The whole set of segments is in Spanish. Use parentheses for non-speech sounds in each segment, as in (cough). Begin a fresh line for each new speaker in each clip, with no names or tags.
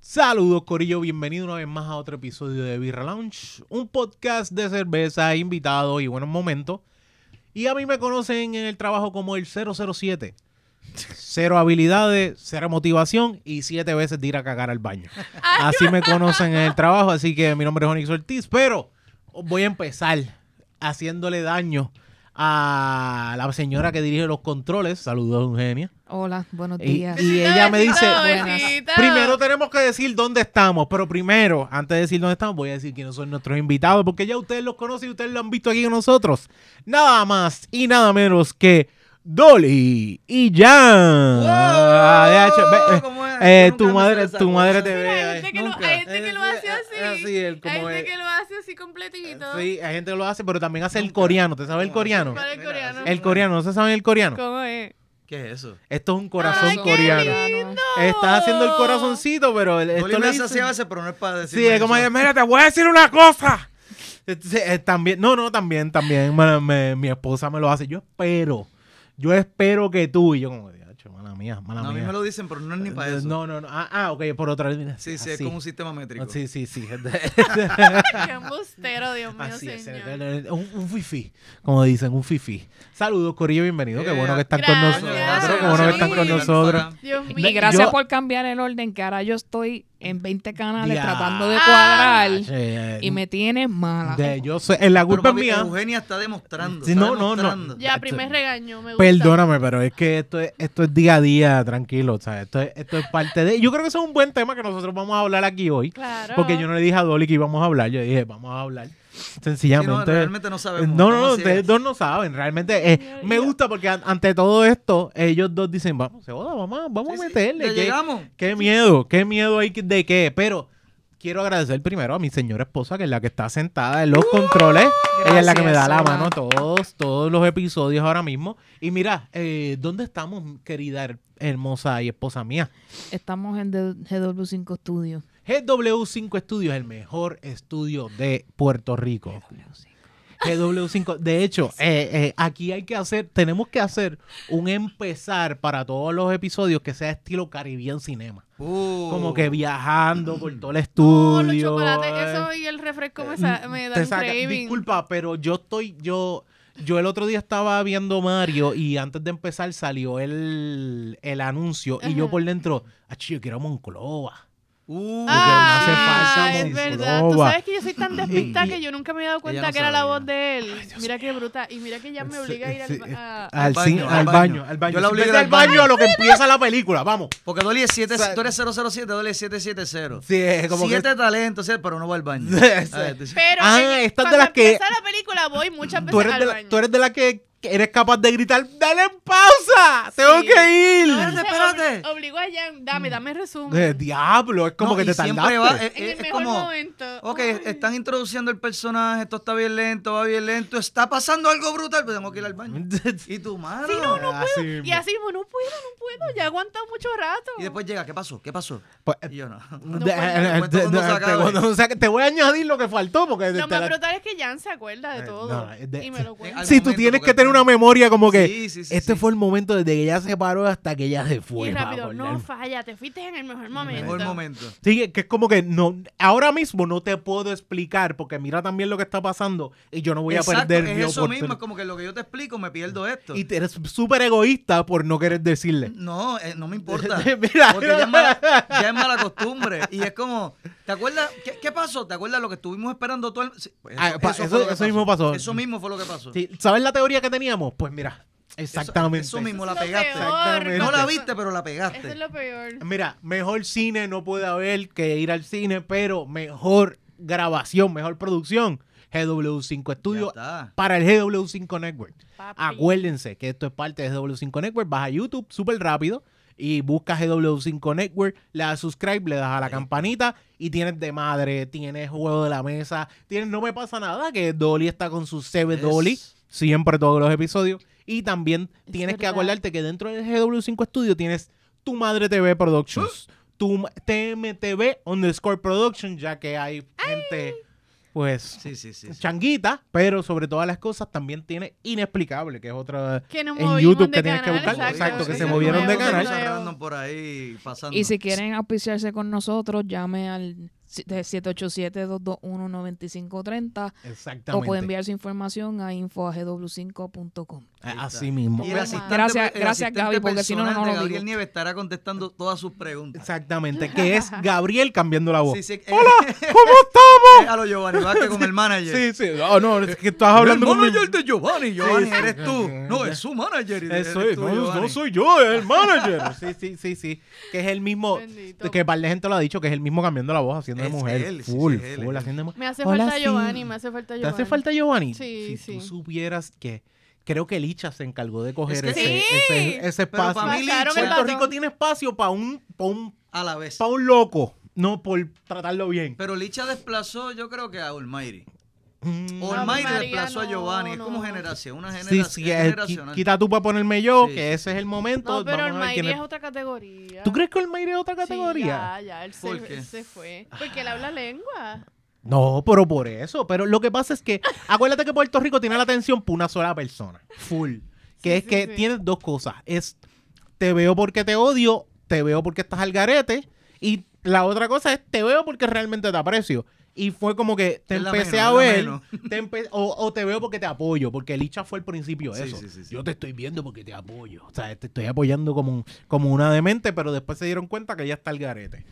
Saludos Corillo, bienvenido una vez más a otro episodio de Birra Lounge, un podcast de cerveza, invitados y buenos momentos. Y a mí me conocen en el trabajo como el 007. Cero habilidades, cero motivación y siete veces de ir a cagar al baño. Así me conocen en el trabajo, así que mi nombre es Onyx Ortiz, pero voy a empezar haciéndole daño a la señora que dirige los controles. Saludos, Eugenia.
Hola, buenos
Y,
días.
y ella me dice,
Besito,
buenas.
besito.
Primero tenemos que decir dónde estamos, pero primero, antes de decir dónde estamos, voy a decir quiénes son nuestros invitados, porque ya ustedes los conocen y ustedes lo han visto aquí con nosotros. Nada más y nada menos que Dolly y Jan. Ah, de hecho, ve, eh,
¿Cómo es?
eh,
Yo nunca
tu
me
madre,
sé esa
tu
voz.
madre te ve.
Mira, hay
eh,
gente que, lo,
nunca. Eh,
hay gente que lo
Es-
hace
es-
así.
es así, él como
hay gente
es.
que lo hace así completito.
Sí, hay gente que lo hace, pero también hace el
Nunca.
coreano. ¿Usted sabe el
¿Cómo es?
coreano?
¿Cuál es el
Mira,
coreano?
así.
El coreano, ¿no se sabe el coreano?
¿Cómo
(laughs)
es?
¿Qué es eso?
Esto es un corazón
Ay, qué
coreano.
lindo.
Estás haciendo el corazoncito, pero el- esto
Dolly
le
me hace
dicen-
así a veces, pero no es para decir.
Sí, es como, mira, te voy a decir una cosa. Entonces, eh, también, no, no, también, también, me- me- mi esposa me lo hace. Yo espero, yo espero que tú y yo, como, "Diacho, mala mía, mala
No, a mí
mía.
me lo dicen, pero no es ni para eso.
No, no, no. Ah, ah, ok, por otra línea.
sí, sí, es
así.
como un sistema métrico.
Sí, sí, sí.
(laughs)
Qué embustero, Dios mío,
(laughs) Así es,
señor.
un, un fifi, como dicen, un fifi. Saludos, Corillo, bienvenido. Qué bueno que están con
Gracias.
nosotros. Qué bueno que están con
Gracias.
nosotros.
Dios mío.
Y gracias
Yo-
por cambiar el orden, que ahora yo estoy en 20 canales
Ya.
tratando de cuadrar
Che,
y me tienes mala.
Eh, de- yo sé, en la
Pero,
culpa es
papi,
mía.
Eugenia está demostrando.
Sí,
está
no, no, no.
demostrando.
Ya, primer regaño, me gusta.
Perdóname, pero es que esto es, esto es día a día, tranquilo. O sea, esto es, esto es parte de. Yo creo que eso es un buen tema que nosotros vamos a hablar aquí hoy.
Claro.
Porque yo no le dije a Dolly que íbamos a hablar. Yo dije, vamos a hablar.
Sí, no,
Sencillamente.
realmente no sabemos.
no, no,
Estamos
no,
así.
ustedes dos no saben, realmente. eh,
Ya,
me
ya.
gusta porque an- ante todo esto, ellos dos dicen, vamos, se joda, vamos, vamos
Sí,
a
sí,
meterle.
ya
¿qué-
llegamos.
Qué miedo, qué miedo hay que- de qué. Pero quiero agradecer primero a mi señora esposa, que es la que está sentada en los controles. Ella es la que me da la
Gracias,
mano
hola.
todos, todos los episodios ahora mismo. Y mira, eh, ¿dónde estamos, querida her- hermosa y esposa mía?
Estamos en D- GW5 Studio.
GW5 Studios, el mejor estudio de Puerto Rico. GW5. De hecho, eh, eh, aquí hay que hacer, tenemos que hacer un empezar para todos los episodios que sea estilo Caribbean Cinema.
Uh.
Como que viajando por todo el
Oh,
estudio.
los chocolates,
eh. mm,
eso y el refresco me, sa-
Te
me dan
saca-
craving.
Disculpa, pero yo estoy, yo, yo el otro día estaba viendo Mario y antes de empezar salió el, el anuncio y yo
Ajá.
por dentro, ah, yo quiero Monclova.
Uh,
Ah,
hace falta
es
Monclova.
verdad. Tú sabes que yo soy tan despista
(coughs) Y- y-
que yo nunca me he dado cuenta
Ella no
que era la
sabía.
voz de él. mira qué bruta. Y mira que ya me obliga a ir
Sí, Ah,
al...
sí,
ba-
Al baño,
Al, cine-
a-
al
al baño,
baño.
al baño.
Yo la obligué
Vete
al
al baño
baño.
a lo que empieza la película, vamos.
Porque Dolly es 7,
O sea-
tú eres 007, Dolly es 770.
Sí, es como que-
7 talentos, sí, pero no va al baño.
(laughs) Sí, sí.
Ah, este-
Pero
Ah,
ella-
estas de
cuando
las que-
empieza la película voy muchas veces
tú eres,
al
de la,
baño.
tú eres de la que que eres capaz de gritar, dale en pausa, tengo
Sí.
que ir.
No,
Entonces,
Espérate.
obli- Obligó a Jan, dame, dame
Eh,
resumen.
diablo, es como
No,
que
y
te
siempre
tardaste.
va-
(laughs)
eh,
en
eh,
el
es
mejor
como,
momento.
Ok,
Ay.
están introduciendo el personaje, esto está bien lento, va bien lento, está pasando algo brutal, pero tengo que ir al baño. Y tu madre.
Así
Y
mismo.
así, bueno, no puedo, no puedo, ya he aguantado mucho rato.
Y después llega, ¿qué pasó? ¿Qué pasó?
Pues,
Y yo no.
De-
cuento,
eh,
cuento
de-
cuando
de-
se
te-
acabe.
cuando se acabe. Te voy a añadir lo que faltó porque te-
Lo
te
más
la-
brutal es que Jan se acuerda de
Eh,
todo.
no, es de-
y me lo cuenta.
al
si tú
momento,
tienes
porque
que tener
tú-
una memoria como que
Sí, sí, sí,
este
sí.
fue el momento desde que ella se paró hasta que ella se fue.
y
pa'
rápido, no
acordarme.
falla, te fuiste en el mejor
(laughs)
momento.
Mejor momento.
Sí, que- que es como que no, ahora mismo no te puedo explicar porque mira también lo que está pasando y yo no voy a
Exacto,
perder mi
es eso mismo,
oportunidad.
es como que lo que yo te explico, me pierdo esto.
Y te- eres súper egoísta por no querer decirle.
No, eh, no me
(laughs)
importa.
Mira.
Porque ya es, mala,
(laughs)
ya es mala costumbre. Y es como, ¿te acuerdas? ¿Qué, qué pasó? ¿Te acuerdas lo que estuvimos esperando todo el... Sí, pues
Ah, pa-
fue
eso-
lo que
eso mismo pasó.
Eso mismo fue lo que pasó.
Sí, ¿Sabes la teoría que teníamos? Pues mira,
Eso-
exactamente.
Eso, mismo, la
Lo
pegaste.
peor,
Exactamente.
No la
cuando-
viste, pero la
Eso
pegaste.
es lo peor.
Mira, mejor cine no puede haber que ir al cine, pero mejor grabación, mejor producción. GW5
Ya
Studio
está.
para el GW5 Network.
Papi.
Acuérdense que esto es parte de GW5 Network. Vas a YouTube súper rápido y buscas GW5 Network, le das subscribe, le das a la campanita y tienes de madre, tienes juego de la mesa, tienes No Me Pasa Nada, que Dolly está con su CB
Es-
Dolly, siempre todos los episodios. Y también
Es
tienes que
verdad.
acordarte que dentro del GW5 Studio tienes Tu Madre TV Productions, tu TMTV Underscore Production, ya que hay gente pues
Sí, sí, sí. sí.
changuita, pero sobre todas las cosas también tiene inexplicable, que es otra
Que nos
en
movimos
YouTube
de
que tienes que
canal,
buscar, exacto, que se
eso es
movieron de
nuevo,
canal.
eso
Cosas
es nuevo.
random por ahí pasando.
Y si quieren auspiciarse con nosotros, llame al si- de 787-221-9530 o
Exactamente.
puede enviar su información a info.gw5.com.
A- Así mismo.
Y el asistente,
Gracias-
el
gracias,
asistente
Gaby, porque si no, no
personal de
lo digo.
Gabriel Nieves estará contestando todas sus preguntas.
Exactamente,
(laughs)
que es Gabriel cambiando la voz.
Sí, sí. ¡Hola! (laughs)
¿Cómo estamos?
a lo Giovanni Vázquez con el manager.
Sí, sí. Oh, no, es que estás hablando
el
con mi-
manager de Giovanni. Giovanni,
sí.
eres tú. No, es su manager. eres
Eso
tú,
es, no,
Giovanni.
no soy yo, es el
(laughs)
manager. Sí, sí, sí, sí. Que es el mismo,
Bendito.
que par de gente lo ha dicho, que es el mismo cambiando la voz, haciendo de
Es
mujer.
él, sí,
full,
sí, es él,
full,
es
haciendo de mujer.
Me hace
Hola,
falta
sí.
Giovanni, me hace falta
¿Te
Giovanni.
hace falta Giovanni?
Sí,
si tú
sí.
supieras que creo que Licha se encargó de coger
Es que-
ese,
Sí.
ese, ese
Pero
espacio.
pa' mí
Pasaron
Licha-
el
Puerto
batón.
Rico tiene espacio para un, pa' un,
A la vez.
pa' un loco, no por tratarlo bien.
Pero Licha desplazó, yo creo que a Almighty.
Mm,
Ave
Almighty
María,
desplazó a
no,
Giovanni. es como
no.
generación, una
sí,
generación
sí, eh, qui-
generacional.
quita tú para ponerme yo,
Sí,
que
sí,
ese es el momento.
No, pero
Vamos a ver quién
Almairi
es-
es otra categoría.
¿Tú crees que Olmeire es otra
Sí,
categoría?
ya, ya, él se,
¿Por qué?
él se fue. Porque él
Ah.
habla lengua.
No, pero por eso. Pero lo que pasa es
(laughs)
que, acuérdate que Puerto Rico tiene la atención por una sola persona. Full. Que
Sí,
es
sí,
que
sí.
tienes dos cosas. Es te veo porque te odio, te veo porque estás al garete. Y la otra cosa es te veo porque realmente te aprecio. Y fue como que te
Es la
empecé
menos,
a
es la
ver.
menos.
(laughs) te empe- o, o te veo porque te apoyo. Porque Licha fue al principio
Sí,
eso.
sí, sí, sí.
Yo te estoy viendo porque te apoyo. O sea, te estoy apoyando como, un- como una demente, pero después se dieron cuenta que ya está al garete.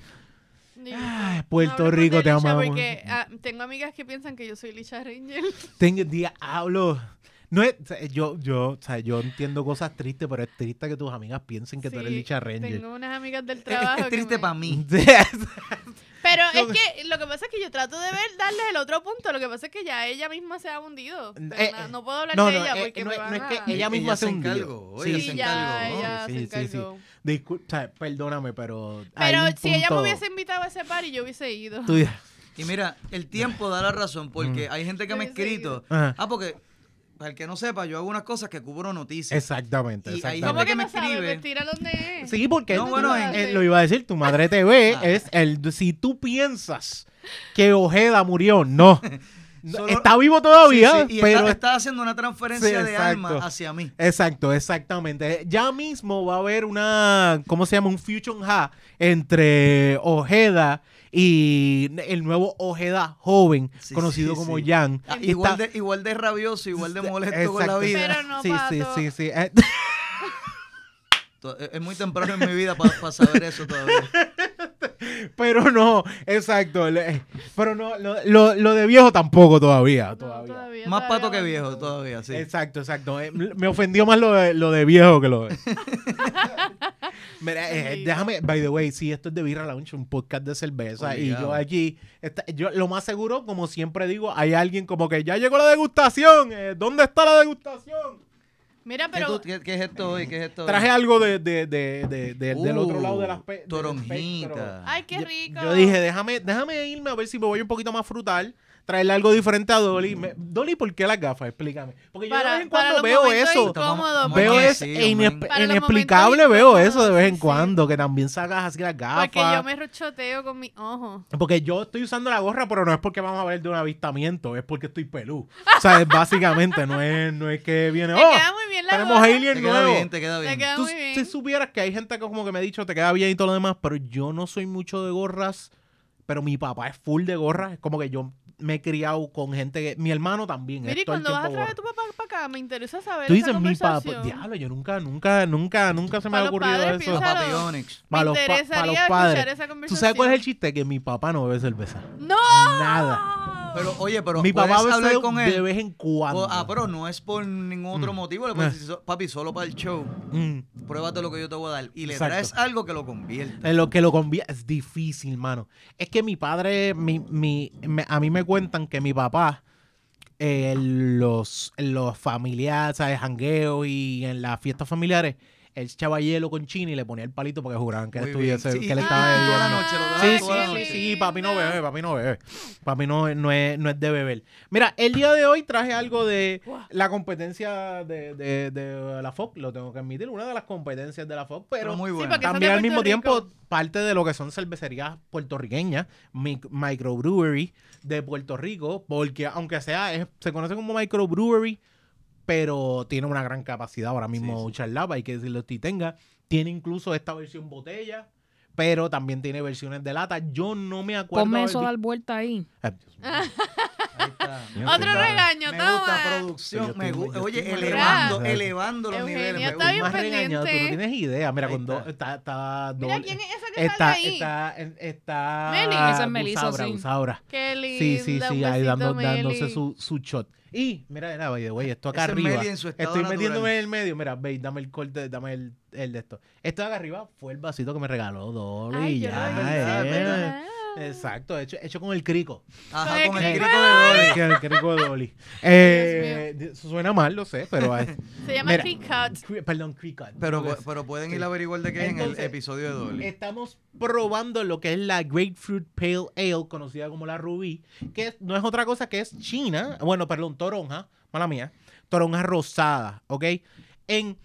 Ni-
Ay,
No
Ah, Puerto
hablemos de
Rico, te
Licha
amamos.
Porque ah, tengo amigas que piensan que yo soy Licha Ranger.
Tengo diablo. No es, o sea, yo, yo, o sea, yo entiendo cosas tristes, pero es triste que tus amigas piensen (laughs) que tú eres
Sí,
Licha Ranger. (laughs)
Tengo unas amigas del
Es,
trabajo.
es triste para
para mí.
mí.
(laughs) Pero es que lo que pasa es que yo trato de ver, darles el otro punto. Lo que pasa es que ya ella misma se ha hundido. Pero
Eh,
na- no puedo hablar
no,
de
no,
ella
eh,
porque
no
me
es- no
van
es que
a-
ella
Ella
misma
se
se hundió.
encargó, ella se
Sí,
Sí,
encargó,
ya,
¿no?
ella
Sí,
se
sí, sí.
encargó.
Discul- o sea, perdóname, pero. hay
Pero
un
si ella me
punto-
hubiese invitado a ese party, yo hubiese ido.
Tú
(laughs)
dices,
Y mira, el tiempo da la razón,
Mm.
porque hay gente que me ha
Sí, sí.
escrito.
Ajá.
Ah, porque, para el que no sepa, yo hago unas cosas que cubro noticias.
Exactamente,
Y ahí-
exactamente.
¿Cómo que
me
no sabes?
escribe.
Pues tira dónde es.
Sí, porque
No,
tú-
bueno, en-
eh, lo iba a decir, tu madre te ve,
(laughs) Ah.
es el si tú piensas que Ojeda murió, no.
(laughs)
No,
Solo-
está vivo
Sí,
todavía,
sí, y
pero
está, está haciendo una transferencia
Sí,
de
exacto.
alma hacia mí.
Exacto, exactamente. Ya mismo va a haber una, ¿cómo se llama? Un Fusion Ha entre Ojeda y el nuevo Ojeda joven,
Sí,
conocido
sí,
como
sí.
Jan.
Ah,
Y
igual,
está-
de, igual de rabioso, igual de molesto con la
Exacto.
vida.
Pero no,
sí, sí,
Pato.
sí, sí. Eh, (laughs)
To- e, Es es muy temprano en mi vida para saber eso
(laughs)
todavía.
Pero no, exacto. le- Pero no, lo, lo- lo de viejo tampoco todavía.
No,
todavía.
todavía,
Más
todavía
pato que
no.
viejo todavía, sí.
Exacto, exacto. Eh, Me ofendió más lo de, lo de viejo que lo de. (laughs) Mira, eh,
Sí.
déjame, by the way, sí, esto es de Birra Lounge, un podcast de cerveza. Y
Obligado.
yo aquí, está- yo lo más seguro, como siempre digo, hay alguien como que ya llegó la degustación. eh, ¿Dónde está la degustación?
Mira,
¿Qué,
pero
tú- qué- qué es esto hoy? ¿Qué es esto hoy?
Traje algo de, de- de- de- de- del otro lado de las
Uh,
pe- del espectro.
Toronjita.
Ay, qué
Yo-
rico.
Yo dije, déjame, déjame irme a ver si me voy un poquito más frutal. Traerle algo diferente a Dolly. Me- Dolly, ¿por qué las gafas? Explícame. Porque yo
Para-
de vez en
para
cuando
los
veo
momentos
eso.
incómodos, Cómodo,
Veo
Oye,
es
sí,
e inesp-
hombre.
Para los
inexplicable,
momentos
veo
incómodos,
eso de vez en
sí.
cuando, que también sacas así las gafas.
porque yo me rochoteo con mi ojo.
Porque yo estoy usando la gorra, pero no es porque vamos a ver de un avistamiento, es porque estoy pelú. O sea, es (laughs) básicamente, no es, no es que viene.
Te
¡Oh!
queda muy bien la
Tenemos
gorra.
Te
alien
queda
nuevo.
bien, te queda
Te
bien.
queda
Tú,
muy bien.
si supieras que hay gente que como que me ha dicho, te queda bien y todo lo demás, pero yo no soy mucho de gorras, pero mi papá es full de gorras. Es como que yo me he criado con gente que... Mi hermano también.
Mira,
es
y
todo el
cuando vas a
tiempo
traer a
gorra.
tu papá para acá, me interesa saber
Tú
esa
dices mi papá, pues,
conversación.
diablo, yo nunca, nunca, nunca, nunca se me
Pa'
ha
los
ocurrido
padres,
eso.
Los
Piénsalo.
papillones.
Me
Pa' los pa- pa'
interesaría
los
escuchar
padres.
esa
¿Tú
conversación.
sabes cuál es el chiste? Que mi papá no bebe cerveza.
¡No!
Nada.
Pero, oye, pero
mi papá
¿puedes
bebe
hablar
cerveza
con
de
él?
vez en cuando.
Ah, pero no es por ningún otro motivo. Le puedes decir, papi, solo para el show.
Mm.
Pruébate lo que yo te voy a dar. Y le
Exacto.
traes algo que lo convierta.
En lo que lo convierte es difícil, mano. Es que mi padre, mi, mi- me- a mí me cuentan que mi papá, eh, los, los familiares, ¿sabes? Jangueos y en las fiestas familiares, él echaba hielo con china y le ponía el palito para que juraran que él
Muy bien.
estuviese,
Sí,
que él
y
estaba
Ah,
bebiendo.
toda la noche, lo daba
Sí,
toda la
sí, sí,
noche.
sí, papi no bebe, papi no bebe. Papi no, no, es, no es de beber. Mira, el día de hoy traje algo de la competencia de, de- de la FOC, lo tengo que admitir, una de las competencias de la FOC, pero,
Pero muy bueno.
porque-
también al
Puerto
mismo
Rico.
tiempo parte de lo que son cervecerías puertorriqueñas, mi- microbrewery de Puerto Rico, porque aunque sea, es- se conoce como microbrewery, pero tiene una gran capacidad ahora mismo Charlapa, hay que decirlo si tenga. Tiene incluso esta versión botella, pero también tiene versiones de lata. Yo no me acuerdo.
Ponme
haber
eso a
vi-
dar vuelta ahí.
Ay, Dios mío.
(laughs)
Ahí está.
Mira,
Otro
estoy-
regaño,
Me gusta
toma.
Sí, yo
producción. me
estoy-
gu-
yo
Oye,
estoy muy
elevando,
regañado.
elevando los
Eugenio
niveles. me
está
gusta.
Estoy
bien
más regañado, tú no
pendiente.
tienes idea. Mira,
Ahí
con dos.
está.
Está, está
Mira
doble-
quién es esa que
Está,
sale ahí.
está, está.
Meli.
Esa es Melissa,
Gusaura,
sí.
Gusaura.
Qué linda.
Sí, sí,
un
sí, ahí
besito,
dando- dándose
Meli.
su, su shot. Y, mira, mira, by the way, esto acá
Ese es
arriba.
Meli en su
estoy
estado
metiéndome
natural.
en el medio. Mira, ve, dame el corte, dame el, el de esto. Esto de acá arriba fue el vasito que me regaló Dolly.
Ay,
y
yo lo
ya,
vi,
verdad,
eh.
¿verdad?
Exacto, hecho, hecho con el crico.
Ajá, con
Ay,
el
qué
grito de Dolly.
Con el crico de Dolly. Eh, suena mal, lo sé, pero.
(laughs)
ay,
Se llama
Mira.
Creek Cut.
cri- perdón, crico.
Pero, pero pueden ir a averiguar de qué es en el
Pues, eh, Entonces, eh,
episodio de Dolly.
Estamos probando lo que es la Grapefruit Pale Ale, conocida como la Rubí, que es- no es otra cosa que es china, bueno, perdón, toronja, mala mía, toronja rosada, ¿ok? En,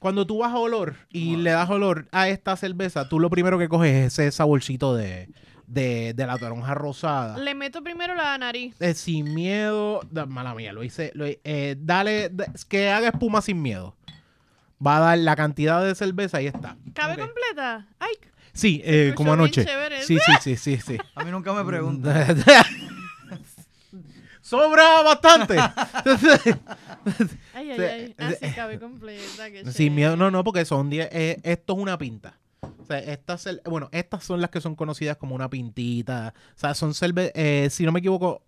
cuando tú vas a olor y
Wow.
le das olor a esta cerveza, tú lo primero que coges es ese saborcito de, de, de la toronja rosada.
Le meto primero la nariz.
Eh, sin miedo, da- mala mía, lo hice, lo- eh, dale, da- que haga espuma sin miedo. Va a dar la cantidad de cerveza y está.
¿Cabe
Ok.
completa? Ay,
Sí, eh,
escuchó
como
bien
anoche.
chévere.
Sí, sí, sí, sí, sí.
A mí nunca me preguntan.
(laughs) Sobra
(laughs)
bastante.
ay, ay,
Se-
ay. Ah,
se-
sí, cabe completa. qué chévere.
(laughs) Sin miedo, no, no, porque son 10. eh, esto es una pinta. O sea, estas, cel- bueno, estas son las que son conocidas como una pintita. O sea, son cerve eh, si no me equivoco,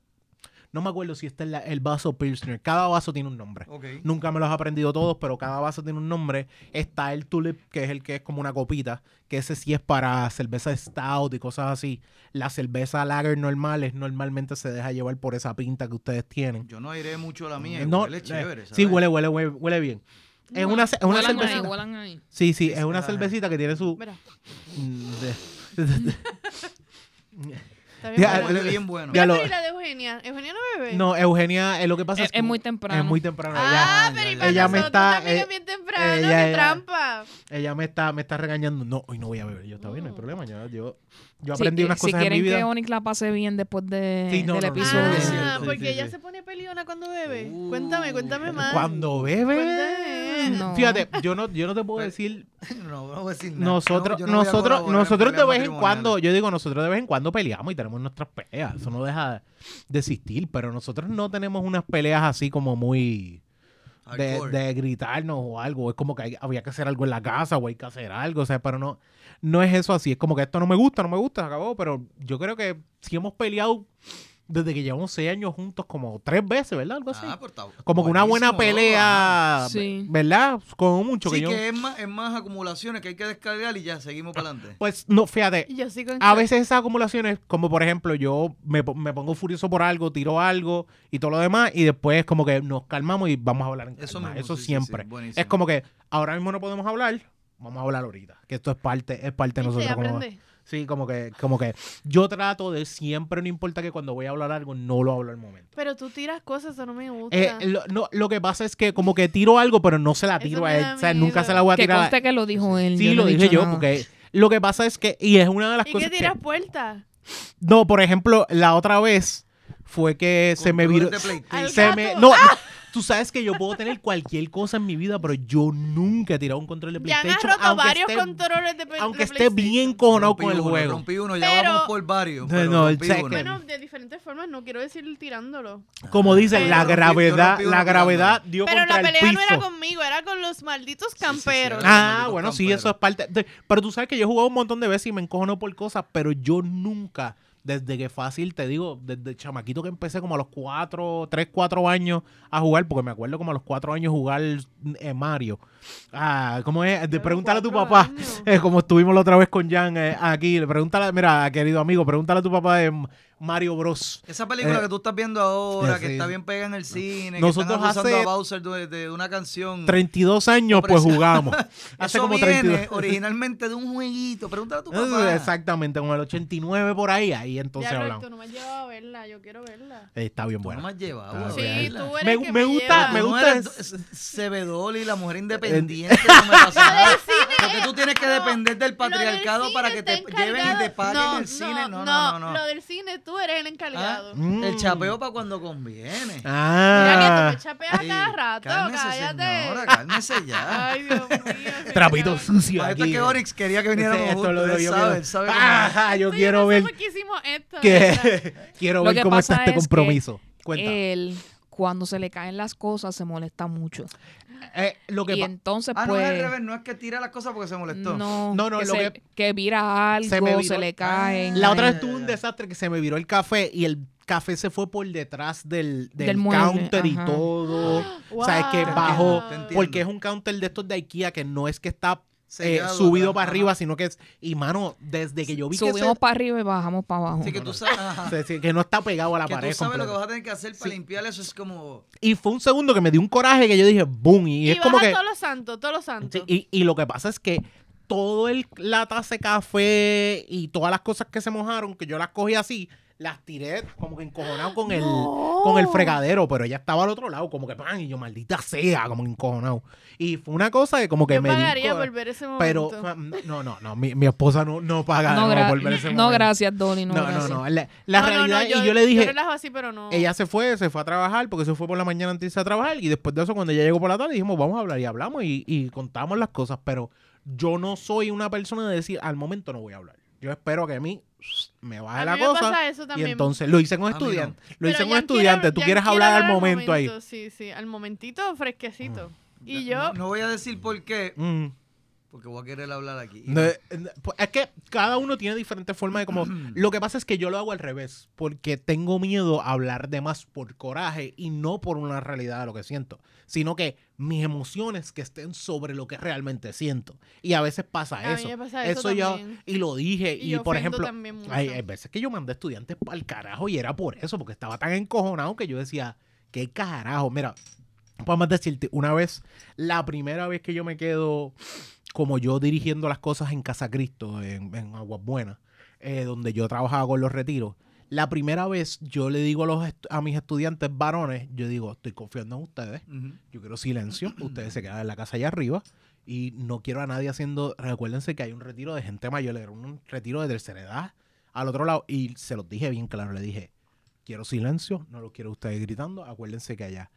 no me acuerdo si este es la- el vaso Pilsner. Cada vaso tiene un nombre.
Ok.
Nunca me los he aprendido todos, pero cada vaso tiene un nombre. Está el tulip, que es el que es como una copita, que ese sí es para cerveza stout y cosas así. La cerveza lager normal es normalmente se deja llevar por esa pinta que ustedes tienen.
Yo no iré mucho a la mía. y
No,
huele
eh,
chévere.
Sí,
¿sabes?
huele, huele, huele, huele bien. Es una, ce- es una
Huelan ahí,
cervecita.
huelan ahí.
Sí, sí, es
sí,
una
ah.
cervecita que tiene su.
Mira,
Mm, de-
está bien.
Ya, eh,
buena.
Huele bien bueno.
ya-
Mira,
lo-
pero ¿y la de Eugenia? ¿Eugenia no bebe?
No, Eugenia, eh, lo que pasa
Es,
es que.
es muy temprano.
Es muy temprano.
ya,
Ah, pero
ya,
y
ya.
para
Ella me
nosotros
está,
también
eh,
es bien temprano,
ella,
qué
ella-
trampa.
Ella, ella me, está, me está regañando. No, hoy no voy a beber. Yo, está bien, no hay
Mm.
problema. Yo, yo, yo
Sí,
aprendí
que-
unas
si
cosas en mi
quieren que
vida.
Onyx la pase bien después de,
Sí, no,
del
no, no, no,
episodio.
sí,
Ah,
sí,
porque
sí,
ella
sí.
se pone peliona cuando bebe.
Uh.
cuéntame, cuéntame más.
Cuando
pues
bebe.
Cuéntame.
No.
Fíjate, yo no, yo no te puedo
Pero-
decir.
(laughs) No, no voy a decir nada. No,
Nosotros,
yo no voy a
nosotros,
colaborar en
nosotros de
peleas
vez en cuando,
matrimoniales.
yo digo, nosotros de vez en cuando peleamos y tenemos nuestras peleas. Eso no deja de existir, pero nosotros no tenemos unas peleas así como muy. de,
Hardcore.
de gritarnos o algo. Es como que hay- había que hacer algo en la casa o hay que hacer algo. O sea, pero no, no es eso así. Es como que esto no me gusta, no me gusta, se acabó. Pero yo creo que si hemos peleado desde que llevamos seis años juntos como tres veces, ¿verdad? Algo así.
Ah, pero está
pues como que una buena
buenísimo, ajá.
pelea,
ajá. Sí.
¿verdad? Como mucho
Sí,
que yo...
que es más, es más acumulaciones que hay que descargar y ya seguimos para adelante.
Pues no, fíjate,
Y Yo sí con
A veces esas acumulaciones, como por ejemplo, yo me, po- me pongo furioso por algo, tiro algo y todo lo demás, y después como que nos calmamos y vamos a hablar en calma.
Eso
Eso,
mismo, sí, sí, sí,
siempre.
buenísimo.
es como que ahora mismo no podemos hablar, vamos a hablar ahorita. Que esto es parte, es parte de nosotros. Como,
aprende.
sí, como que, como que yo trato de siempre, no importa que cuando voy a hablar algo, no lo hablo al momento.
Pero tú tiras cosas, eso no me gusta.
Eh, lo, no, lo que pasa es que como que tiro algo, pero no se la
Eso
tiro
me
a él.
da
O sea, nunca
miedo.
se la voy a
Que
tirar. a-
conste que lo dijo él.
Sí,
yo no
lo
he
dije
dicho
yo,
nada.
porque lo que pasa es que, y es una de las
¿Y
cosas
qué
que...
tiras puertas?
No, por ejemplo, la otra vez fue que se me viró.
Controles de
Al
PlayStation.
Se
gato. Ah.
me, no, tú sabes que yo puedo tener cualquier cosa en mi vida, pero yo nunca he tirado un control de
Ya han
PlayStation.
roto
aunque
varios
esté,
controles de pe-
aunque
de
esté
PlayStation.
bien cojonado
Rompí
con el
uno,
juego.
Rompí uno, ya
Pero-
vamos por varios.
No,
pero
no,
rompí
sé
uno.
que-
Bueno, de diferentes formas, no quiero decir tirándolo.
Como dicen, la
Pero rompí-
gravedad,
rompí uno
la
tirando.
gravedad dio
Pero la
contra el
pelea no era
piso.
conmigo, era con los malditos
sí,
camperos.
era-
Ah,
Malditos
bueno, sí,
camperos.
eso es parte. de- pero tú sabes que yo he jugado un montón de veces y me encojono por cosas, pero yo nunca, desde que fácil, te digo, desde chamaquito que empecé como a los cuatro, tres, cuatro años a jugar, porque me acuerdo como a los cuatro años jugar eh, Mario. Ah, ¿cómo es? De,
Pero
pregúntale a tu
cuatro
papá.
años.
(laughs) eh, como estuvimos la otra vez con Jan eh, aquí, le pregúntale, mira, querido amigo, pregúntale a tu papá de Mario Bros.
Esa película
Eh,
que tú estás viendo ahora,
sí,
que está
sí.
bien pega en el cine, que
Nosotros
están acusando
hace
a Bowser de, de una canción.
32 años, pues
Hombre,
jugamos. Hace
Eso
como
viene
(laughs) 32.
originalmente de un jueguito. Pregúntale a tu
Uh,
papá.
(laughs) Exactamente, como el 89 por ahí, ahí entonces
Diablo,
hablamos.
tú no me has llevado a verla, yo quiero verla.
Eh, Está bien
Tú
bueno.
No me has llevado.
Está
a
bien.
Sí,
verla.
tú eres
Me
el
gu-
que
me
me
gusta-
lleva.
me
Tú
gusta-
no eres
es-
do- Cebedoli, la mujer independiente. no me
(laughs)
pasa nada. Porque tú tienes que
No,
depender del
Lo del
patriarcado
cine
para que
está
te lleven y te
encargado.
paguen
No,
el cine. No, no, no. no.
Lo del cine tú eres el encargado.
Ah. Mm.
El chapeo pues. para cuando conviene.
Mira que tú
pues,
Ah,
me chapeas a cada rato,
cálmese,
cállate.
señora, cálmese ya.
Ay, Dios mío.
trapito
señor.
sucio.
Para esto es
Aquí.
que Onyx quería que
Ese-
viniéramos
esto
juntos.
lo digo,
él
yo Ah.
sabe,
quiero-
él
(laughs)
sabe cómo es.
Ajá, yo
Sí,
quiero
no sé
ver
por qué hicimos esto.
(laughs)
¿verdad?
que quiero
Lo
ver
que
cómo está
pasa
este
es que eh,
compromiso. Cuenta.
Él, cuando se le caen las cosas, se molesta mucho.
Eh, lo que
Y
pa-
entonces,
Este,
Ah, no, es al
pues.
revés, no es que tira las cosas porque se molestó.
No,
No, no,
que,
lo
se-
que-
que vira algo,
se
se,
me viró-
le caen. eh,
la otra
Ay,
vez
ay,
tuve
ay,
un
ay.
desastre que se me viró el café y el café se fue por detrás del, del,
Del mueble,
counter y
ajá.
todo. O sea, es que
Wow.
bajó
Te Ah, entiendo.
Porque es un counter de estos de IKEA que no es que está eh,
Sellado
subido
atrás,
para
ajá.
arriba, sino que es. Y mano, desde que yo vi que,
Subimos para arriba y bajamos para abajo.
Así que tú sabes, ajá,
se- se- se- que no está pegado a la
que tú
pared.
sabes lo que
completa.
vas a tener que hacer para limpiar eso. Es como.
Y fue un segundo que me dio un coraje que yo dije, boom. Pues, Y,
Y,
es como que.
todos los santos, todos los santos.
Sí, y, y lo que pasa es que todo el la taza de café y todas las cosas que se mojaron, que yo las cogí así, las tiré como que encojonado con el
No.
con el fregadero, pero ella estaba al otro lado, como que pan, y yo maldita sea, como que encojonado. Y fue una cosa que como que
Yo
me dio un
pagaría
coraje,
por ver ese momento.
pero um, no, no, no, mi, mi esposa no, no paga
no,
no,
gra-
por ver ese
no,
momento.
gracias, Dolly. No,
No, no,
gracias.
no. La, la
No, no, no,
realidad, y yo le dije,
relajo así, pero no.
ella se fue, se fue a trabajar, porque se fue por la mañana antes de irse a trabajar. Y después de eso, cuando ella llegó por la tarde, dijimos, vamos a hablar. Y hablamos y, y contamos las cosas. Pero yo no soy una persona de decir, al momento no voy a hablar. Yo espero que a mí me baje
a
la
mí me
cosa.
pasa eso
Y
también.
entonces lo hice con
A mí no.
estudiantes. Lo
Pero
hice con
Jan quiere-
estudiantes. Tú
Jan
quieres
quiere
hablar al momento, ahí.
momento, Sí, sí, al momentito fresquecito. Y yo,
No, no voy a decir por qué,
Mm.
porque voy a querer hablar aquí.
No, eh, no, pues, es que cada uno tiene diferentes formas de como... Lo que pasa es que yo lo hago al revés, porque tengo miedo a hablar de más por coraje y no por una realidad de lo que siento, sino que mis emociones que estén sobre lo que realmente siento. Y a veces pasa
A mí
eso.
me pasa eso
yo,
también.
y lo dije,
Y
y,
yo
por
ofendo
ejemplo,
también mucho.
hay, hay veces que yo mandé estudiantes para el carajo y era por eso, porque estaba tan encojonado que yo decía, ¿qué carajo? Mira, Puedo más decirte, una vez, la primera vez que yo me quedo como yo dirigiendo las cosas en Casa Cristo, en, en Aguas Buenas, eh, donde yo trabajaba con los retiros, la primera vez yo le digo a, los estu- a mis estudiantes varones, yo digo, estoy confiando en ustedes,
Ujú.
yo quiero silencio, ustedes se quedan en la casa allá arriba y no quiero a nadie haciendo, recuérdense que hay un retiro de gente mayor, era un retiro de tercera edad al otro lado y se los dije bien claro, le dije, quiero silencio, no lo quiero ustedes gritando, acuérdense que allá.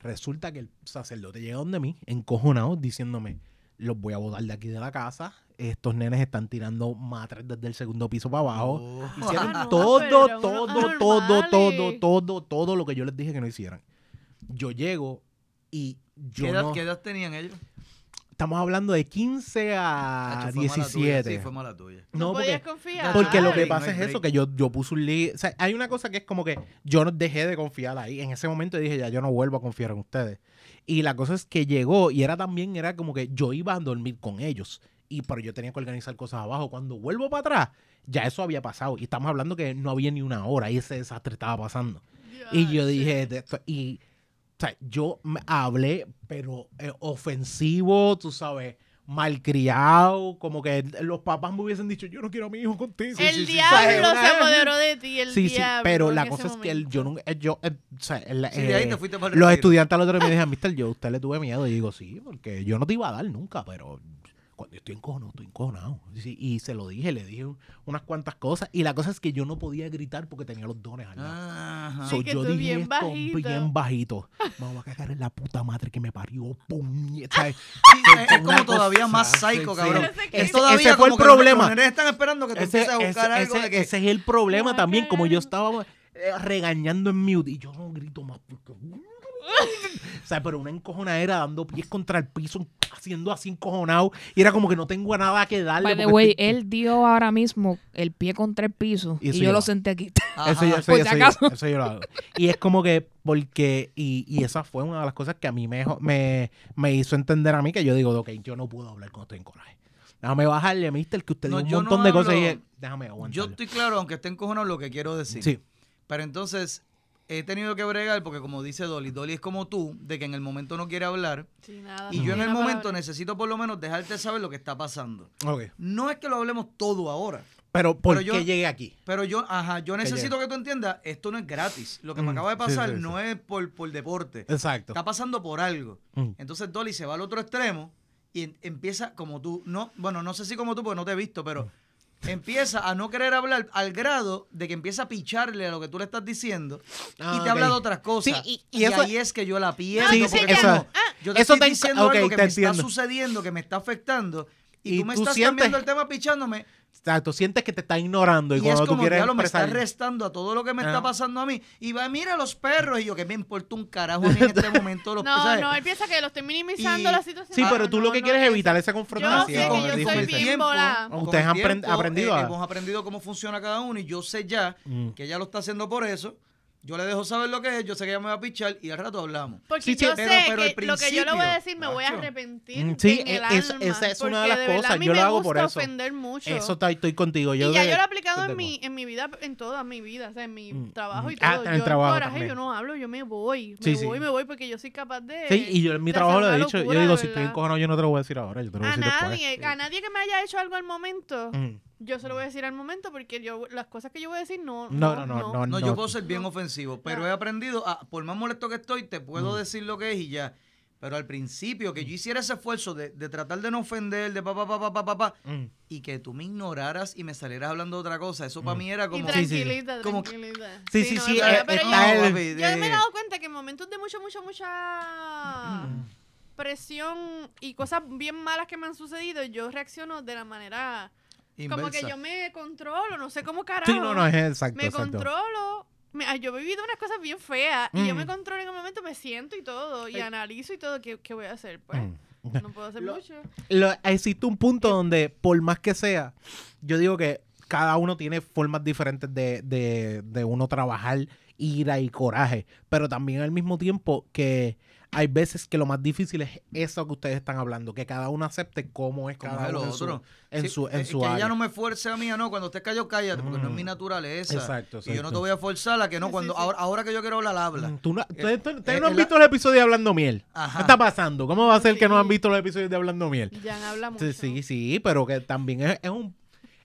Resulta que el sacerdote llega donde mí, encojonado, diciéndome, los voy a botar de aquí de la casa, estos nenes están tirando matres desde el segundo piso para abajo.
Oh.
Hicieron
Ah, no,
todo,
pero
todo,
unos
todo, todo,
anormales.
todo, todo, todo lo que yo les dije que no hicieran. Yo llego y yo
¿Qué, edad,
no-
qué edad tenían ellos?
Estamos hablando de 15 a Ah,
Tacho, fue mala tuya,
17.
Sí, fue mala tuya.
no,
no,
podías
porque,
confiar.
porque lo que
break, no
pasa
hay
es
break.
eso, que yo, yo puse un lío. O sea, hay una cosa que es como que yo no dejé de confiar ahí. En ese momento dije, ya yo no vuelvo a confiar en ustedes. Y la cosa es que llegó y era también, era como que yo iba a dormir con ellos. Y pero yo tenía que organizar cosas abajo. Cuando vuelvo para atrás, ya eso había pasado. Y estamos hablando que no había ni una hora y ese desastre estaba pasando. Y yo dije, de esto- y, o sea, yo me hablé, pero eh, ofensivo, tú sabes, malcriado, como que los papás me hubiesen dicho, yo no quiero a mi hijo contigo.
el
Sí, sí, sí.
diablo
O sea,
se
una-
apoderó de ti, el
Sí, sí,
diablo.
pero
en
la
ese
cosa es que el-
momento.
yo nunca, eh, yo, eh, o sea, el-
Sí, de ahí te
eh,
fuiste para el
los
retiro.
estudiantes al otro día me dijeron, mister, yo a usted le tuve miedo. Y digo, sí, porque yo no te iba a dar nunca, pero cuando yo estoy encojonado, estoy encojonado. Sí, y se lo dije, le dije un- unas cuantas cosas. Y la cosa es que yo no podía gritar porque tenía los dones al lado.
Ajá.
So,
Ay, que
yo
tú
dije
bien
esto
bajito.
bien bajito. Me voy a cagar en la puta madre que me parió. puñeta.
Sí, es, es como todavía más psycho, cabrón.
Sí, sí.
Es
Ese-
todavía
ese fue el
como que los-
problema.
Los nenes están esperando que tú
Ese,
empieces a buscar
ese-
algo
ese-
de que...
ese es el problema
Me voy a
también. Como yo
cagar.
estaba eh, regañando en mute y yo no grito más. porque- (laughs) O sea, pero una encojonadera dando pies contra el piso, haciendo así encojonado. Y era como que no tengo a nada que darle.
By the
porque
way,
estoy-
él dio ahora mismo el pie contra el piso
Y
y,
eso
yo
lleva.
lo senté aquí.
Ajá.
Eso, yo, eso,
por
yo-
si
eso yo-
acaso.
eso yo lo hago. Y es como que, porque, y, y esa fue una de las cosas que a mí me, me, me hizo entender a mí que yo digo, ok, yo no puedo hablar cuando estoy en coraje. Déjame bajarle, mister, que usted
No,
dijo un
yo no
montón de cosas y
hablo-
déjame aguantar.
Yo estoy claro, aunque esté encojonado, lo que quiero decir.
Sí.
Pero entonces he tenido que bregar porque como dice Dolly, Dolly es como tú, de que en el momento no quiere hablar
Sí, nada,
y
no
yo en
tiene
el
una
momento
palabra.
necesito por lo menos dejarte saber lo que está pasando.
Ok.
No es que lo hablemos todo ahora,
Pero ¿por
Pero yo-
qué llegué aquí?
pero yo, ajá, yo necesito
llega.
que tú entiendas, esto no es gratis. Lo que
Mm,
me acaba de
sí,
pasar
sí, sí.
no es por, por deporte,
Exacto.
está pasando por algo.
Mm.
Entonces Dolly se va al otro extremo y en- empieza como tú, no, bueno, no sé si como tú porque no te he visto, pero empieza a no querer hablar al grado de que empieza a picharle a lo que tú le estás diciendo
Ah,
y te
ok.
habla de otras cosas.
Sí, y-
y
y eso-
ahí es que yo la pierdo.
Sí,
porque
sí,
es
eso-
como,
ah,
yo te
eso
estoy
te-
diciendo
ok,
algo que
te
me
entiendo.
está sucediendo, que me está afectando y,
Y
tú me
tú
estás
sientes-
cambiando el tema pichándome
Exacto. Sientes que te está ignorando y,
y es
cuando tú
como,
quieres
diablo, me está
expresar... Ah.
restando a todo lo que me
Ajá.
está pasando a mí. Y va, mira los perros. Y yo, que me importa un carajo a mí en
(laughs)
este momento. Los
No,
¿sabes?
no, él piensa que lo estoy minimizando
Y-
la situación. Ah,
Sí, pero
No,
tú
no,
lo que
no,
quieres es
eso.
evitar esa confrontación.
sé que yo
es
soy
difícil.
bien volada.
con
Ustedes
el
han aprend- aprendido a-
hemos aprendido cómo funciona cada uno y yo sé ya
Mm.
que ella lo está haciendo por eso. Yo le dejo saber lo que es, yo sé que ella me va a pichar y al rato hablamos.
Porque
Sí, sí,
yo
pero-
sé
pero
que
al
lo que yo le voy a
principio,
decir me voy a
macho.
arrepentir.
Sí, e,
en el
es-
alma,
esa es una de
porque
las
verdad a
cosas,
mí
yo
me
lo hago por
gusta
eso.
ofender mucho.
Eso está- estoy contigo. Yo
y ya
de-
yo lo he aplicado
estoy de
en mi, en mi vida, en toda mi vida, o sea, en mi
Mm,
trabajo y
mm.
todo.
Ah, en
yo
el trabajo
coraje,
también.
yo no hablo, yo me voy. Me
Sí, sí.
voy, me voy porque yo soy capaz de.
Sí, y yo en mi
de
trabajo
hacer
lo he
una
dicho. Yo
locura,
digo,
de
si estoy
verdad.
encojonado, yo no te lo voy a decir ahora. Yo te lo voy a
A
decir después.
nadie, a nadie que me haya hecho algo al momento,
Mm.
yo se lo voy a decir al momento porque yo las cosas que yo voy a decir no.
No, no, no, no.
No,
no.
yo puedo ser bien
No.
ofensivo, pero
Claro.
he aprendido, a- por más molesto que estoy, te puedo
Mm.
decir lo que es y ya. Pero al principio, que yo hiciera ese esfuerzo de, de tratar de no ofender, de papá, papá, papá, papá,
Mm.
y que tú me ignoraras y me salieras hablando de otra cosa, eso para
Mm.
mí era
Y
como...
Sí, sí, sí.
tranquilita,
Como-
tranquilita.
Sí, sí,
no,
sí,
no,
eh,
no, pero
está
yo-
el-
Yo me he dado cuenta que en momentos de mucha, mucha, mucha
Mm.
presión y cosas bien malas que me han sucedido, yo reacciono de la manera como que yo me controlo, no sé cómo carajo.
Sí, no, no, es exacto.
me
exacto.
controlo. me- ay, yo he vivido unas cosas bien feas y yo
Mm.
me controlo en un momento, me siento y todo, y analizo y todo, ¿qué, qué voy a hacer? Pues
Mm.
no puedo hacer
Lo-
mucho.
Lo- existe un punto donde, por más que sea, yo digo que cada uno tiene formas diferentes de, de- de uno trabajar ira y coraje, pero también al mismo tiempo que hay veces que lo más difícil es eso que ustedes están hablando, que cada uno acepte cómo es
Como
cada
el
uno en su-
otro.
en
Sí,
su, en
eh,
su
que
área.
ella no me fuerce a mí, a no, cuando estés callado, cállate, porque no es mi
Mm.
naturaleza.
Exacto,
Y yo no
exacto. Mm.
te voy a forzar a que no,
Sí,
cuando
sí, sí.
Ahora, ahora que yo quiero hablar, habla.
Tú no, ustedes- ustedes
eh,
no han
el-
visto el episodio de Hablando Miel.
Ajá.
¿Qué está pasando? ¿Cómo va a ser que no han
Sí.
visto los episodios de Hablando Miel?
Jan habla mucho.
Sí, sí, sí, pero que también es, es un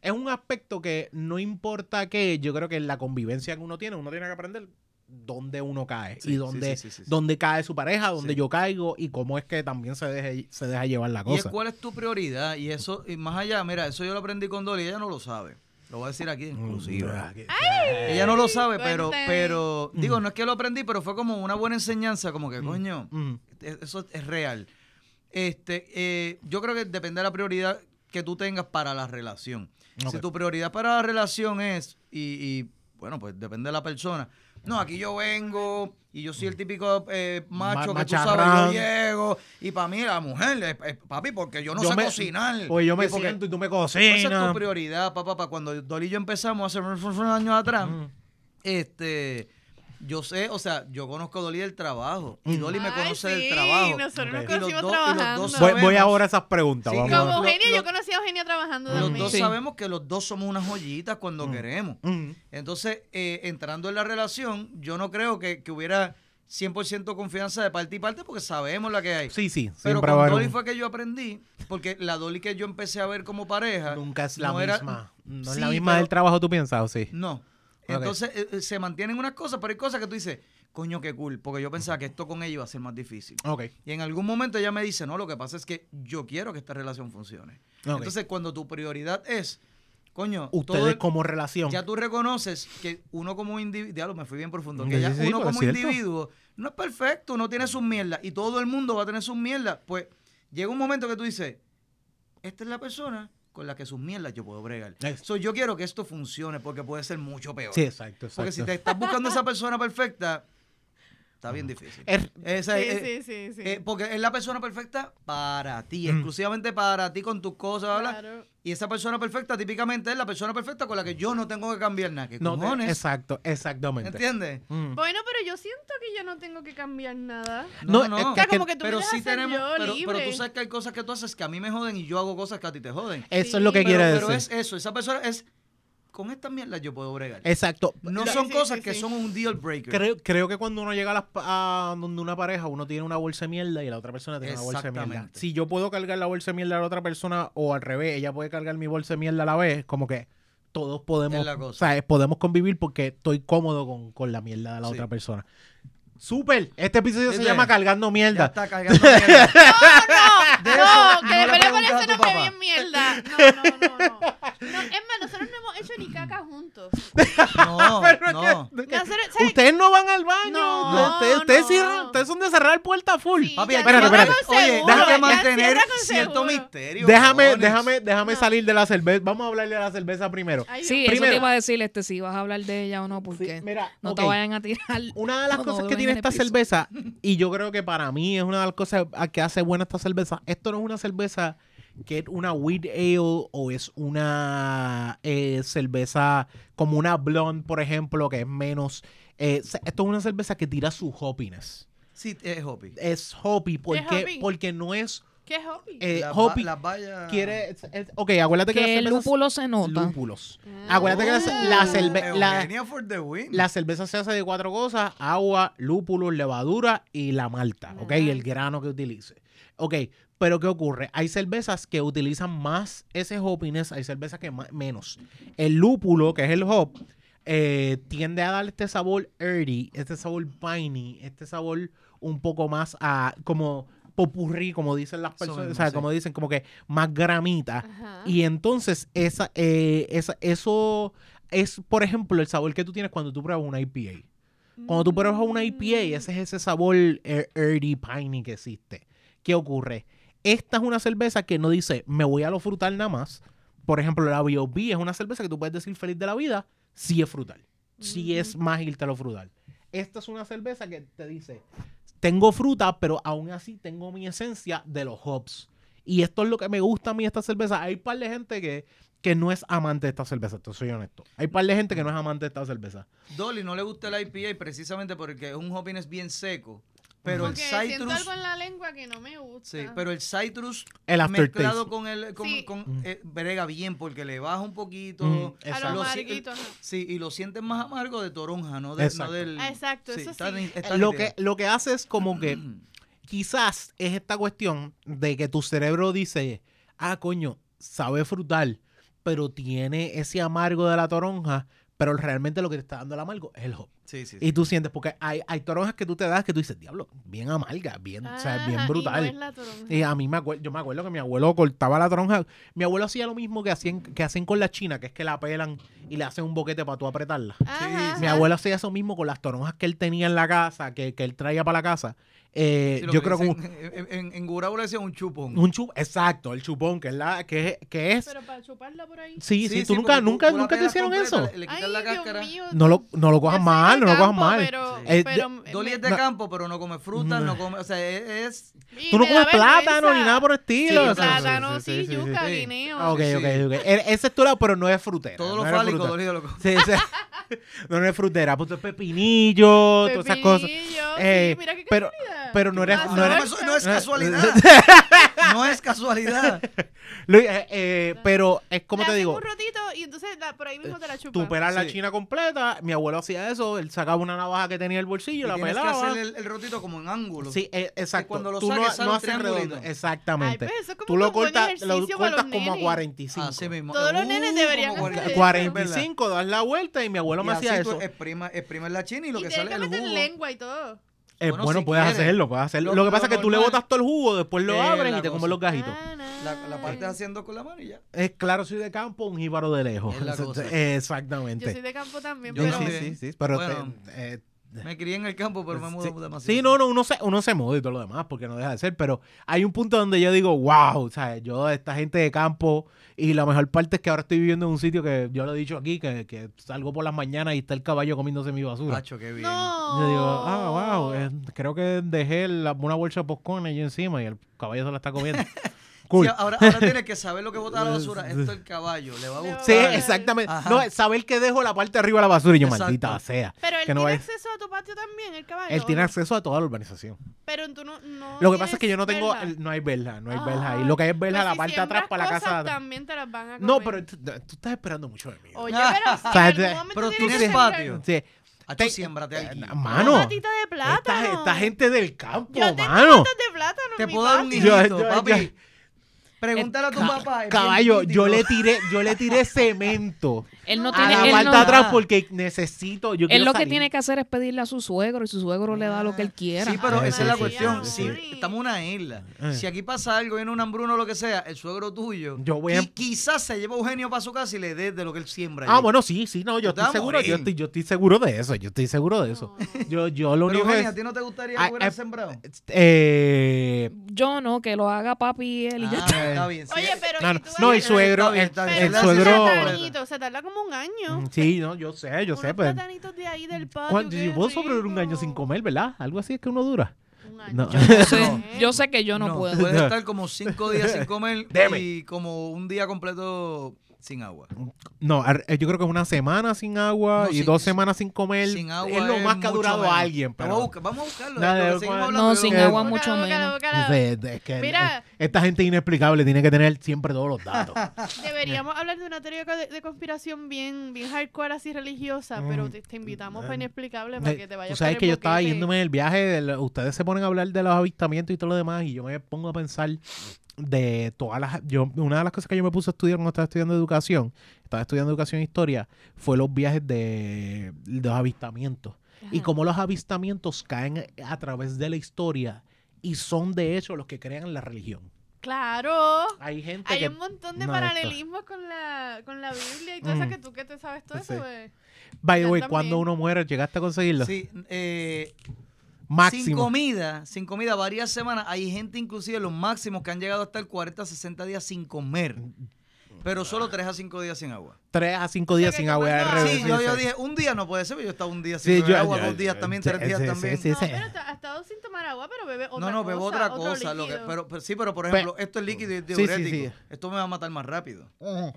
es un aspecto que no importa que yo creo que en la convivencia que uno tiene, uno tiene que aprender dónde uno cae
Sí,
y
sí,
dónde,
sí, sí, sí, sí.
dónde cae su pareja, dónde
Sí.
yo caigo y cómo es que también se, deje- se deja llevar la
Y es
cosa.
cuál es tu prioridad. Y eso, y más allá, mira, eso yo lo aprendí con Dolly, ella no lo sabe. Lo voy a decir aquí
Mm,
inclusive.
ah, que-
Ella no lo sabe, pero,
cuéntame.
pero,
Mm.
digo, no es que lo aprendí, pero fue como una buena enseñanza, como que, coño,
Mm,
e- eso es real. Este, eh, yo creo que depende de la prioridad que tú tengas para la relación.
ok.
Si tu prioridad para la relación es, y, y, bueno, pues depende de la persona. No, aquí yo vengo y yo soy el típico eh, macho
Ma-
que tú
macharrán.
sabes, yo llego. Y para mí la mujer, eh, eh, papi, porque yo no
Yo
sé
me-
cocinar.
Oye, yo
Y
me
porque-
siento y tú me
Esa es
cocinas.
tu prioridad, papá, papá. Cuando Dolly y yo empezamos hace unos años atrás,
Mm.
este, yo sé, o sea, yo conozco a Dolly del trabajo. Y
Mm.
Dolly me
Ay,
conoce
sí,
del trabajo.
Nosotros
Ok.
nos
Y
los dos- y
conocimos
los dos
trabajando.
sabemos-
Voy, voy
sabemos.
ahora a esas preguntas.
Sí,
vamos.
no.
Como
Lo-
Eugenia,
lo-
yo conocí a Eugenia trabajando
Los
también.
dos
Sí.
sabemos que los dos somos unas joyitas cuando
Mm.
queremos.
Mm.
Entonces, eh, entrando en la relación, yo no creo que, que hubiera 100% confianza de parte y parte porque sabemos la que hay.
Sí, sí,
Pero
siempre
con
va a haber
Dolly
un-
fue que yo aprendí, porque la Dolly que yo empecé a ver como pareja...
Nunca es la
no era-
misma. No es
Sí,
la misma
pero-
del trabajo, tú piensas, ¿o sí?
No. Entonces eh, eh, se mantienen unas cosas, pero hay cosas que tú dices, coño, qué cool, porque yo pensaba que esto con ella iba a ser más difícil.
Ok.
Y en algún momento ella me dice, no, lo que pasa es que yo quiero que esta relación funcione.
ok.
Entonces cuando tu prioridad es, coño,
Ustedes
todo el-
como relación.
ya tú reconoces que uno como individuo, diablo, me fui bien profundo,
Sí,
que ya
sí, sí,
uno
pero es
como
cierto.
individuo no es perfecto, no tiene sus mierdas, y todo el mundo va a tener sus mierdas, pues llega un momento que tú dices, esta es la persona con la que sus mierdas yo puedo bregar.
Ex-
So, yo quiero que esto funcione porque puede ser mucho peor.
Sí, exacto, exacto.
Porque si te estás buscando esa persona perfecta, Está bien difícil.
Er-
Esa es- eh,
sí, sí, sí, sí.
eh, porque es la persona perfecta para ti,
Mm.
exclusivamente para ti con tus cosas, bla, bla.
Claro.
Y esa persona perfecta típicamente es la persona perfecta con la que yo no tengo que cambiar nada. ¿Qué
no,
cojones?
exacto, exactamente.
¿Entiendes?
Mm.
Bueno, pero yo siento que yo no tengo que cambiar nada.
No, es
O sea,
que-
como que tú
pero
me dejas
sí
ser
tenemos,
yo
pero, pero
libre.
tú sabes que hay cosas que tú haces que a mí me joden y yo hago cosas que a ti te joden.
Eso es
Sí.
lo que
Pero,
quiere decir.
pero es eso, esa persona es, con estas mierdas yo puedo bregar.
Exacto.
no
Sí,
son
sí,
cosas
sí,
que
sí.
son un deal breaker.
Creo, creo que cuando uno llega a, las pa- a donde una pareja, uno tiene una bolsa de mierda y la otra persona tiene una bolsa de mierda.
Exactamente.
Si yo puedo cargar la bolsa de mierda a la otra persona o al revés, ella puede cargar mi bolsa de mierda a la vez, como que todos podemos,
Es la cosa.
¿sabes? podemos convivir porque estoy cómodo con, con la mierda de la
Sí.
otra persona. Súper, este episodio se
¿Viste?
llama Cargando
Ya
Mierda.
está cargando mierda.
(laughs)
No,
De
no,
eso
que
no le
después le
preguntas a
parece
tu
no que
papá.
bien mierda.
(laughs)
No, no, no, no. No, es más, nosotros no hemos hecho ni caca juntos.
No,
(laughs) Pero
no.
que- que-
Nosotros, ¿sabes?
Ustedes no van al baño.
No,
ustedes, ustedes
no.
cierran- ustedes son de cerrar puerta full.
Sí,
Papi,
ya
Espérate,
déjame-
espérate.
con
Oye,
seguro,
déjame
ya
mantener
cierra con
cierto
seguro.
misterio.
Déjame,
cojones.
déjame, déjame
No. Ah,
salir de la cerveza. Vamos a hablarle de la cerveza primero.
Ay,
Sí,
Dios.
eso
Primero.
te iba a decir este, si vas a hablar de ella o no,
Sí,
porque
mira,
no
ok.
te vayan a tirar.
Una de las
No,
cosas
no,
que
ven
tiene
en el
esta
piso.
cerveza, y yo creo que para mí es una de las cosas a que hace buena esta cerveza, esto no es una cerveza que es una wheat ale o es una eh, cerveza como una blonde, por ejemplo, que es menos... eh, se- esto es una cerveza que tira sus hoppiness.
Sí, es Hopi.
Es hoppy, porque,
hoppy?
porque no es...
Qué hobby.
eh,
Las va-
hoppy
las vallas-
quiere... es- es- ok, acuérdate que,
que el
las cervezas-
lúpulo se nota.
Lúpulos. Eh, Acuérdate que la,
Uh,
ce-
Ah.
la, cerve- la,
Eugenia for the win.
La cerveza se hace de cuatro cosas: agua, lúpulo, levadura y la malta,
La
¿ok? Y el
malta.
grano que utilice. Ok, pero ¿qué ocurre? Hay cervezas que utilizan más ese hoppiness, hay cervezas que ma- menos. El lúpulo, que es el hop, eh, tiende a dar este sabor earthy, este sabor piney, este sabor un poco más a como popurrí, como dicen las
Eso
personas, o
mismo,
sea,
sí.
como dicen, como que más gramita.
Ajá.
Y entonces, esa, eh, esa, eso es, por ejemplo, el sabor que tú tienes cuando tú pruebas una IPA. Cuando tú pruebas una
Mm,
IPA, ese es ese sabor eh, earthy, piney que existe. ¿Qué ocurre? Esta es una cerveza que no dice, me voy a lo frutal nada más. Por ejemplo, la B.O.B. es una cerveza que tú puedes decir feliz de la vida si es frutal. Si es más irte a lo frutal. Esta es una cerveza que te dice, tengo fruta, pero aún así tengo mi esencia de los hops. Y esto es lo que me gusta a mí de esta cerveza. Hay par de gente que, que no es amante de esta cerveza, te soy honesto. Hay par de gente que no es amante de esta cerveza.
Dolly no le gusta el IPA precisamente porque es un hopping es bien seco. Pero
Porque
el
siento
citrus.
algo en la lengua que no me gusta.
Sí, pero el citrus
El aftertaste.
mezclado con el. Con,
Sí.
con-
Mm.
eh, brega bien porque le baja un poquito.
Mm,
A
exacto.
lo
Los-
amarguito, ajá.
Sí, y lo sientes más amargo de toronja, no, de- no
Exacto.
del.
Ah, exacto, eso
está
sí.
ni- está
Lo
nítido.
que, lo que hace es como
(clears throat)
que quizás es esta cuestión de que tu cerebro dice, ah, coño, sabe frutal, pero tiene ese amargo de la toronja, pero realmente lo que te está dando el amargo es el hop.
Sí, sí, sí.
Y tú sientes, porque hay, hay toronjas que tú te das que tú dices, diablo, bien amarga, bien, o sea, bien
Ajá,
brutal.
Y no es la toronja.
Y a mí me acuerdo, yo me acuerdo que mi abuelo cortaba la toronja. Mi abuelo hacía lo mismo que hacían, que hacen con la china, que es que la pelan y le hacen un boquete para tú apretarla.
Ajá,
Mi
ajá.
abuelo hacía eso mismo con las toronjas que él tenía en la casa, que, que él traía para la casa. Eh,
Sí, lo
yo
que
creo que un,
dicen- En, en, en Gurabo le decían un chupón.
un chup, exacto, el chupón, que es la, que, es- que es.
Pero para chuparla por ahí.
sí, sí, tú
porque
nunca, nunca,
tú la
nunca te
pegas
hicieron
completa,
eso.
Le, le
Ay,
quitas la cáscara.
Dios mío.
No lo, no lo cojas
Yo soy
mal,
de
no lo cojas
campo,
mal.
Pero,
Sí.
Eh,
pero
Dolly
me-
es de
no.
campo, pero no come fruta, no come. O sea, es. es-
y
Tú no
me da
comes plátano ni
vergüenza.
nada por el estilo.
Sí,
o sea,
plátano, sí,
sí, sí, sí.
yuca,
sí.
guineo.
Ok,
Sí.
ok, ok. E- Ese es tu lado, pero no es frutera.
todo
no
lo
era
fálico,
fruta.
Dolly lo come.
Sí, (laughs) sí. No, no es frutera, pues es pepinillo, todas esas cosas.
Pepinillo,
Eh,
sí, mira qué
pero-
casualidad.
Pero no eres.
Ah,
No
no,
eres-
es- no es
no era- (laughs)
casualidad. No es casualidad.
Lu- eh, eh, pero es como
Le
te
hacen
digo.
un rotito y entonces la- por ahí mismo te la chupa.
Tú pelas la
Sí.
china completa, mi abuelo hacía eso, él sacaba una navaja que tenía en el bolsillo,
Y
la
tienes que
pelaba.
hacer el, el rotito como en ángulo.
Sí, eh, exacto.
cuando lo
Tú no,
saques, sale
no
un
haces
triangulito.
redondo.
Ay,
Exactamente.
pues eso es como
Tú
que
lo
un buen
cortas, lo
ejercicio para
cortas
los
como a
nenes.
45.
Ah, Así mismo.
Todos los nenes
Uh,
deberían
como
hacer
Eh,
cuarenta-
eso.
45, das la vuelta y mi abuelo
Y
me hacía
así tú eh,
eso.
exprima- exprimes la china y lo
Y
que sale
tienes que
es el
meter
jugo.
lengua y todo.
Eh,
Bueno,
bueno,
si
puedes
quieres.
hacerlo, puedes hacerlo.
Lo-
Lo, que pasa
lo
es que tú le
normal.
botas todo el jugo, después lo
Es
abres
la
y te comes
cosa.
los gajitos.
Ah.
La, la parte haciendo con la mano y ya.
Es claro, soy de campo, un (laughs) jíbaro de lejos.
Es la cosa.
Eh,
Yo soy
Exactamente.
de campo también,
Yo
pero...
también.
Pero
Bueno.
te- eh,
Me crié en el campo, pero me mudé
Sí,
demasiado.
Sí, no, no, uno se, uno se muda y todo lo demás, porque no deja de ser, pero hay un punto donde yo digo, wow, ¿sabes? Yo, esta gente de campo, y la mejor parte es que ahora estoy viviendo en un sitio que yo lo he dicho aquí, que, que salgo por las mañanas y está el caballo comiéndose mi basura.
Hacho, qué bien.
No.
Yo digo, ah, wow, eh, creo que dejé la- una bolsa de popcorn allí encima y el caballo se la está comiendo. Cool.
Sí, ahora, ahora tienes que saber lo que bota la
(laughs)
basura. Esto el caballo, le va a
Le va
gustar.
Sí,
Ay.
exactamente.
Ajá.
No, saber que dejo la parte de arriba de la basura y yo,
Exacto.
maldita sea.
Pero él
que no
tiene
vaya-
acceso a tu patio también, el caballo.
Él tiene
¿o no?
acceso a toda la urbanización.
Pero tú no, no
Lo que pasa es
tienes
que yo no tengo,
verla.
el- no hay verja, no hay
Ah.
verja ahí. Lo que hay es verja
Pues
la
si
parte de atrás
siembras
para la
cosas,
casa. de atrás.
también te las van a comer.
No, pero tú, tú estás esperando mucho de mí.
Oye, pero si en
sea,
algún
te-
momento
pero tú
tienes que
tienes
sembrar
patio. Ah,
Sí.
Hacho,
Te-
siémbrate
eh,
aquí.
mano.
Una matita de
Esta,
plátano.
esta gente del campo,
Yo tengo
mano.
matas de plátano en
Te
mi
puedo dar un
patio.
Yo-
hijito,
yo-
papi.
yo-
Pregúntale a tu
Ca-
papá. es bien
Caballo, yo
crítico.
le tiré, yo le tiré cemento
Él no
A
a
tiene.
la
él
parte
no-
de atrás porque necesito. Yo
él
quiero
lo que
salir.
tiene que hacer es pedirle a su suegro y su suegro le da lo que él quiera.
Sí, pero
Ah,
esa
sí,
es la
sí,
cuestión.
sí,
Si
sí.
estamos en una isla,
Eh.
si aquí pasa algo, viene un hambruno o lo que sea, el suegro tuyo,
Yo voy a-
qui- quizás se lleva a Eugenio para su casa y le dé de lo que él siembra.
Ah,
allí.
bueno, sí, sí, no, yo
Tú te vas
estoy
a
seguro, yo
morir.
estoy, yo estoy seguro de eso, yo estoy seguro de eso. Yo, yo lo
Pero
único
Eugenio, ¿a
que
ti no te gustaría
Ah,
que hubieran
eh,
sembrado?
eh,
Yo no, que lo haga papi y él y ya
Ah,
está.
está bien. sí.
Oye, pero
no,
si
no,
tú
no,
vas-
el
Está
suegro, el,
bien, está bien.
el
pero
Entonces,
suegro,
ese platanito, se tarda como un año.
Mm, sí, no, yo sé, pues. yo
Unos
sé, pero
platanitos de ahí del patio.
¿cuánto-
qué
yo puedo sobrevivir un año
rico.
sin comer, ¿verdad? Algo así es que uno dura.
Un año.
No. (laughs)
Yo no
Sí,
sé.
yo sé que yo no, puedo.
Puedes estar como cinco días
(laughs)
sin comer
Deme.
y como un día completo sin agua.
No, ar- eh, yo creo que es una semana sin agua
No,
y
sin-
dos semanas sin comer.
Sin agua
es lo más que ha
mucho
durado
menos.
alguien,
Vamos a
pero
buscar- vamos a buscarlo.
Nada,
lo que
de-
seguimos
no,
hablando, yo
sin
lo busco.
agua
Búscalo,
mucho
búscalo,
menos.
búscalo.
es- es que
Mira.
esta gente inexplicable tiene que tener siempre todos los (laughs) datos.
Deberíamos hablar de una teoría de, de conspiración bien, bien hardcore, así religiosa,
Mm.
pero te, te invitamos para
Mm.
Inexplicable para que
Eh,
te vayas
Tú sabes
por el
que yo estaba
boquete.
yéndome en el viaje, de la- ustedes se ponen a hablar de los avistamientos y todo lo demás, y yo me pongo a pensar de todas las... Yo, una de las cosas que yo me puse a estudiar cuando estaba estudiando educación, estaba estudiando educación e historia, fue los viajes de, de los avistamientos. Y
Ajá.
cómo los avistamientos caen a través de la historia y son de hecho los que crean la religión.
Claro.
Hay gente
Hay
que...
un montón de
no, esto-
paralelismos con la, con la Biblia y todo eso
Mm.
que tú que te sabes todo
Sí.
eso, güey.
By the
yo
way,
también.
cuando uno muere, llegaste a conseguirlo.
Sí, eh, sin
Máximo.
comida, sin comida varias semanas. Hay gente inclusive los máximos que han llegado hasta el 40, 60 días sin comer. Pero solo 3 a 5 días sin agua.
Tres a cinco días
que
sin
yo
agua.
cuando-
al
Sí,
revés,
yo, yo
sí.
dije, un día no puede ser, pero yo estaba un día
Sí,
sin beber
yo-
agua,
yo-
dos días
yo-
también,
sí,
tres días
sí, sí,
también.
sí,
No,
sí.
pero te- has estado sin tomar agua, pero bebe otra
No, no, bebo
cosa,
otra
otro
cosa. Lo que,
líquido.
pero, pero sí, pero por
Pe-
ejemplo, esto es líquido y es
Sí, sí, sí.
diurético. Esto me va a matar más rápido.
Sí,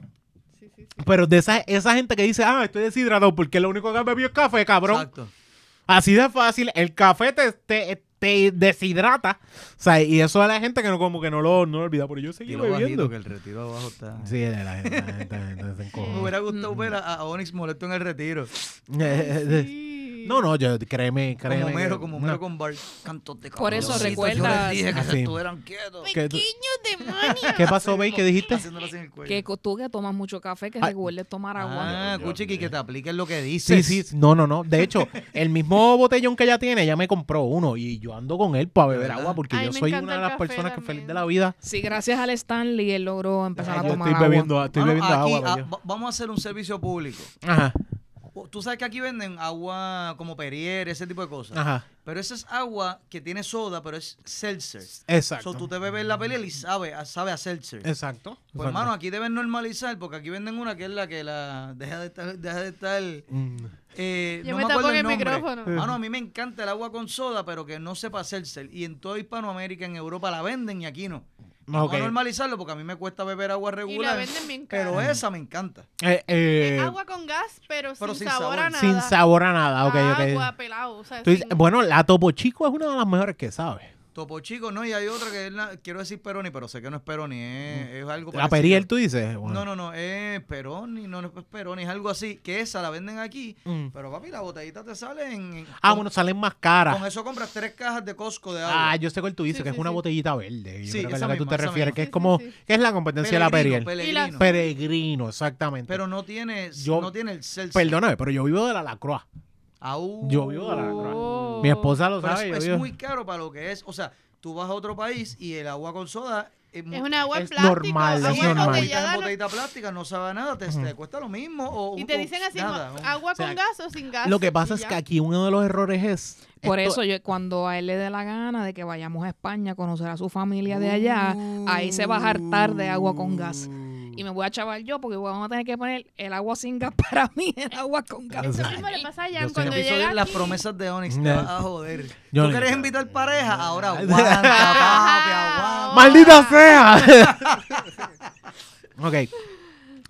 sí, sí.
Pero de esa, esa gente que dice, ah, estoy deshidratado porque lo único que bebió es café, cabrón.
Exacto.
Así de fácil, el café te, te, te deshidrata. O sea, y eso a la gente que no como que no lo, no lo olvida, pero yo seguí
Dilo
bebiendo.
bajito, que el retiro abajo está.
Sí, la, la gente, la gente-
(laughs)
la gente se
Me
encojona.
hubiera gustado ver a, a Onyx molesto en el retiro.
Sí.
(laughs) No, no, yo, créeme, créeme.
como mero,
que-
como
no. Ah,
mero con Bart. Cantos de
Por eso
cabroncitos, Yo
recuerda-
les dije que
Así.
se estuvieran quietos.
¿Qué tú-
demonios!
¿Qué pasó, Bey? ¿Qué dijiste?
Haciéndolo así en el
Que
cuello.
co- tú que tomas mucho café, que
Ah.
recuerde tomar agua.
Ah, Cuchiqui, que te apliques lo que
Sí,
dices.
sí, sí. no, no, no. De hecho, el mismo botellón que ella tiene, ella me compró uno y yo ando con él para beber
¿Verdad?
agua porque
Ay,
yo
me
soy
encanta
una de
el
las
café
personas que
también.
feliz de la vida.
Sí, gracias al Stanley, él logró empezar
Ay,
a
Eh, yo
tomar
estoy
agua.
bebiendo, estoy
Mano,
bebiendo
aquí,
agua.
ah,
bello.
va- vamos a hacer un servicio público.
Ajá,
O- Tú sabes que aquí venden agua como Perrier, ese tipo de cosas.
ajá.
Pero esa es agua que tiene soda, pero es seltzer.
Exacto.
So, tú te bebes la pelea y sabe, a- sabe a seltzer.
Exacto.
Pues, hermano, aquí deben normalizar, porque aquí venden una que es la que la... Deja de estar... Deja de estar
Mm.
eh,
Yo
no
me
me
tapo
acuerdo
en
el,
el
nombre.
micrófono.
Mano, a mí me encanta el agua con soda, pero que no sepa seltzer. Y en toda Hispanoamérica, en Europa, la venden y aquí no. Vamos
Ok.
a normalizarlo, porque a mí me cuesta beber agua
Y la
regular.
venden bien cara.
Pero esa me encanta.
Eh, eh,
Es agua con gas, pero,
pero
sin, sabor a nada.
sin sabor a nada. Ok, ok.
Agua pelado, o sea,
Tú dices,
sin-
bueno, la Topo Chico es una de las mejores que sabe.
Topo Chico, no, y hay otra que es la- quiero decir Peroni, pero sé que no es Peroni, es, es algo
Mm.
parecido.
La Periel, tú dices. Bueno.
No, no, no, es Peroni, no, no es Peroni, es algo así, que esa la venden aquí,
Mm.
pero papi, la botellita te sale en... en-
Ah,
con-
bueno, salen más caras.
Con eso compras tres cajas de Costco de agua.
Ah, yo sé cuál tú dices,
Sí,
que es
sí,
una
sí.
botellita verde. Yo
Sí,
creo que es
esa
la que tú
misma,
te
esa
refieres,
misma.
que es
Sí,
como,
sí, sí.
que es la competencia de la
Pellegrino,
Periel.
Pellegrino.
Peregrino, exactamente.
Pero no tiene,
Yo-
no tiene el seltzer.
Perdóname, pero yo vivo de la Lacroix.
Au.
Yo vivo de la
Oh.
Mi esposa lo
Pero
sabe.
es,
yo
es
vivo-
muy caro para lo que es. O sea, tú vas a otro país y el agua con soda eh, mu-
Es una agua en
Es
plástico.
normal,
agua
es
agua en
normal.
botellita,
embotellada,
en
no-
botellita plástica, no sabe a nada, te,
Ujú.
te cuesta lo mismo. O,
Y
o
te dicen así,
nada,
mo-
o-
agua
O sea,
con gas o sin gas.
Lo que pasa
y
es
ya.
que aquí uno de los errores es...
Por
esto-
eso yo, cuando a él le dé la gana de que vayamos a España a conocer a su familia
Uh.
de allá, ahí se va a hartar de agua con gas.
Mm.
Y me voy a chavar yo porque vamos a tener que poner el agua sin gas (laughs) para mí, el agua con gas.
Eso
Exacto.
mismo le pasa a
Yo
Jan
sé,
El
cuando
episodio
llega
de las
aquí.
promesas de Onyx te
No.
vas a joder.
Yo
¿Tú
ni-
quieres invitar pareja? Ahora
(laughs)
aguanta, papi, aguanta.
¡Maldita
Ah. (laughs)
sea! ok.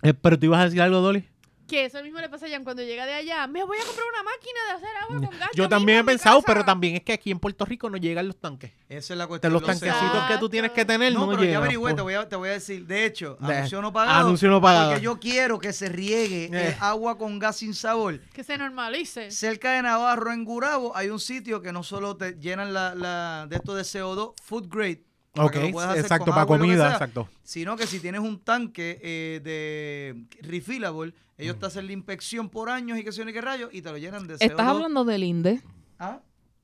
Eh, pero tú ibas a decir algo, Dolly.
Que eso mismo le pasa a Jan cuando llega de allá. Me voy a comprar una máquina de hacer agua con gas.
Yo
mismo
también he
en mi
pensado,
casa.
pero también es que aquí en Puerto Rico no llegan los tanques.
Esa es la
De
cuestión.
los
lo sé.
tanquecitos que tú tienes que tener no,
No, pero ya
llegan,
averigüé,
por-
te voy, a, te voy a decir. De hecho,
De-
anuncio no pagado.
anuncio no pagado.
Porque yo quiero que se riegue
Eh.
el agua con gas sin sabor.
Que se normalice.
Cerca de Navarro, en Gurabo, hay un sitio que no solo te llenan la, la- de esto de CO2, food grade. para
Ok,
que lo puedas hacer
exacto,
con
para
agua y lo que
comida,
sea,
exacto.
Sino que si tienes un tanque eh, de refillable, ellos te hacen la inspección por años y que se y qué rayos y te lo llenan de CO2.
¿Estás hablando del INDE?
¿Ah?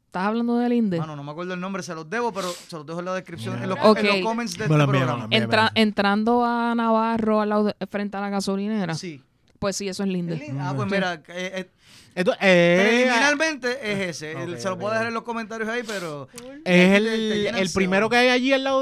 ¿Estás hablando del INDE?
Ah,
Mano, no me acuerdo el nombre, se los debo, pero se los dejo en la descripción, en los,
Ok.
en los comments de
Me
este
lo enviaron
programa.
a mí.
Entra- entrando a Navarro al lado de- frente a la gasolinera.
Sí.
Pues sí, eso es Linde.
Ah, pues mira, eh, eh,
Esto- eh,
preliminarmente es ese. El-
ok,
se lo
ok,
puedo
ok.
dejar en los comentarios ahí, pero
Cool.
es
te-
el,
te llenan
el
CO2.
primero que hay allí al lado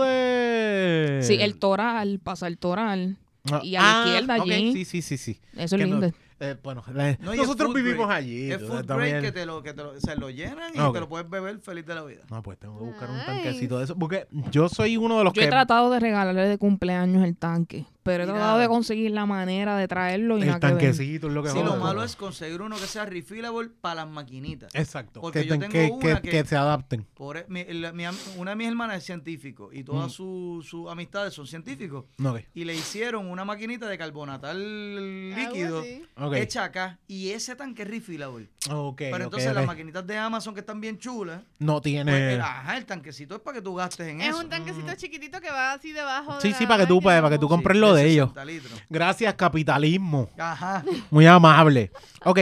de...
Sí, el toral, pasa el toral.
Ah,
y a la
ah,
izquierda
ok,
allí.
Sí, sí, sí, sí.
Eso es
Que no-
Linde.
eh, bueno, la-
No, y es
nosotros
food
vivimos
grade.
allí.
es
tú
food break
también-
que, te lo, que te lo- se lo llenan y
Ok.
te lo puedes beber feliz de la vida.
No, pues tengo que buscar un
Nice.
tanquecito de eso. Porque yo soy uno de los
Yo
que...
he tratado de regalarle de cumpleaños el tanque, pero he
Mira.
tratado de conseguir la manera de traerlo y
El
nada que ver.
tanquecito es lo que
Sí,
jodo,
lo
como-
malo es conseguir uno que sea refillable para las maquinitas.
Exacto.
porque
que
yo
ten-
tengo
que-
una
que-
que-
que se adapten.
Por, e, mi- la- mi am- una de mis hermanas es científico y
Mm.
todas sus sus amistades son científicos.
No, ok.
Y le hicieron una maquinita de carbonatar
Algo
líquido
así.
Ok.
hecha acá y ese tanque es refillable.
Ok, ok,
Pero entonces
ok. Eh.
las maquinitas de Amazon que están bien chulas,
No
pues,
tiene.
el- ajá, el tanquecito es para que tú gastes en
Es
eso. Mm.
un tanquecito chiquitito que va así debajo. de
Sí,
la
sí, para que tú-
máquina,
para que tú
como-
compres lo de ellos.
60 litros.
Gracias, capitalismo.
(laughs)
Ajá.
Muy amable. Ok.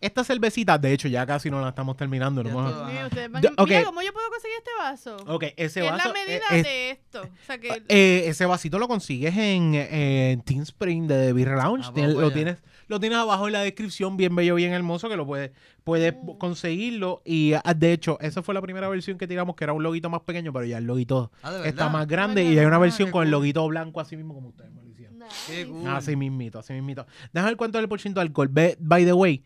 Esta cervecita, de hecho, ya casi no la estamos terminando. no
Ya
hemos-
todo.
Dios mío, ustedes van-
Yo- ok.
Mira, ¿cómo yo puedo conseguir este vaso?
Ok, ese
Que es la
vaso.
medida
eh, es-
de esto. O sea que
eh, ese vasito lo consigues en, eh, en Team Spring de The Beer Lounge.
Ah,
Tien-
vamos
lo,
allá.
tienes, lo tienes abajo en la descripción, bien bello, bien hermoso, que lo puedes, puedes
Mm.
conseguirlo. Y ah, de hecho, esa fue la primera versión que tiramos, que era un loguito más pequeño, pero ya el loguito
Ah, ¿de
está
verdad?
más grande.
Oye,
Y hay una
ah,
versión
qué
con el
cool.
loguito blanco, así mismo como ustedes me lo hicieron.
Nice.
Qué cool.
Así mismito, así mismito. Deja el cuento del por ciento de alcohol. Ve- by the way,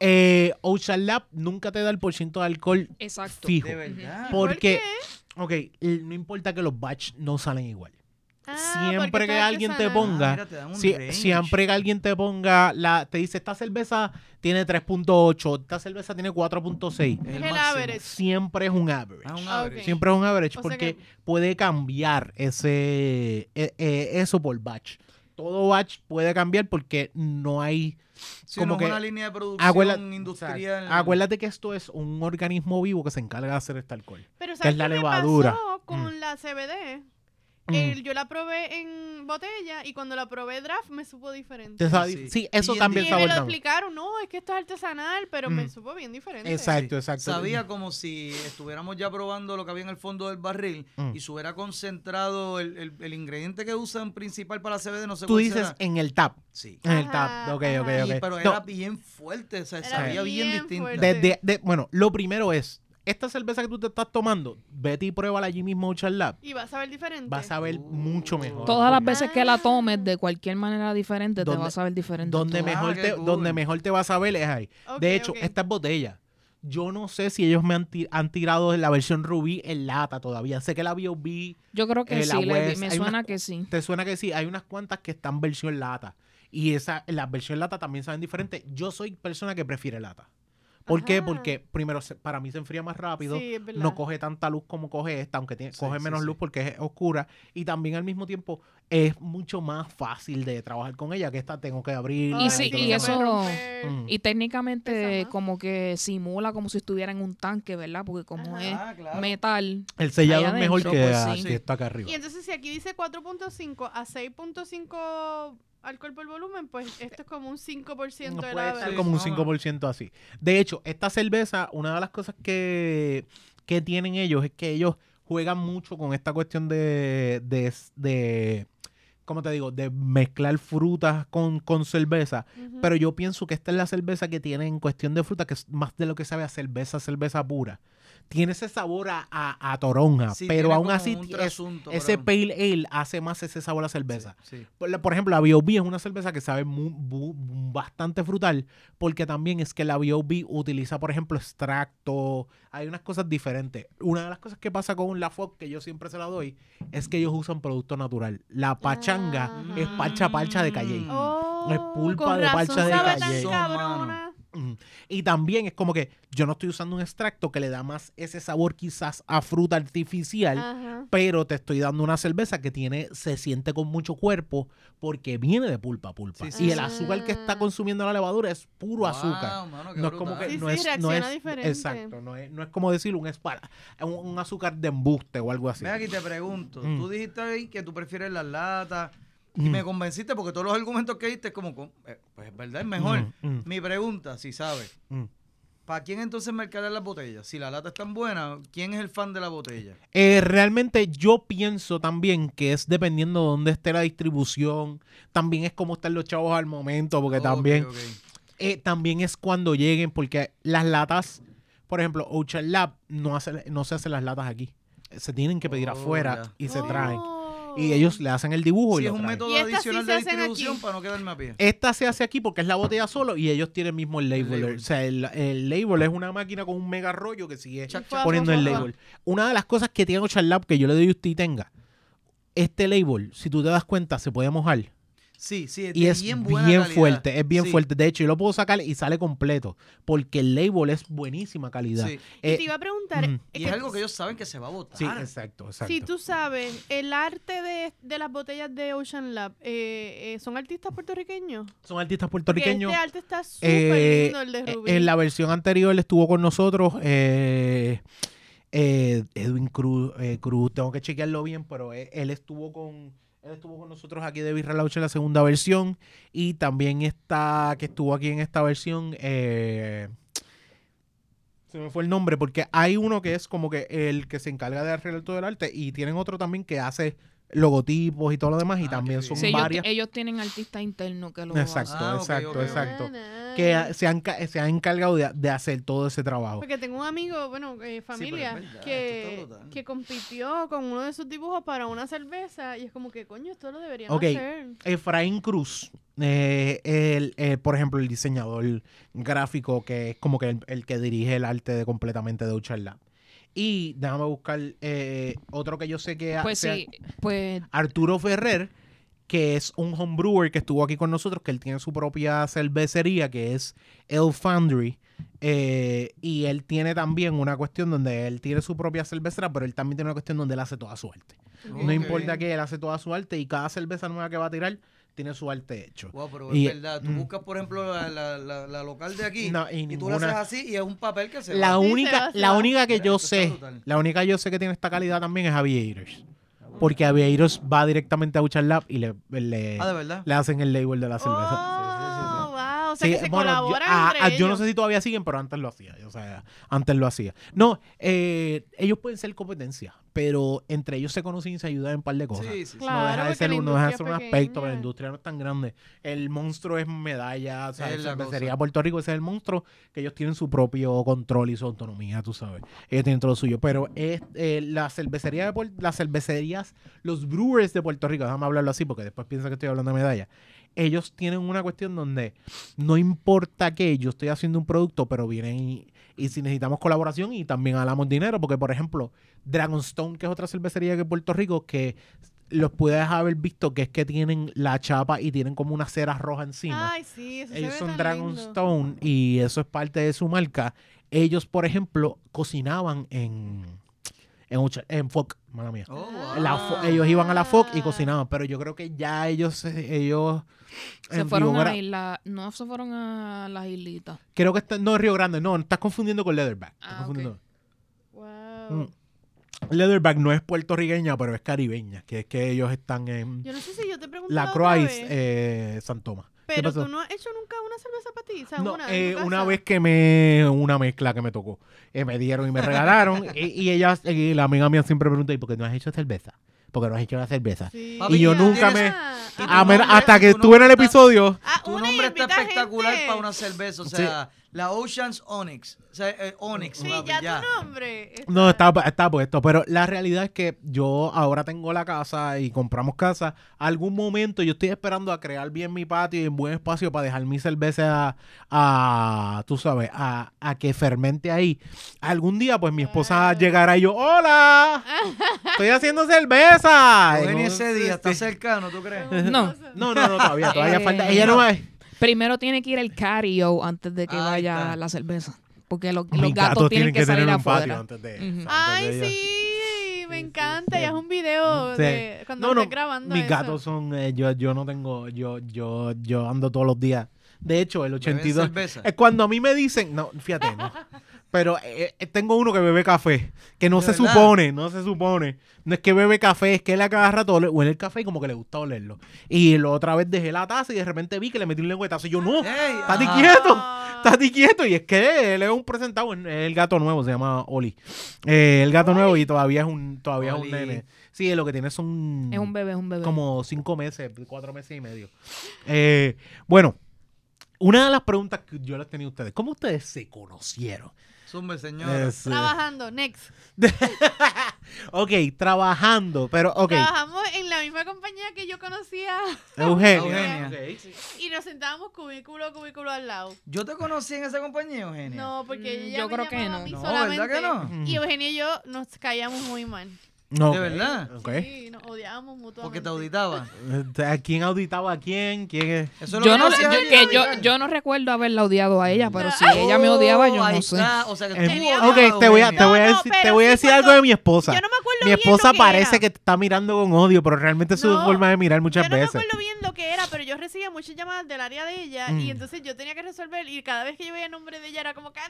eh, Ocean Lab nunca te da el por ciento de alcohol
Exacto.
fijo.
De verdad. Ah,
Por-
qué?
porque- Ok, l- no importa que los batch no salen igual.
Ah,
siempre
porque
que
está
alguien te
artesanal.
ponga-
Ah, mira, te dan un
Si-
range.
siempre que alguien te ponga, la, te dice, esta cerveza tiene 3.8, esta cerveza tiene 4.6.
Es
Es
el
el
máximo.
average.
Siempre es un average.
Ah, un
Ah,
average.
ok.
Siempre es un average
O sea
porque
que-
puede cambiar ese eh, eh, eso por batch. Todo batch puede cambiar porque no hay
Sí,
como
no
que-
es una línea de producción
Acuérdate,
industrial.
acuérdate que esto es un organismo vivo que se encarga de hacer este alcohol.
Pero
que
¿sabes
es la
qué me
levadura. Mm.
pasó con la CBD? El- yo la probé en botella y cuando la probé draft me supo diferente.
Te sabe-
sí.
sí. eso
Y
cambia
bien
el
Y me
sabor
lo
también.
explicaron, no, es que esto es artesanal, pero me
Mm.
supo bien diferente.
Exacto, exacto.
Sabía como si estuviéramos ya probando lo que había en el fondo del barril
Mm.
y se hubiera concentrado el, el- el ingrediente que usan principal para la CBD, no sé
Tú
cuál
dices
será.
en el tap.
Sí.
En el
Ajá,
tap. Ok,
ajá.
ok,
Y-
ok.
pero
No,
era bien fuerte, o sea,
Era
sabía bien,
bien
distinto.
de-
fuerte.
de- de- bueno, lo primero es, esta cerveza que tú te estás tomando, vete y pruébala allí mismo Ocean Lab.
Y vas a ver diferente.
Vas a ver
Uh.
mucho mejor.
Todas las
Ah,
porque-
veces que la tomes de cualquier manera diferente, te
¿Dónde-
vas a ver diferente.
donde
Todas.
me-
mejor
qué
te,
cool.
donde mejor te vas a ver es ahí.
Ah, Ok,
de hecho,
ok.
estas botellas, yo no sé si ellos me han, ti- han tirado la versión rubí en lata todavía. Sé que la BioB
Yo creo que
eh, la
sí, le-
West,
me
hay
suena
unas-
que sí.
te suena que sí, hay unas cuantas que están versión lata. Y esa, las versión lata también saben diferente. Yo soy persona que prefiere lata. ¿Por qué?
Ajá.
Porque primero, se- para mí se enfría más rápido.
Sí, es verdad.
No coge tanta luz como coge esta, aunque tiene,
Sí,
coge
sí,
menos
sí.
luz porque es oscura. Y también al mismo tiempo es mucho más fácil de trabajar con ella que esta tengo que abrir.
Ay,
Y sí,
que
y
se
eso-
puede romper.
Mm.
Y técnicamente
Pesa más.
como que simula como si estuviera en un tanque, ¿verdad? Porque como
Ajá.
es
Ah, claro.
metal,
El sellado
Allá
es mejor
adentro,
que,
pues,
a-
sí.
que está acá arriba.
Y entonces si aquí dice 4.5 a 6.5 alcohol por volumen, pues esto es como un 5%
No
de
puede
la
estar
vez.
como un
Sí, no,
5% así. De hecho, esta cerveza, una de las cosas que, que tienen ellos es que ellos juegan mucho con esta cuestión de, de, de ¿cómo te digo? De mezclar frutas con, con cerveza.
Ujú.
Pero yo pienso que esta es la cerveza que tiene en cuestión de fruta, que es más de lo que sabe a cerveza, cerveza pura. Tiene ese sabor a, a, a toronja,
Sí,
pero
tiene
aún
como
así
un
es-
trasunto,
ese
pero-
pale ale hace más ese sabor a cerveza.
Sí.
Por, la- por ejemplo, la B.O.B. es una cerveza que sabe mu- bu- bastante frutal, porque también es que la B.O.B. utiliza, por ejemplo, extracto. Hay unas cosas diferentes. Una de las cosas que pasa con la FOC, que yo siempre se la doy, es que ellos usan producto natural. La pachanga
Ajá.
es parcha parcha de Calle.
Oh,
Es pulpa
con
de
razón
parcha de
sabe
calle.
tan cabrona.
Ujú. Y también es como que yo no estoy usando un extracto que le da más ese sabor quizás a fruta artificial,
Ajá.
pero te estoy dando una cerveza que tiene, se siente con mucho cuerpo porque viene de pulpa a pulpa.
Sí, sí,
y
sí.
el azúcar que está consumiendo la levadura es puro azúcar. No es como que
Ah. Sí,
no
sí,
es, no
reacciona
es
diferente.
exacto, no es, no es como decir un, espara, un, un azúcar de embuste o algo así.
Mira, aquí te pregunto.
Mm.
Tú dijiste ahí que tú prefieres las latas. Y
Mm.
me convenciste porque todos los argumentos que diste es como, con- eh, pues es verdad, es mejor.
Mm, mm.
Mi pregunta, si sabes,
Mm.
¿para quién entonces mercadear las botellas? Si la lata es tan buena, ¿quién es el fan de la botella?
Eh, realmente yo pienso también que es dependiendo de dónde esté la distribución, también es cómo están los chavos al momento, porque
Ok,
también,
ok.
eh, también es cuando lleguen, porque las latas, por ejemplo, Ocean Lab no, hace, no se hacen las latas aquí, se tienen que pedir
Oh,
afuera y se traen.
Oh.
Y ellos le hacen el dibujo
Sí,
y
es
lo
un
traen.
método
Y estas sí
adicional
se
de
hacen
distribución
aquí.
para no quedarme a pie.
Esta se hace aquí porque es la botella solo y ellos tienen mismo el
El
label.
label.
O sea, el, el label es una máquina con un mega rollo que sigue
Chac,
chac.
poniendo el
Ajá, ajá.
label. Una de las cosas que tiene Ocean Lab que yo le doy a usted y tenga, este label, si tú te das cuenta, se puede mojar.
Sí, sí,
Y
de
es bien,
buena calidad.
fuerte, es bien
Sí,
fuerte. De hecho, yo lo puedo sacar y sale completo porque el label es buenísima calidad.
sí.
Eh,
y te iba a preguntar,
mm.
Y es algo que ellos saben que se va a botar.
sí, exacto, exacto.
si tú sabes, el arte de, de las botellas de Ocean Lab, eh, eh, ¿son artistas puertorriqueños?
Son artistas
Porque
puertorriqueños.
Este arte está súper
Eh,
lindo, el de
eh,
Rubí.
en la versión anterior él estuvo con nosotros. eh, eh, Edwin Cruz, eh, Cruz, tengo que chequearlo bien, pero eh, él, estuvo con él estuvo con nosotros aquí de Birra Laucha en la segunda versión. Y también está que estuvo aquí en esta versión. eh, se me fue el nombre, porque hay uno que es como que el que se encarga de arreglar todo el arte. Y tienen otro también que hace logotipos y todo lo demás.
Ah,
Y
qué
también
bien.
son
Sí, ellos,
varias.
ellos tienen artistas internos que lo
Exacto,
Ah, ok,
exacto,
ok, ok.
exacto
Na,
que
na.
ha- se han, ca- se han encargado de, de hacer todo ese trabajo.
Porque tengo un amigo, bueno, eh, familia,
verdad, esto está
que,
brutal.
que compitió con uno de sus dibujos para una cerveza y es como que, coño, esto lo deberían
Ok.
hacer.
Efraín Cruz, eh, el- eh, por ejemplo, el diseñador gráfico que es como que el, el que dirige el arte de completamente de Ocean Lab. Y déjame buscar eh, otro que yo sé que ha-
Pues
se ha-
sí, pues
Arturo Ferrer, que es un homebrewer que estuvo aquí con nosotros, que él tiene su propia cervecería, que es El Foundry. eh, y él tiene también una cuestión donde él tiene su propia cervecera, pero él también tiene una cuestión donde él hace toda su arte. No
Ok.
importa que él hace toda su arte y cada cerveza nueva que va a tirar tiene su arte hecho.
Wow, pero
Y-
es verdad. Tú
mm.
buscas, por ejemplo, la, la- la- la local de aquí
No, y
y, tú
ninguna-
la haces así y es un papel que se
La
va.
Sí, se
única,
va, se
la
va.
única que
Mira,
yo
esto está
sé,
brutal. Ah,
la única que yo sé que tiene esta calidad también es Aviators. Porque Aviators va directamente a Ocean Lab y le, le-
Ah, de verdad.
le hacen el label de la cerveza.
Oh, wow, o Oh, sea que
Sí,
se
bueno, yo-
colaboran
ah,
entre
ah, yo no
ellos.
sé si todavía siguen, pero antes lo hacía. O sea, antes lo hacía. No, eh, ellos pueden ser competencia, pero entre ellos se conocen y se ayudan en un par de cosas.
Sí, sí, sí.
Claro.
no deja de
porque
ser,
la
un- no deja de ser
industria
un
es
aspecto, pero la
pequeña.
industria no es tan grande. El monstruo es medalla, o sea,
Es
es
la cosa.
Puerto Rico, ese es el monstruo, que ellos tienen su propio control y su autonomía, tú sabes. Ellos tienen todo lo suyo. Pero es, eh, la cervecería de Puer- las cervecerías, los brewers de Puerto Rico, déjame hablarlo así porque después piensan que estoy hablando de medalla. Ellos tienen una cuestión donde no importa que yo estoy haciendo un producto, pero vienen y, y si necesitamos colaboración y también hablamos dinero, porque por ejemplo, Dragonstone, que es otra cervecería que en Puerto Rico, que los puedes haber visto que es que tienen la chapa y tienen como una cera roja encima.
Ay, sí, eso se
Ellos
ve
eh, son
tan lindo.
Dragonstone y eso es parte de su marca. Ellos, por ejemplo, cocinaban en en, Ucha- en Foc, mala mía.
Oh,
La
wow.
Fo-
Ah.
ellos iban a la Foc y cocinaban, pero yo creo que ya ellos eh, ellos
se
en
fueron
Río
a
Gra-
isla, no se fueron a las islitas.
creo que está, no Río Grande, no, estás confundiendo con Leatherback. estás
Ah, ok.
confundiendo.
Wow.
Mm. Leatherback no es puertorriqueña, pero es caribeña, que es que ellos están en
Yo no sé si yo te pregunté
La
otra
Croix
vez.
eh, San Tomás.
Pero
pasó?
tú no has hecho nunca una cerveza para ti. O sea,
No,
una, en
eh,
tu casa.
una vez que me. Una mezcla que me tocó. Eh, me dieron y me
(laughs)
regalaron. y, y ella, y la amiga mía siempre pregunta: ¿y por qué no has hecho cerveza? ¿Por qué no has hecho la cerveza?
Sí.
Papi,
Y yo
Ah,
nunca me-
ah,
y
ah,
A menos-
nombre-
hasta que
tu
estuve en el
nombre está-
episodio.
ah,
Tu
una
nombre está
invita gente.
espectacular para una cerveza. O sea, la Ocean's Onyx. O sea, eh, Onyx.
Sí,
papi,
ya, tu nombre.
No, está, está puesto. Pero la realidad es que yo ahora tengo la casa y compramos casa. Algún momento yo estoy esperando a crear bien mi patio y un buen espacio para dejar mi cerveza a, a, tú sabes, a, a que fermente ahí. Algún día, pues mi
Ah.
esposa
Claro.
llegará y yo, ¡Hola! ¡Estoy haciendo cerveza!
No
Y
ni
no- este-
ese día, está
sí.
cercano, ¿tú crees?
No.
No, no, no, todavía, todavía
(laughs) Eh,
falta. Ella no
no.
va.
Primero tiene que ir el cario antes de que
Ahí
vaya
está.
la cerveza. Porque los, los
Mis
gatos, tienen que, salir
tener un patio
afuera.
antes de.
Ujú.
antes de
Ay,
ella.
sí, me
Sí, sí,
encanta.
sí.
Ya es un video
Sí.
de cuando
No, no,
estés grabando.
Mis
eso.
gatos son, eh, yo, yo no tengo, yo, yo, yo ando todos los días. De hecho, el
Beben
82.
cerveza.
Es cuando a mí me dicen, no, fíjate, no. Pero eh, eh, tengo uno que bebe café, que no
¿De
se
verdad?
supone, no se supone. No es que bebe café, es que él a cada rato ole- huele el café y como que le gusta olerlo. Y la otra vez dejé la taza y de repente vi que le metí un lengüetazo y yo, no,
Ey,
estate
ajá.
quieto,
Ah.
estate quieto. Y es que él es un presentado, es el gato nuevo, se llama Oli. Eh, el gato nuevo y todavía es un, todavía
Oli.
es un nene. Sí, lo que tiene es un...
Es un bebé, es un bebé.
Como cinco meses, cuatro meses y medio. Eh, bueno, una de las preguntas que yo les tenía a ustedes, ¿cómo ustedes se conocieron?
Zumbe, señora.
Es, eh,
Trabajando, next.
ok, trabajando, pero ok.
Trabajamos en la misma compañía que yo conocía
Eugenia.
Eugenia. Ok.
y nos sentábamos cubículo a cubículo al lado.
¿Yo te conocí en esa compañía, Eugenia?
No, porque
Mm,
ella
yo
me
creo que
llamaba
no.
a mí
No,
solamente.
¿verdad que no?
Y Eugenia y yo nos caíamos muy mal.
Mm. No,
De
ok,
verdad.
ok.
Sí, nos odiábamos mutuamente.
Porque te auditaba.
Eh, ¿Quién auditaba a quién? ¿Quién es?
Eso es lo
Yo
que
no,
tú
yo,
hacías ahí,
que yo,
Gabriel.
yo no recuerdo haberla odiado a ella, pero
No.
si ella me odiaba, yo
Oh,
no
ahí
sé.
está, O sea, que tú
Em,
Tenía-
ok, te voy a, te
No,
voy a
no,
decir, te
pero
voy a
sí
decir
cuando-
algo de mi esposa.
Yo no me acuerdo
mi
bien lo
esposa
que
parece
era.
que te está mirando con odio, pero realmente es su
No,
forma de mirar muchas
yo no
veces.
me acuerdo bien lo que era, pero yo recibía muchas llamadas del área de ella
Mm.
y entonces yo tenía que resolver y cada vez que yo veía el nombre de ella era como que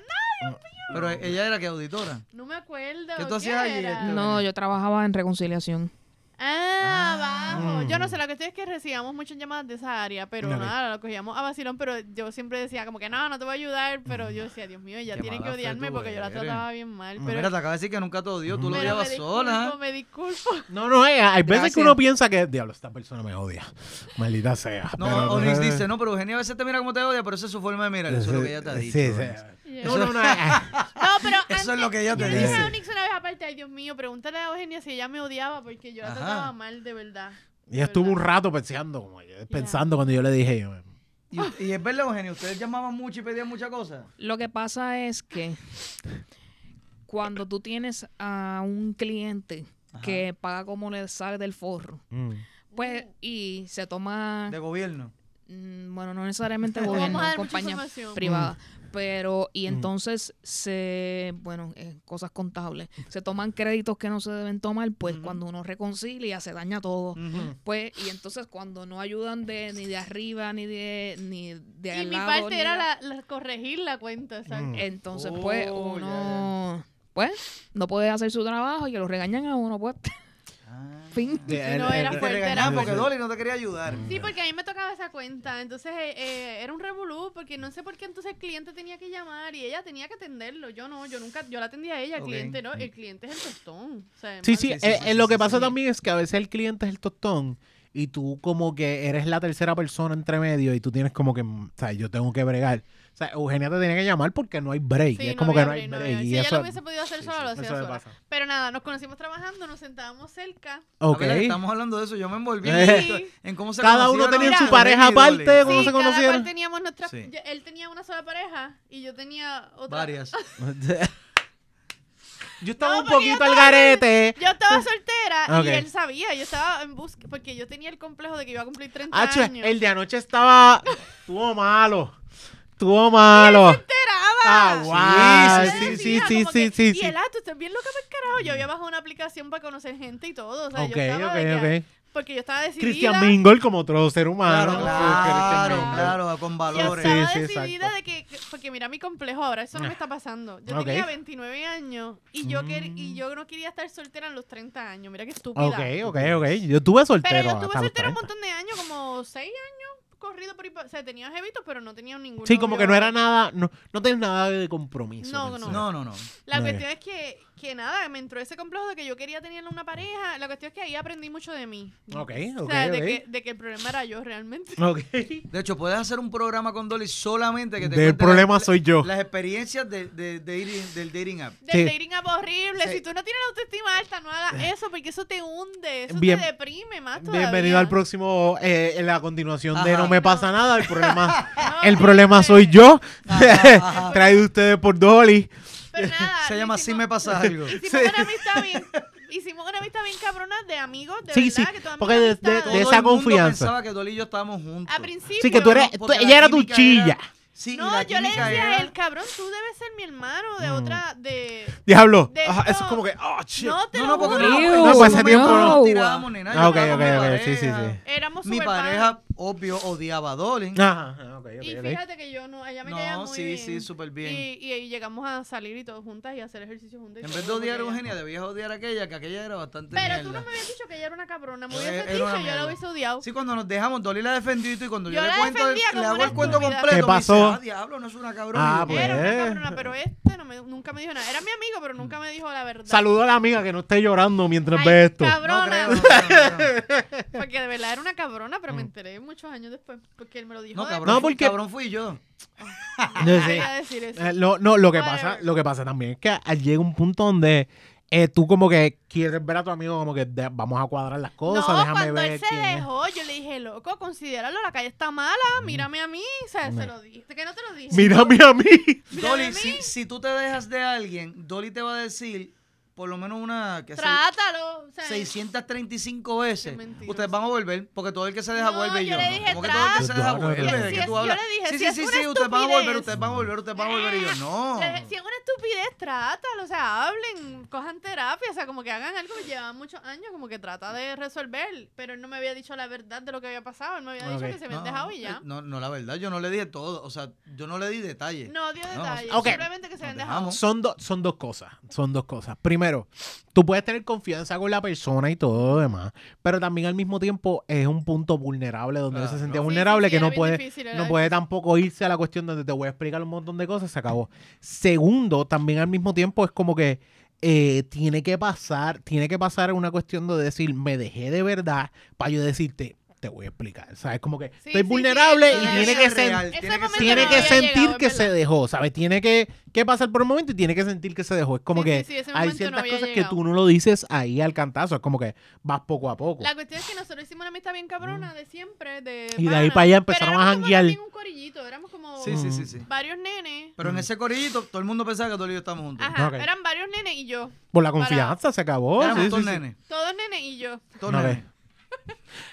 no,
Pero ella era que auditora.
no me acuerdo.
¿Qué tú hacías allí?
era.
No, yo trabajaba en reconciliación.
Ah, abajo.
Mm.
Yo no sé, lo que estoy es que recibíamos muchas llamadas de esa área, pero
Dale.
nada, lo cogíamos a vacilón, pero yo siempre decía como que no, no te voy a ayudar, pero yo decía, Dios mío, ella
Qué
tiene que
mala fe
odiarme
tú
porque yo la
eres.
trataba bien mal,
Mm.
pero
Mira, te acaba de decir que nunca te odió. Tú lo
Pero
pero me
llevas
disculpo,
sola.
me disculpo.
No, no, hay, hay veces
Gracias.
que uno piensa que, diablo, esta persona me odia. Maldita sea.
No, Onyx dice, no, pero Eugenia a veces te mira como te odia, pero esa es su forma de mirar. Eso es lo que ella te ha
Sí,
dicho.
sí.
Onyx.
No, no, no. eh,
No, pero
(laughs) Eso es lo que ella
yo
te
le dije a
dice.
Onyx una vez aparte, ay Dios mío, pregúntale a Eugenia si ella me odiaba porque yo la
Ajá.
trataba mal de verdad.
Y estuvo un rato pensando, como yo, pensando cuando yo le dije. yo,
Y, y es verdad, Eugenia, ustedes llamaban mucho y pedían muchas cosas.
Lo que pasa es que cuando tú tienes a un cliente que paga como le sale del forro,
mm.
Uh.
pues, y se toma,
De gobierno.
mm, bueno, no necesariamente
(laughs) Vamos
gobierno,
a dar mucha
compañía
información.
privada, pero, y
Mm.
entonces se, bueno, eh, cosas contables, se toman créditos que no se deben tomar, pues
Ujú.
cuando uno reconcilia se daña
Mm.
todo.
Ujú.
Pues, y entonces cuando no ayudan de ni de arriba, ni de, ni de
Y
al
mi
lado,
parte
ni
era
de-
la, la- corregir la cuenta, exacto.
Mm.
Entonces,
Oh,
pues,
ya, ya.
uno, pues, no puede hacer su trabajo y que lo regañan a uno, pues, (laughs)
Ah.
fin.
Sí, él-
no, era
él-
Te
fuerte,
regañaban
era
porque
fuerte.
Dolly no te quería ayudar.
Mm.
Sí, porque a mí me tocaba esa cuenta, entonces eh, eh, era un revolú, porque no sé por qué entonces el cliente tenía que llamar y ella tenía que atenderlo, yo no, yo nunca, yo la atendía a ella, el
Ok.
cliente no, el cliente es el tostón. o sea,
Mm. Sí,
más-
sí,
Sí, sí,
eh,
sí,
eh,
sí,
lo
sí,
que
sí,
pasa
sí.
también es que a veces el cliente es el tostón y tú como que eres la tercera persona entre medio y tú tienes como que, mm, o sea, yo tengo que bregar. O sea, Eugenia te tiene que llamar porque no hay break.
Sí,
es
no
como
había
que no hay
break, no
break.
había break.
y
Si ella
eso,
lo hubiese podido hacer sola, lo hacía
eso me
sola.
pasa.
Pero nada, nos conocimos trabajando, nos sentábamos cerca.
Ok.
A ver, Ah, estamos hablando de eso. Yo me envolví en
Eh.
esto, en cómo se
Cada uno
conocieron
tenía
Eugenia
su
y
pareja
Dolly.
aparte, ¿Cómo
sí,
se
cada
conocieron?
cual teníamos nuestra,
Sí.
yo- él tenía una sola pareja y yo tenía otra.
Varias.
(laughs) yo estaba
No,
un
porque yo
poquito al
estaba-
garete.
Yo estaba soltera
Ah. Ok.
y él sabía, yo estaba en busca, porque yo tenía el complejo de que iba a cumplir 30
Ah, chue,
años.
el de anoche estaba. Estuvo malo. Estuvo
este?
malo. Ah, guau.
Sí,
Sí,
sí,
sí,
Decía
sí,
como
sí,
que,
sí.
Y
sí.
el ah, tú estás bien loca para el carajo. Yo había bajado una aplicación para conocer gente y todo. O sea,
Ok,
yo estaba
ok,
de que-
ok.
Porque yo estaba decidida.
Cristian Mingle como otro ser humano.
Claro,
Sí,
claro,
Christian Mingle.
claro, con
Yo
valores.
Sí,
estaba
sí,
decidida
exacto. Ah.
de que, que- porque mira mi complejo ahora, eso no me está pasando. Yo
Ok.
tenía 29 años y yo, quer-
Mm.
y yo no quería estar soltera en los 30 años. Mira qué estúpida.
Ok, ok, ok. Yo tuve soltero.
Pero yo estuve
hasta los
soltera
30.
un montón de años, como 6 años, corrido, por ahí pa- o sea, tenía jevitos, pero no tenía ningún.
Sí, como
novio.
que no era nada, no, no tienes nada de compromiso.
No,
per se.
No, no, no.
La
No,
cuestión es que, que nada, me entró ese complejo de que yo quería tener una pareja. La cuestión es que ahí aprendí mucho de mí.
Ok,
O
ok,
sea, de,
ok.
que, de que el problema era yo realmente.
Ok.
De hecho, puedes hacer un programa con Dolly solamente que te
Del
cuente
problema
la-
soy yo.
Las experiencias de, de- de dating- del dating app.
Del
Sí. Ah.
dating app horrible.
Sí.
Si tú no tienes la autoestima alta, no hagas eso porque eso te hunde, eso
Bien-
te deprime más Ah, todavía.
(laughs) Bienvenido al próximo, eh, en la continuación de
Ajá.
No me pasa
No.
nada, el problema,
(laughs)
(laughs)
No,
el problema soy yo,
Ajá, ajá.
(laughs) traído ustedes por Dolly.
Pero nada,
Se
lo
llama
hicimos-
Así me pasa algo.
Hicimos una amistad bien, hicimos una amistad bien cabrona de amigos, de
Sí,
verdad,
sí,
que todas mis
porque de- de-
amistades-
Todo
esa
el mundo
confianza.
pensaba que Dolly y yo estábamos juntos.
a principio,
Sí, que tú eres,
porque
tú-
la
ella era tu
química era-
chilla.
Sí, y
no,
la
yo le
química
decía
era- Mm.
a él, cabrón, tú debes ser mi hermano de otra, de...
Diablo,
De
ah, eso
no.
es como que, oh, shit.
No, te
No,
lo
no, porque
juro.
no,
Ew.
en ese
No, pues, ese tiempo
momento
no.
no tirábamos ni nada.
Ah, ok,
yo
ok,
estaba con
ok,
mi
sí, Ah. sí,
pareja.
Éramos
Mi
super
pareja, obvio, odiaba a Dolly.
Ajá, ajá, ok, ok,
Y
ok.
fíjate que yo no, ella me caía
No,
muy
sí,
bien.
sí, súper bien.
Y, y, y llegamos a salir y todo juntas y hacer ejercicio juntas. y
En
todo,
vez de odiar a
porque ella-
Eugenia, debías odiar a aquella, que aquella era bastante
Pero tú
mierda.
no me habías dicho que ella era una cabrona. Me
Era-
hubieses
era
dicho,
una
yo la
mierda.
hubiese odiado.
Sí, cuando nos dejamos, Dolly la defendió y tú, y cuando yo,
Yo
le
la
cuento, el-
defendía como
le hago
una
el cuento
estúpida.
completo.
¿Qué
me dice,
pasó?
"Ah, diablo, no es una cabrona.
Ah,
Y yo,
pues.
Era
Pues.
una cabrona, pero este no me, nunca me dijo nada. Era mi amigo, pero
Mm.
nunca me dijo la verdad.
Saludo a la amiga que no esté llorando mientras
Ay,
ve esto.
No
Cabrona.
creo, no creo, no creo.
Porque de verdad era una cabrona, pero me enteré muchos años después. Porque él me lo dijo.
No,
de-
cabrón,
No,
fui-
porque-
cabrón fui yo.
No
Ay,
sé.
Ah, iba a decir eso.
Eh, lo, no, lo que
Whatever.
pasa, lo que pasa también es que a- llega un punto donde eh, tú como que quieres ver a tu amigo como que de- vamos a cuadrar las cosas,
no,
déjame
cuando
ver
él se
quién es.
dejó, yo le dije, loco, considéralo, la calle está mala, mírame a mí. O sea,
No.
se lo dije. Que no te lo dije.
Mírame a mí.
Mírame a
Dolly,
mí.
si, si tú te dejas de alguien, Dolly te va a decir por lo menos una... Que
Trátalo. O sea,
635 veces.
Qué mentiroso.
Ustedes van a volver, porque todo el que se deja
No,
vuelve y
yo
yo.
le
no.
dije,
Como que todo el que se
"Tra-".
deja
Yo-
vuelve.
si
¿De qué
es-
tú
yo
hablas?
le dije,
sí,
si
sí,
es
sí,
una
sí, ustedes van a volver,
estupidez.
ustedes van a volver, ustedes van a volver y
(laughs)
yo, no.
le- Si es una estupidez, trátalo. O sea, hablen, cojan terapia. O sea, como que hagan algo que llevan muchos años, como que trata de resolver. Pero él no me había dicho la verdad de lo que había pasado. Él me había dicho
Ok.
que se habían dejado y ya.
eh, No, no, la verdad, yo no le dije todo. O sea, yo no le di detalles.
No dio detalles.
Ok.
Simplemente que se habían
Nos
dejado.
dejamos.
Son, do- son dos cosas, son dos cosas. Primero, tú puedes tener confianza con la persona y todo lo demás, pero también al mismo tiempo es un punto vulnerable donde él se
Claro.
sentía
Sí,
vulnerable
sí, sí,
que
era
no
bien
puede,
difícil, era
no puede tampoco irse a la cuestión donde te voy a explicar un montón de cosas, se acabó. Segundo, también al mismo tiempo es como que eh, tiene que pasar, tiene que pasar una cuestión de decir, me dejé de verdad, para yo decirte, te voy a explicar. ¿Sabes? Como que
Sí,
estoy
sí,
vulnerable
sí,
y
sí,
tiene
sí,
que
Real,
ser
tiene
Ese
que
momento
ser
tiene
no
que
real.
había
sentir
llegado, es
que
verdad.
se dejó, ¿sabes? Tiene que, que pasar por un momento y tiene que sentir que se dejó. Es como
Sí,
que
sí, sí, ese
hay
momento no
ciertas
había
cosas que
llegado.
tú no lo dices ahí al cantazo. Es como que vas poco a poco.
La cuestión es que nosotros hicimos una amistad bien cabrona de siempre. De
Mm. Y de ahí
pana.
para allá
Pero
empezaron
éramos
a
como
janguear.
también un corillito, éramos como
Sí, sí, sí, sí.
varios nenes.
Mm.
Pero en ese corillito, todo el mundo pensaba que Dolly y yo estábamos juntos.
Ajá,
Ok.
eran varios nenes y yo.
Por la
para-
confianza, se acabó.
Éramos
Oh, sí,
todos
sí, sí.
nenes.
Todos nenes y yo.
todos
No,
nenes.
ok.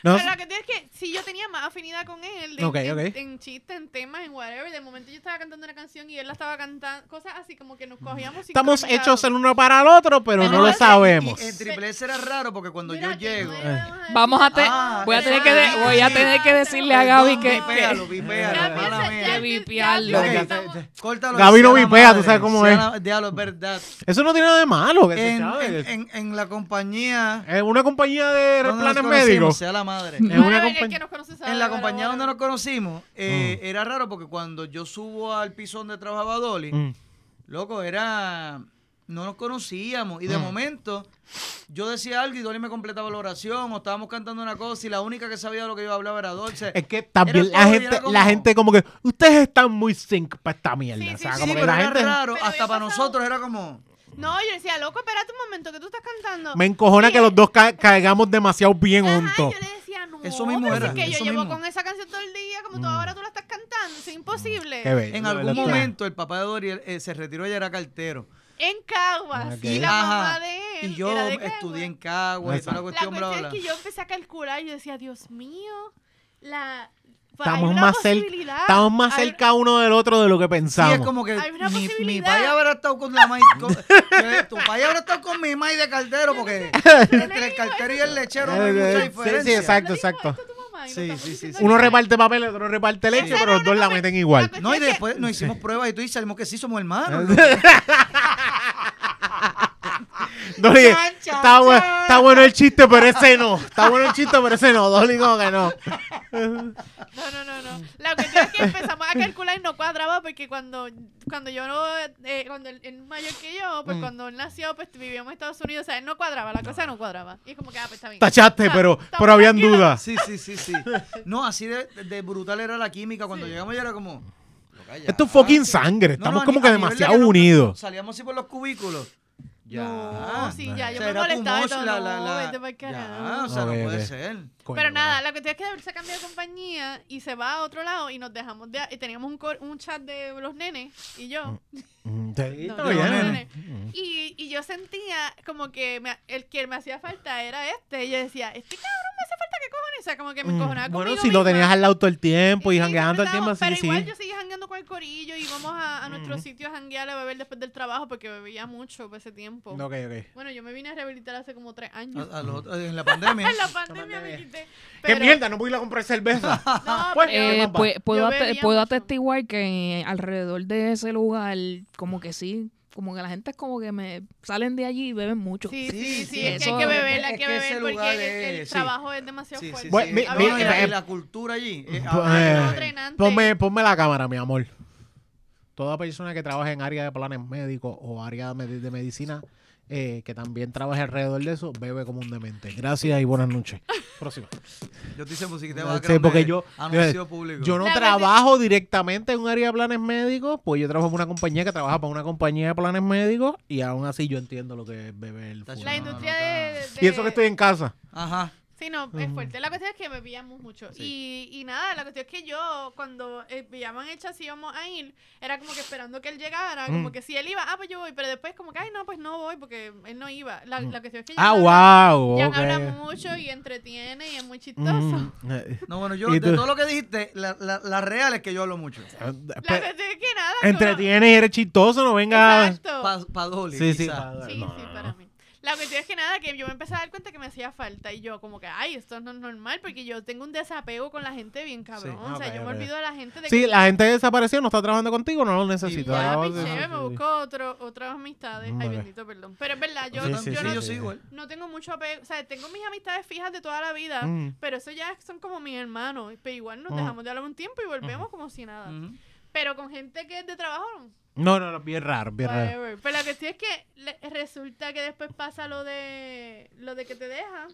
No,
Pero la cuestión es que si yo tenía más afinidad con él de-
Ok,
en,
ok.
en chistes, en temas, en whatever. De momento yo estaba cantando una canción y él la estaba cantando. Cosas así como que nos cogíamos
estamos
sincronizados.
hechos el uno para el otro, pero
Pero
no lo
entonces-
sabemos.
Y en triple S era raro porque cuando
Mira
yo
que
llego.
no le vamos a decir
Vamos a te-
nada.
voy a tener que
de- voy a
tener que decirle a
Perdón,
Gaby
Perdón,
que-
vipéalo,
ya
vipéalo,
piensa-
mala
ya
mía.
piensa-
Que vipiarlo.
ya
Ok,
estamos-
Córtalo,
Gaby
sea
no
la
vipea, tú
madre,
sabes cómo
sea
es.
la- diablo, es verdad.
Eso no tiene nada de malo. Que se
En,
sabe.
en- en- en la compañía.
Es una compañía de
donde nos
planes
conocimos,
médicos.
Sea la madre.
Es
Bueno,
una
el que
compañía-
nos conoce sabe,
En la
pero
compañía
bueno.
donde nos conocimos, eh,
Mm.
era raro porque cuando yo subo al piso donde trabajaba Dolly,
Mm.
loco, era. No nos conocíamos. Y de
Mm.
momento, yo decía algo y Dolly me completaba la oración, o estábamos cantando una cosa y la única que sabía de lo que yo hablaba era Dolce.
Es que también
Era
la
todo, y
gente,
era como-
la gente como que, ustedes están muy sync para esta mierda.
Sí,
o
sí,
sea,
sí,
ah, como que
pero
la
era
gente
raro.
Pero
Hasta
había
para
pasado-
nosotros era como.
No, yo decía, loco, espérate un momento que tú estás cantando.
me encojona
Sí,
que los dos ca- caigamos demasiado bien
Ajá,
juntos.
yo le decía, no,
Eso mismo
pero si
era,
es que
eso
yo llevo
mismo.
con esa canción todo el día, como tú
Mm.
ahora tú la estás cantando, es imposible.
Qué bello,
En
de
algún
verdad.
momento el papá de Dolly eh, se retiró y era cartero.
En Caguas,
Ok.
y la
Ajá.
mamá de él
Y yo
era de Caguas.
estudié en Cagua y toda la
Exacto.
cuestión,
La
bla,
cuestión
bla.
es que yo empecé a calcular y yo decía, Dios mío, la... pues, hay
Estamos
una
más, cerca
posibilidad,
estamos más
hay-
cerca uno del otro de lo que
Sí,
pensamos.
es como que
Hay una
mi, mi
posibilidad.
país habrá estado con la maíz. con- que tu país habrá estado con mi maíz de cartero, porque entre el cartero y el lechero no hay mucha
Eh, eh, sí,
diferencia.
sí, exacto,
Le digo
exacto.
esto a tu mamá y lo
Sí,
estamos
sí, sí,
diciendo
sí.
Uno
aquí.
reparte papel, otro reparte leche,
Esa
pero
era
los dos
una
la
cosa-
meten
la
igual.
cuestión
No, y
Pues es que-
después nos hicimos pruebas y tú y salimos que sí somos hermanos.
(laughs) Dolly,
Chan, chan,
está, bu-
chan.
está bueno el chiste, pero ese no. Está bueno el chiste, pero ese no. Dolly, como que no.
No, no, no, no. La cuestión es que empezamos a calcular y no cuadraba porque cuando, cuando yo no, eh, cuando él él es mayor que yo, pues
Mm.
cuando él nació, pues vivíamos en Estados Unidos, o sea, él no cuadraba, la cosa no cuadraba. Y es como que, ah, pues está bien.
Tachaste,
Ah,
pero,
estamos
pero habían
tranquilos.
dudas.
Sí, sí, sí, sí. No, así de, de brutal era la química. Cuando llegamos yo era como... "Loca, ya".
Esto es fucking
Sí.
sangre.
No, no,
Estamos
a
como
ni-
que
a nivel de
demasiado
no-
unidos.
Salíamos así por los cubículos. Ya.
No, sí, ya,
O
yo
sea,
me
era too
molestaba y
much
todo,
la- la-
no,
la-
vete pa'l carajo.
Ya, o sea,
Ok,
no
ok.
puede ser.
Coño,
Pero nada,
vale.
la cuestión es que él se cambió de compañía y se va a otro lado y nos dejamos de... Y teníamos un, cor- un chat de los nenes y yo.
Mm, sí,
No,
está
no,
bien.
no,
nene.
Mm.
Y, y yo sentía como que me- el que me hacía falta era este. Y yo decía, este cabrón me hace falta, ¿qué cojones? O sea, como que me encojonaba
Mm. Bueno,
conmigo
si lo
misma.
tenías al lado todo el tiempo y
Sí,
jangueando todo el
siempre
tiempo,
estábamos-
así,
Pero
sí.
igual yo seguía jangueando con el corillo y íbamos a, a nuestro
Ujú.
sitio a janguear a beber después del trabajo porque bebía mucho por ese tiempo.
Ok, ok.
Bueno, yo me vine a rehabilitar hace como tres años.
A- a los otros- en la
(laughs)
pandemia.
En la pandemia me
pandemia.
quité.
¡Qué
pero-
mierda! No pude ir a comprar cerveza.
No,
Pues,
pero-
Eh,
Eh, pu- puedo,
Yo
ate-
bebía
puedo
mucho.
atestiguar que alrededor de ese lugar, como que sí, como que la gente es como que me salen de allí y beben mucho.
Sí, sí, sí,
Sí, sí,
es que hay
eso-
que beber, hay
es
que
que ese
beber porque
lugar
el, el
es- sí.
trabajo es demasiado
Sí, sí,
fuerte.
sí.
Bueno, mi-
No,
mi-
y la,
eh,
y la cultura allí. eh,
Pues,
ah,
eh,
eh,
Drenante.
Ponme, ponme la cámara, mi amor. Toda persona que trabaja en área de planes médicos o área de, de medicina eh, que también trabaje alrededor de eso, bebe como un demente. Gracias y buenas
(laughs)
noches. Próxima.
yo te hice musiquita de
Eh, Sí,
background
porque
de
yo-
anuncio público.
Yo no
La verdad-
trabajo directamente en un área de planes médicos, pues yo trabajo en una compañía que trabaja para una compañía de planes médicos y aún así yo entiendo lo que es beber.
Está
full.
La
No,
industria
no,
de,
está-
Y eso que estoy en casa.
Ajá.
Sí, no, es fuerte. La cuestión es que bebíamos mucho. Y, y nada, la cuestión es que yo, cuando eh, me llaman hechas si íbamos a ir, era como que esperando que él llegara. Como
Mm.
que si él iba, ah, pues yo voy. Pero después, como que, ay, no, pues no voy porque él no iba. La, la cuestión es que
Ah,
Jan
wow.
Jan
ok.
habla mucho y entretiene y es muy chistoso. (laughs)
Mm, eh,
No, bueno, yo
¿Y
de
tú?
todo lo que dijiste, la, la, la real es que yo hablo mucho.
eh,
La
pe-
cuestión es que nada. que uno-
Entretiene y eres chistoso, no venga.
Exacto.
Pa, pa Dolly,
Sí, sí.
quizá.
Sí,
No,
sí,
no, no.
para mí. La cuestión es que nada, que yo me empecé a dar cuenta que me hacía falta y yo como que, ay, esto no es normal porque yo tengo un desapego con la gente bien cabrón.
Sí, ah,
o sea,
ok,
yo me
ok.
olvido de la gente de
Sí,
que
la gente desapareció, no está trabajando contigo, no lo
y
necesito. Ah,
ya,
Acabo
mi
de-
chévere, me busco otro, otras amistades. Ay,
Ok.
bendito, perdón. Pero es verdad, yo,
Sí,
Yo,
no-
sí,
yo
sí,
no,
yo
sí.
soy igual.
no tengo mucho apego. O sea, tengo mis amistades fijas de toda la vida,
Mm.
pero eso ya son como mis hermanos. Pero igual nos
Mm.
dejamos de hablar un tiempo y volvemos como si nada.
Ujú.
Pero con gente que es de trabajo,
No, no, no, bien raro, bien raro.
Whatever. Pero la cuestión es que le- resulta que después pasa lo de lo de que te deja.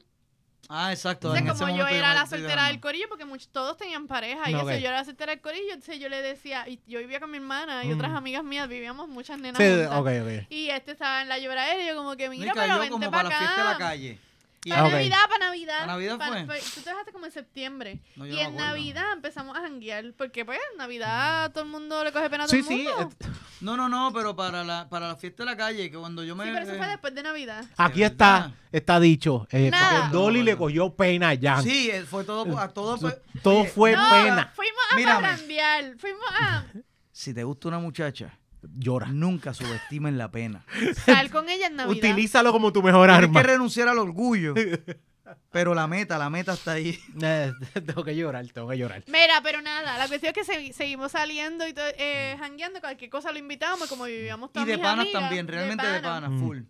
Ah, exacto.
O sea,
en ese
como yo
momento
era
me
la
estoy
soltera del
dejando.
corillo, porque muchos, todos tenían pareja, y
Ok.
eso, yo era la soltera del corillo, entonces yo le decía, y yo vivía con mi hermana y
Mm.
otras amigas mías, vivíamos muchas nenas
Sí,
juntas.
ok, ok.
Y este estaba en la lloradera, y yo como que, mira,
Me cayó
pero vente
como para
para
la fiesta de la
acá.
calle. Y
Para
Ah, ok.
Navidad, para Navidad.
¿Para Navidad
Pa-
fue?
pa- tú te dejaste como en septiembre.
No, yo no
y
me
en
acuerdo.
Navidad empezamos a janguear. Porque, pues, en Navidad todo el mundo le coge pena a todo
Sí,
el mundo.
sí.
Sí,
eh,
No, no, no, pero para la, para la fiesta de la calle, que cuando yo me...
pero eso fue
eh,
después de Navidad.
Aquí
De
está,
verdad.
está dicho. eh,
Nada.
que Dolly
No,
le
no.
cogió pena ya.
Sí, eh, fue todo, a todo fue...
Ah.
eh,
Todo
Oye,
fue
No,
pena.
Fuimos a
Mírame.
parrandear, fuimos
(laughs)
a
Si te gusta una muchacha,
Llora.
nunca subestimen la
(laughs)
pena.
estar con ella en Navidad.
Utilízalo como tu mejor
Tienes que
arma.
renunciar al
(laughs)
orgullo. Pero la meta, la meta está ahí.
Eh, (laughs) tengo que llorar, tengo que llorar.
Mira, pero nada, la cuestión es que segui- seguimos saliendo y todo, eh, jangueando, cualquier cosa lo invitábamos, como vivíamos
Y
todas
de
mis
panas
amigas,
también, realmente de panas,
Mm.
full.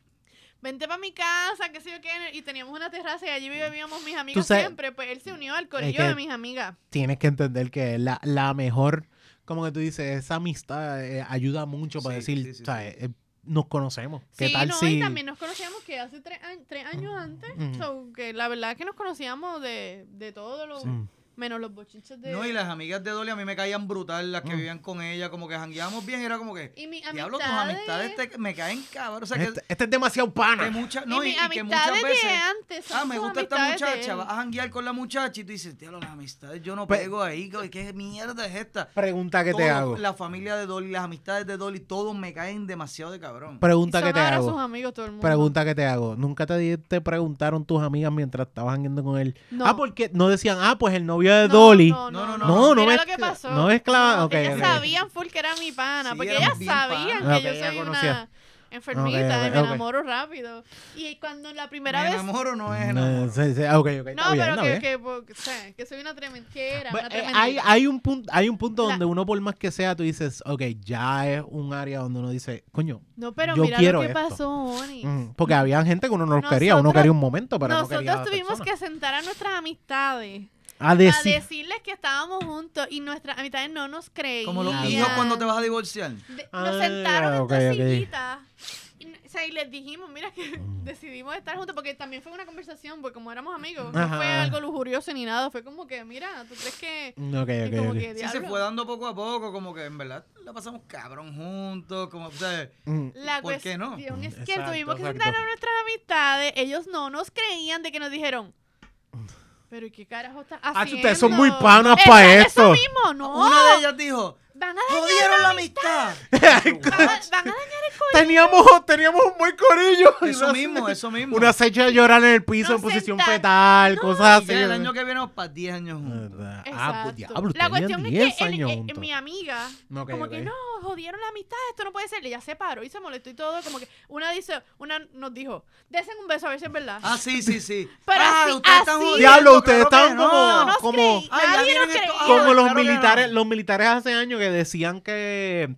Vente para mi casa, qué sé yo qué, y teníamos una terraza y allí vivíamos mis amigos
sabes- Mm,
siempre, pues él se unió al corillo
que-
de mis amigas.
Tienes que entender que la, la mejor, como que tú dices, esa amistad eh, ayuda mucho para
Sí,
decir,
sí, sí,
¿sabes? Eh, nos conocemos. ¿Qué
sí,
tal
no,
si...?
y también nos conocíamos que hace tres, años- tres años antes,
Mm.
so, que la verdad es que nos conocíamos de, de todo lo,
Mm.
menos los bochinches de...
No, y las amigas de Dolly a mí me caían brutal, las que
Mm.
vivían con ella, como que jangueábamos bien, era como que...
y mis
Diablo, tus amistades te- me caen cabrón. O sea, que,
este, este es demasiado pana.
que muchas... No, y,
mis
y que muchas
amistades de
veces...
antes son
Ah, me
sus
gusta esta
amistades de él.
muchacha, ah. vas a janguear con la muchacha y tú dices, tío, las amistades, yo no
Pe-
pego ahí, co- ¿qué mierda es esta?
Pregunta que Pues te
Todo-
hago.
La familia de Dolly, las amistades de Dolly, todos me caen demasiado de cabrón.
Pregunta
Y
que
son
te
ahora sus
hago.
amigos todo el mundo.
Pregunta que te hago. Nunca te, di- te preguntaron tus amigas mientras estabas yendo con él.
No.
Ah, porque no decían, ah, pues el novio de Dolly.
No, no, no.
No, no,
no, no mezcla-
Mira lo que pasó.
no mezcla-
No,
ok,
ellas
ok.
sabían full que era mi pana,
Sí,
porque
éramos
ellas
bien
sabían
pana.
que yo
Ok, ya
soy
conocía.
una enfermita
Ok,
y
ok,
me
ok.
enamoro rápido. Y cuando la primera
¿Me
vez...
enamoro o no es
No,
enamoro?
sí, sí, ah, ok, ok,
No,
está bien,
pero
está
que,
bien.
que, porque, o sea, que soy una tremendera,
Bueno,
una
eh,
tremendita.
hay, hay un punto, hay un punto
La-
donde uno, por más que sea, tú dices, ok, ya es un área donde uno dice, coño,
no, pero
yo
mira
quiero
lo que
esto.
pasó, Oni.
mm, porque había gente que uno no los quería, uno
Nosotros-
quería un momento, pero no
Nosotros
quería a la
tuvimos
persona.
que sentar a nuestras amistades
A
a
decir.
decirles que estábamos juntos y nuestras amistades no nos creían.
Como los hijos cuando te vas a divorciar.
De-
Ah,
nos sentaron en
ok,
dos
ok.
sillitas. Y, n- o sea, y les dijimos, mira, que (laughs) decidimos estar juntos porque también fue una conversación, porque como éramos amigos, no fue
Ajá.
algo lujurioso ni nada. Fue como que, mira, ¿tú crees que.?
Ok,
y
ok,
como
ok.
que,
Sí, se
"Diablo".
fue dando poco a poco, como que en verdad la pasamos cabrón juntos, como, o sea,
Mm.
La
¿Por qué
cuestión
no?
es que
Exacto,
tuvimos que
exacto.
sentar a nuestras amistades. Ellos no nos creían de que nos dijeron. Pero ¿y qué carajo está
Ah,
haciendo?
ustedes son muy panas pa'
Eso
esto.
mismo, no.
Una de ellas dijo,
Van a
jodieron la
(laughs)
amistad.
dañar, van a dañar el coche.
Teníamos, teníamos un buen corillo. (laughs)
Eso
Una-
mismo, eso mismo.
Una secha de llorar en el piso
Nos
en posición
senta-
fetal,
No,
cosas así.
Ya el año que viene vamos para 10 años juntos.
¿Verdad? Ah,
Exacto.
pues diablo,
la
ustedes
cuestión
llevan
es
10
que él-
años
eh,
juntos.
mi amiga,
Ok,
como
ok.
que no, jodieron la amistad, esto no puede ser. Ella se paró y se molestó y todo. Como que una dice, una nos dijo, desen un beso a ver si es verdad.
Ah, sí, sí, sí.
(laughs) Pero
ah,
así,
ustedes están
así.
jodiendo,
Diablo, ustedes
claro que
estaban
no.
como-
no nos
como-
creí,
Ah, ya
nadie nos
vienen
creía.
esto- ah,
Como los
claro que no.
militares, los militares hace años que decían que,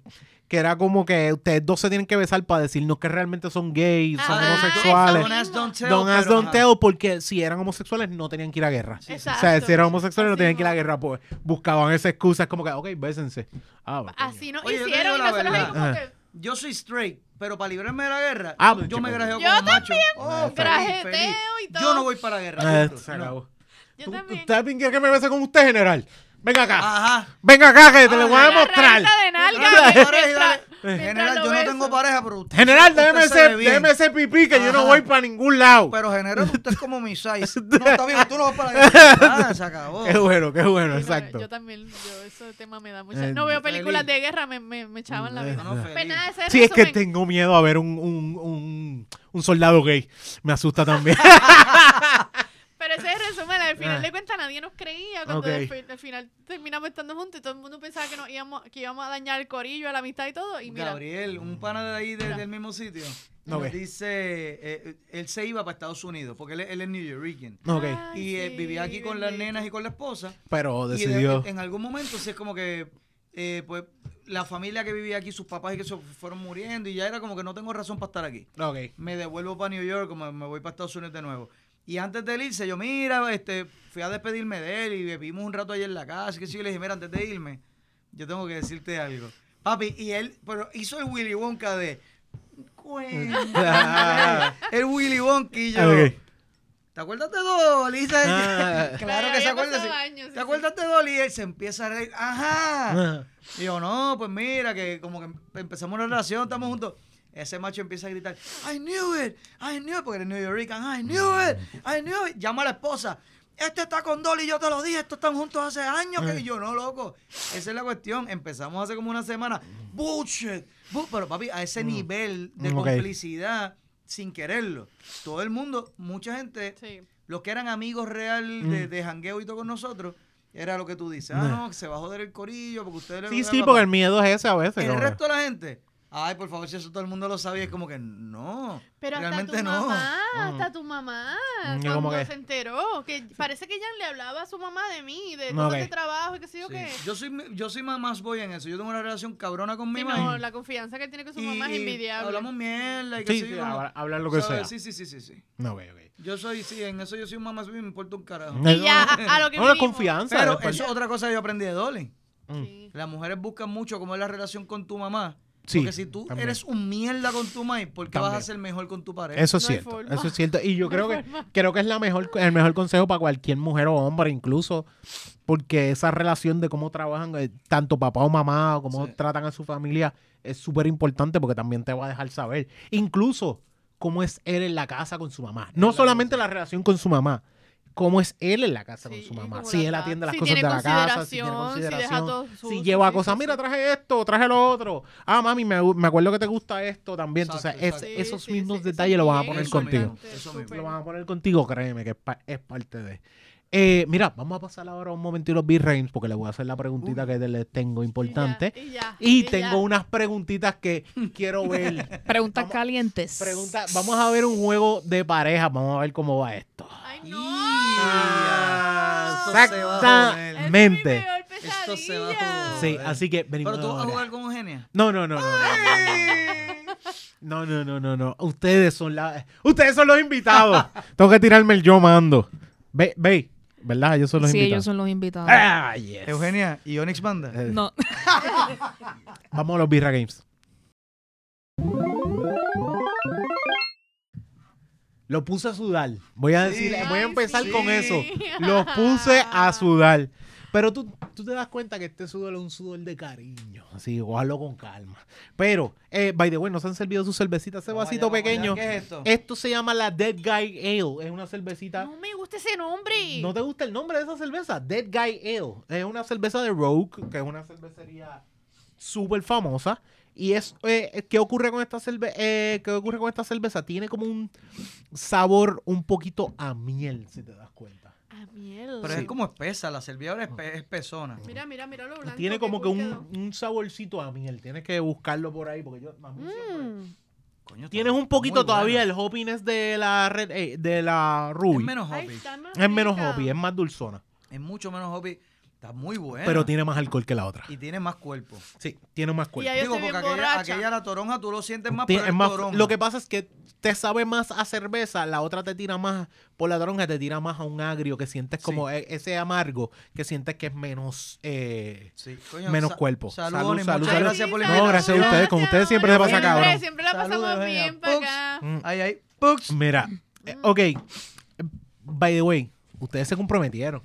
que era como que ustedes dos se tienen que besar para decirnos que realmente son
Ah,
gays, son
Ajá,
homosexuales.
Don't ask, don't tell,
Don As
pero,
Don
ajá.
Teo, porque si eran homosexuales no tenían que ir a guerra.
sí, sí.
O sea, si eran
Exacto.
homosexuales no
Así
tenían que ir a
no.
guerra, pues buscaban esas excusas como que, ok, bésense. Ah, va, coño.
Así nos
Oye, yo te digo
hicieron y
la
nosotros ahí
verdad.
como
Ajá.
que...
Yo soy straight, pero para librarme de la guerra,
Ah,
yo
chico.
me grajeo
Yo
como macho. Oh,
Grajeteo y todo.
Yo no voy para la guerra.
Ah,
punto.
se
No.
acabó.
Yo
¿Tú-
también.
¿Usted también quiere que me bese con usted, general? Venga
Ah,
acá.
Ajá.
Venga acá, que te
Ah,
lo voy
Dale
a
la
demostrar.
rayita de
Dale,
nalga,
dale,
mientras-
dale, dale.
mientras
General,
lo
yo no
beso.
tengo pareja, pero usted.
Eh, General,
usted
déjeme
se ve
ese,
bien.
déjeme ese pipí que yo no
Ajá.
voy para ningún lado.
Pero general, usted es como mi
(laughs)
size. No, está bien, tú no vas para la guerra. Ah, se acabó.
Qué bueno, qué bueno,
Sí, no,
exacto.
Yo también, yo ese tema me da mucha.
Eh,
No veo películas
feliz.
de guerra, me, me, me echaban la
Eh,
vida.
No, no,
Pues
feliz.
nada, ese
Sí, es que
resumen.
tengo miedo a ver un, un, un, un soldado gay. Me
(laughs)
asusta también.
Pero ese es el resumen, al final
Ah.
de cuentas nadie nos creía cuando
Ok.
al, fin- al final terminamos estando juntos y todo el mundo pensaba que nos íbamos, que íbamos a dañar el corillo, a la amistad y todo. Y mira,
Gabriel, un pana de ahí de-
Mira.
del mismo sitio.
Mm. No
nos
ve.
Dice, eh, él se iba para Estados Unidos, porque él, es- él es New Yorkian.
ok,
Ay,
y eh,
sí,
vivía aquí con las
bendito.
nenas y con la esposa.
pero
Y de-
decidió.
en algún momento, sí, es como que, eh, pues, la familia que vivía aquí, sus papás y que se fueron muriendo, y ya era como que no tengo razón para estar aquí.
Ok.
Me devuelvo para New York, me, me voy para Estados Unidos de nuevo. Y antes de él irse, yo, mira, este, fui a despedirme de él y bebimos un rato ayer en la casa. Que sí, yo le dije, mira, antes de irme, yo tengo que decirte algo. Papi, y él, pero hizo el Willy Wonka de.
(laughs)
"Cuéntame". el Willy Wonka y yo.
Ah, Ok.
¿Te acuerdas de Dolly? ¿Sabes?
Ah.
(laughs) claro
Ay,
que se
había
acuerda. sí.
pasado años, sí,
¿Te acuerdas de Dolly? Y él se empieza a reír. ¡Ajá!
Ah,
Y yo, no, pues mira, que como que empezamos una relación, estamos juntos. Ese macho empieza a gritar, I knew it, I knew it, porque era New Yorkan, I knew it, I knew it. Llama a la esposa, este está con Dolly, yo te lo dije, estos están juntos hace años. Que... Y yo, no, loco, esa es la cuestión. Empezamos hace como una semana, bullshit, bu-". pero papi, a ese nivel de
Mm, ok.
complicidad, sin quererlo. Todo el mundo, mucha gente,
Sí.
los que eran amigos real
Mm.
de, de jangueo y todo con nosotros, era lo que tú dices. Ah,
Nah.
no, que se va a joder el corillo porque ustedes... le-
Sí,
bla,
sí,
bla,
porque el
bla.
miedo es ese a veces.
el
como que-
resto de la gente... Ay, por favor, si eso todo el mundo lo sabía, es como que no.
Pero hasta
realmente
tu
no.
mamá,
Mm.
hasta tu mamá,
Mm, yo como
cuando
que-
se enteró, que parece que ella le hablaba a su mamá de mí, de
Ok.
cosas de trabajo y qué sé yo
Sí.
qué.
Yo soy yo soy más, más boy en eso. Yo tengo una relación cabrona con mi
Sí,
mamá.
no, la confianza que él tiene con su
y-
mamá es
y
envidiable.
Hablamos mierda y qué
Sí,
sé
sí,
yo, como-
habla- hablar lo que
¿sabes? Sí,
sea.
sí, sí, sí, sí.
No, ok, ok.
Yo soy, sí, en eso yo soy un mamá, me importa un carajo.
No,
Y ya, a, a lo que
No, la
vinimos.
confianza.
Pero
después-
eso es otra cosa que yo aprendí de Dolly.
Mm.
Sí.
Las mujeres buscan mucho cómo es la relación con tu mamá.
Sí,
porque si tú
también.
eres un mierda con tu mamá, ¿por qué vas
También.
a ser mejor con tu pareja?
Eso es
No hay
cierto,
forma.
eso es cierto. Y yo creo que creo que es la mejor, el mejor consejo para cualquier mujer o hombre, incluso, porque esa relación de cómo trabajan, eh, tanto papá o mamá, o cómo
Sí.
tratan a su familia, es súper importante porque también te va a dejar saber. Incluso cómo es él en la casa con su mamá. No
la
solamente la relación con su mamá, cómo es él en la casa con
Sí,
su mamá.
como
Si
la
él
casa.
atiende las
Si
cosas de
tiene
la casa, si tiene
consideración, si deja
consideración,
todo
si,
sucio,
lleva
sí,
cosas,
sí,
mira,
sí.
traje esto, traje lo otro. Ah, mami, me, me acuerdo que te gusta esto también.
Exacto,
Entonces, es-
exacto.
esos
Sí, sí,
mismos
sí, eso es
detalles los van a
bien
poner
Eso mismo,
contigo
eso mismo.
lo van a poner contigo, créeme que es, pa- es parte de. Eh, mira, vamos a pasar ahora un momentito a B-Range porque le voy a hacer la preguntita que les tengo importante.
Y, ya,
Y,
ya,
tengo unas preguntitas
(laughs)
que quiero ver.
Preguntas
Vamos-
calientes.
Pregunta, vamos a ver un juego de pareja, vamos a ver cómo va esto.
Ay,
Y-
no.
Eso se va a joder.
Exactamente.
Esto se va a joder.
Sí, así que venimos
Pero tú vas a
ahora.
jugar con Eugenia.
No, no, no, no, no, no, no, no, no, no. (laughs) Ustedes son la, ustedes son los invitados. Tengo que tirarme el yo mando. Ve, ve, ¿Verdad? Ellos son los
sí, ellos
invitados.
son los invitados.
Ah, yes.
Eugenia y Onyx Banda.
Eh, (laughs)
No,
Vamos a los Birra Games. Lo puse a sudar. Voy a decir,
Sí.
voy a
Ay,
empezar
sí.
con eso. Los puse a sudar. Pero tú, tú te das cuenta que este sudor es un sudor de cariño. Así, ojalá con calma. Pero, eh, by the way, nos han servido su cervecita, ese
Vamos
vasito
allá, vamos
pequeño.
allá. ¿Qué es esto?
Esto se llama la Dead Guy Ale. Es una cervecita.
No me gusta ese nombre.
¿No te gusta el nombre de esa cerveza? Dead Guy Ale. Es una cerveza de Rogue, que es una cervecería súper famosa. Y es, eh, ¿qué, ocurre con esta cerve eh, ¿qué ocurre con esta cerveza? Tiene como un sabor un poquito a miel, si te das cuenta.
Ah, mierda.
Pero
Sí.
es como espesa, la servidora es pe- espesona.
Mira, mira, mira lo blanco.
Tiene
qué
como que
cool
un, un saborcito a miel. Tienes que buscarlo por ahí, porque yo... a mí
quedó.
siempre-
Mm.
Coño, está
Tienes un
muy
poquito
buena.
todavía el hoppiness de la, red, eh, de la
Es
Ruby.
menos
Ay,
hoppy.
está más
Es menos
rica.
hoppy, es más dulzona.
Es mucho menos hoppy. Está muy buena.
Pero tiene más alcohol que la otra.
Y tiene más cuerpo.
Sí, tiene más cuerpo.
ahí Yo estoy bien
aquella,
borracha.
aquella la toronja tú lo sientes más,
Ti-
pero
es
es
más-
toronja.
lo que pasa es que te sabe más a cerveza, la otra te tira más por la toronja, te tira más a un agrio que sientes como e- ese amargo que sientes que es menos eh,
Sí, coño,
menos
sa-
cuerpo.
Salud,
Salud,
Oni,
salud,
muchas
salud.
gracias por la
No,
invitación.
gracias a ustedes, con ustedes siempre se pasa
Siempre,
cabrón.
Siempre la pasamos
Saludos,
bien
Eugenia.
para
Pux.
acá.
Mm,
Ahí, ahí. Pux.
Mira,
ah,
eh,
mm.
ok. eh, By the way, ustedes se comprometieron.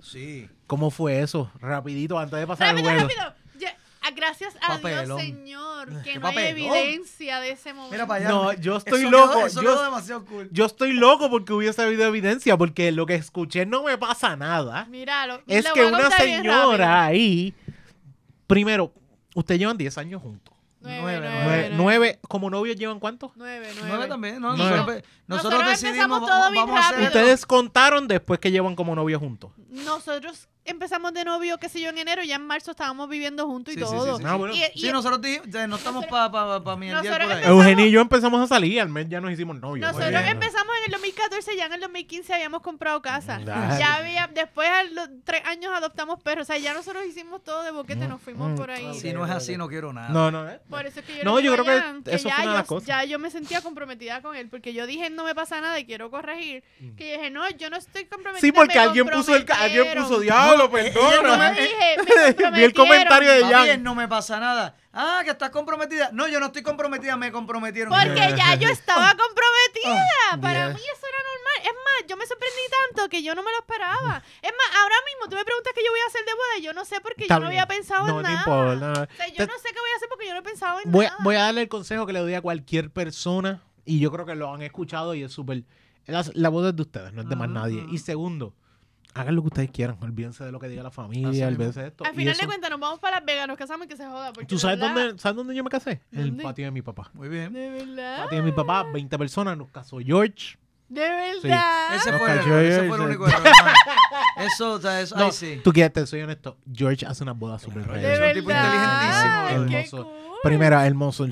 Sí.
¿Cómo fue eso? Rapidito, antes de pasar
Rápido,
el juego.
rápido. Ya- ah, gracias a
Papelón.
Dios, Señor, que
Qué
no hay
papelón.
evidencia de ese momento.
Mira para allá.
No, yo estoy
Eso
loco,
quedó- eso
yo-
quedó demasiado cool.
Yo estoy loco porque hubiese habido evidencia, porque lo que escuché no me pasa nada.
Míralo.
es
Lo
que
voy a
una
contar bien
señora
rápido.
ahí, primero, ustedes llevan 10 años juntos.
Nueve,
Nueve,
Nueve,
nueve,
nueve, como novios llevan cuánto?
Nueve, nueve.
Nueve también. No,
Nueve.
Nosotros, nosotros
Nosotros
decidimos,
empezamos todo
vamos,
bien
vamos a hacer...
rápido.
Ustedes contaron después que llevan como novios juntos.
Nosotros empezamos de novio, qué sé yo, en enero, ya en marzo estábamos viviendo juntos y
Sí, sí,
todo.
sí,
Ah, bueno.
Y- y-
Sí, nosotros dijimos, ya, no estamos para pa, pa, pa mierdear
Nosotros
por ahí.
empezamos-
Eugenio y yo empezamos a salir, al mes ya nos hicimos novios.
Nosotros
Bueno.
empezamos en el 2014, ya en el 2015 habíamos comprado casa.
Dale.
Ya había, después a los tres años adoptamos perros. O sea, ya nosotros hicimos todo de boquete, nos fuimos
Mm,
por ahí.
Si no es así, no quiero nada.
No, no, eh.
Por eso es que yo
No,
le digo
yo creo
a
que
Jan
eso
ya
fue una de las
yo,
cosas.
ya yo me sentía comprometida con él, porque yo dije, no me pasa nada y quiero corregir. Que yo dije, no, yo no estoy comprometida.
Sí, porque alguien puso el ca- alguien puso diablo,
Yo
perdona. (laughs)
dije, me
Vi el
comprometieron".
comentario de
Papi,
Jan.
no me pasa nada. Ah, que estás comprometida. No, yo no estoy comprometida, me comprometieron.
Porque ya yo estaba comprometida.
Oh,
Para
yeah.
mí eso era normal. Es más, yo me sorprendí tanto que yo no me lo esperaba. Es más, ahora mismo tú me preguntas qué yo voy a hacer de boda y yo no sé porque
Está
yo no había
bien.
pensado
No,
en
no
nada.
importa.
O sea, yo
Te-
no sé qué voy a hacer porque yo no he pensado en
Voy,
nada.
voy a darle el consejo que le doy a cualquier persona y yo creo que lo han escuchado y es súper... La, la voz es de ustedes, no es de más
Ah.
nadie. Y segundo, hagan lo que ustedes quieran, olvídense de lo que diga la familia,
mismo.
olvídense de esto.
Al
y
final
eso-
de cuentas nos vamos para Las Vegas, nos casamos y que se joda. Porque
¿Tú
de
sabes
verdad-
dónde, sabes dónde yo me casé? En
¿Dónde?
el patio de mi papá.
Muy bien.
De verdad.
patio de mi papá,
Ah.
20 personas, nos casó George.
De verdad.
Ese
Nos
fue, el
cayó
error,
ahí,
ese fue el
sí.
único error.
(laughs)
hermano. Eso, o sea, eso,
No,
ahí sí.
tú quieres, te soy honesto, George hace una boda súper
Claro,
real.
Es
De
un tipo
verdad.
inteligentísimo,
Qué
hermoso.
cool.
Primero, hermoso,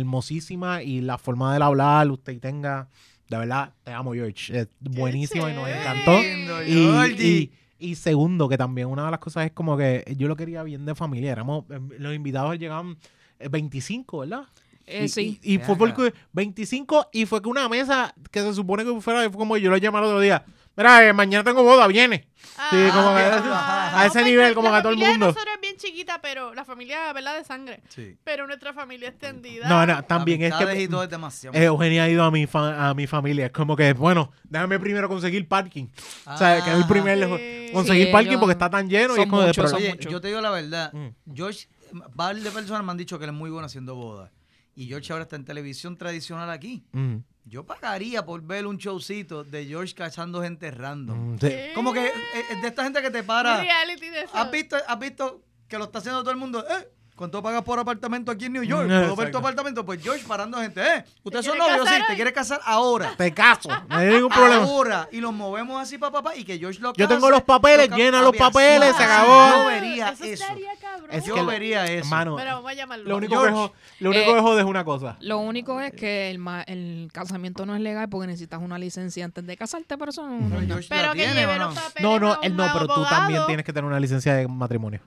hermosísima y la forma del hablar, usted tenga, de verdad, te amo George, es buenísima y nos
chévere.
encantó.
Lindo,
Y,
Jordi.
y- y segundo, que también una de las cosas es como que yo lo quería bien de familia, éramos, eh, los invitados llegaban eh, 25, ¿verdad?
eh,
Y-
sí.
Y, y
Ven
fue
acá.
porque 25 y fue que una mesa que se supone que fuera, fue como yo lo llamé el otro día. Mira, eh, mañana tengo boda, viene. Sí,
Ah,
como que-
a
ese nivel, como
la
que a todo el
pues, familia de
mundo.
Nosotros es bien chiquita, pero la familia, ¿verdad? De sangre.
Sí.
Pero nuestra familia extendida.
No, no, también es
Amistades
que
y todo es demasiado.
eh, Eugenia ha ido a mi, fa- a mi familia. Es como que, bueno, déjame primero conseguir parking. o sea, que es el
Ah.
primer
Sí.
conseguir
Sí,
parking
ellos-
porque está tan lleno y
son
es como de
muchos,
pero-
son
Oye,
mucho.
yo te digo la verdad.
Mm.
George, varias personas me han dicho que él es muy bueno haciendo bodas. Y George ahora está en televisión tradicional aquí.
Mm,
Yo pagaría por ver un showcito de George cazando gente random.
mm, sí.
Sí.
Como que eh, eh, de esta gente que te
Un
para.
reality de eso.
Ah,
¿Has visto, has visto que lo está haciendo todo el mundo? ¿Eh? ¿Cuánto pagas por apartamento aquí en New York?
Mm,
¿Puedo ver
exacto.
tu apartamento? Pues George parando gente. ¿Eh? ¿Ustedes son
quieres
novios? Sí,
casar
te
hoy?
quieres casar ahora.
Te caso, no hay
(laughs)
ningún problema.
Ahora. Y los movemos así, papá, papá, y que George lo
Yo
case,
tengo los papeles,
lo ca-
llena los
papi, así,
papeles,
así,
se acabó.
Yo vería
Eso
eso.
estaría cabrón.
Es
yo
que lo-
vería eso.
Hermano,
Pero vamos a llamarlo.
lo único, que
George.
jo- lo único
Eh,
que jode es una cosa.
Lo único es que el, ma- el casamiento no es legal porque necesitas una licencia antes de casarte, pero eso no- no
Pero
es
George
pero
la
que
tiene,
lleve
¿o
los papeles.
No,
a
no,
un
él no, pero tú
abogado.
también tienes que tener una licencia de matrimonio.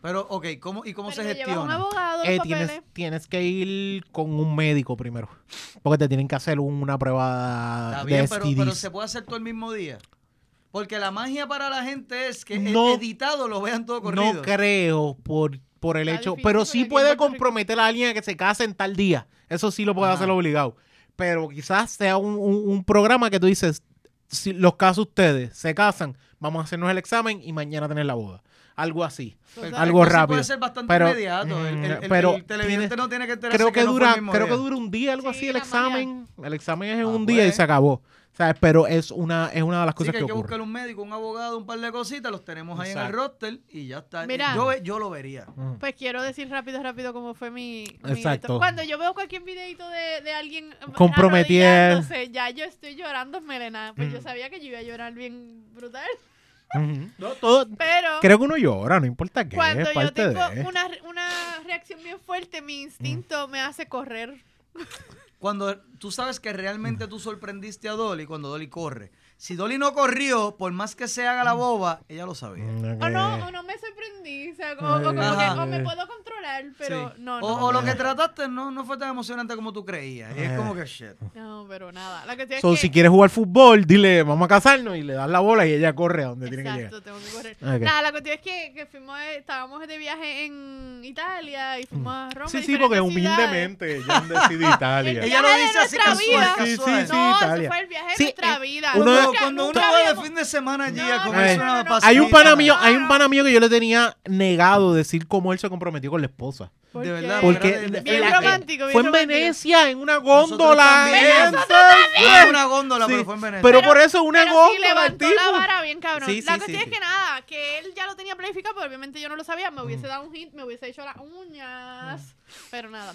Pero, ok, ¿cómo, ¿y cómo
Pero
se
le llevas a un
gestiona?
abogado los
Eh,
papeles.
tienes, tienes que ir con un médico primero. Porque te tienen que hacer una prueba
Está
de
bien,
STDs.
pero, pero se puede hacer todo el mismo día. Porque la magia para la gente es que
No.
el editado lo vean todo corrido.
No creo por, por el
Está
hecho,
difícil
pero
porque
sí
aquí en
puede
Puerto Rico-
comprometer a alguien a que se case en tal día. Eso sí lo puede
Ajá.
hacer obligado. Pero quizás sea un, un- un programa que tú dices, si los casos ustedes se casan, vamos a hacernos el examen y mañana tener la boda. Algo así.
Pero
Total.
algo
eso
rápido.
Puede ser bastante
Pero- mm,
inmediato. El, el- el-
pero
el televidente
tiene-
no tiene que enterarse
Creo que,
no fue el
dura,
mismo
creo que
día.
dura un día, algo
Sí,
así, el
la mañana.
examen. El examen es
Ah,
un
pues.
día y se acabó. ¿Sabes? Pero es una, es una de
Así
las cosas
que
que,
hay que
ocurre.
buscar un médico, un abogado, un par de cositas, los tenemos ahí en el
Exacto.
roster y ya está.
Mira.
Yo, ve- yo lo vería.
Ujú.
Pues quiero decir rápido, rápido cómo fue mi... mi
Exacto.
esto. Cuando yo veo cualquier videito de, de alguien
Comprometier.
arrodillándose, ya yo estoy llorando melena. Pues yo
Mm.
sabía que yo iba a llorar bien brutal.
Ujú. No, todo-
Pero
creo que uno llora, no importa qué.
cuando
es
yo
parte
tengo
de.
una, re- una reacción bien fuerte, mi instinto me hace correr.
Cuando tú sabes que realmente tú sorprendiste a Dolly cuando Dolly corre. Si Dolly no corrió, por más que se haga la
Mm.
boba, ella lo sabía.
Mm,
O no,
ok.
o no me sorprendí. O, sea, o- o como
Ajá.
que o me puedo controlar, pero
Sí.
no,
o,
no.
o lo que trataste no, no fue tan emocionante como tú creías.
Eh.
Y es como que shit.
No, pero nada. La cuestión
So,
es que...
si quieres jugar fútbol, dile, vamos a casarnos y le das la bola y ella corre a donde tiene que llegar.
Exacto, tengo que correr.
Ok.
Nada, la cuestión es que, que fuimos, de- estábamos de viaje en Italia y fuimos a Roma.
Mm. Sí, sí, porque
humildemente
humildemente ya han
(laughs)
decidido Italia.
El
Ella lo
viaje de
dice así
nuestra
casual,
vida. Sí,
casual.
sí, sí.
no, ese
Italia.
fue el viaje
Sí,
de nuestra
eh,
vida.
uno-
Cuando,
Nunca-
cuando uno
nunca
va de
habíamos-
fin de semana allí
No,
a
no,
comerse
no,
una
no, no.
Hay un pana mío, hay
No,
un
no.
pana mío que yo le tenía negado decir cómo él se comprometió con la esposa.
¿Por
De
qué?
verdad,
Porque
Bien
la-
romántico, bien
fue en
romántico.
Venecia, en una
Nosotros
góndola.
también.
en-
Nosotros No en una góndola,
Sí,
pero fue en Venecia.
pero por eso una
Pero sí,
góndola, el
levantó la
tipo.
vara bien cabrón.
Sí, sí,
la
sí,
cuestión
sí. Mm.
es que nada, que él ya lo tenía planificado, pero obviamente yo no lo sabía. Me hubiese dado un hit, me hubiese hecho las uñas, pero nada.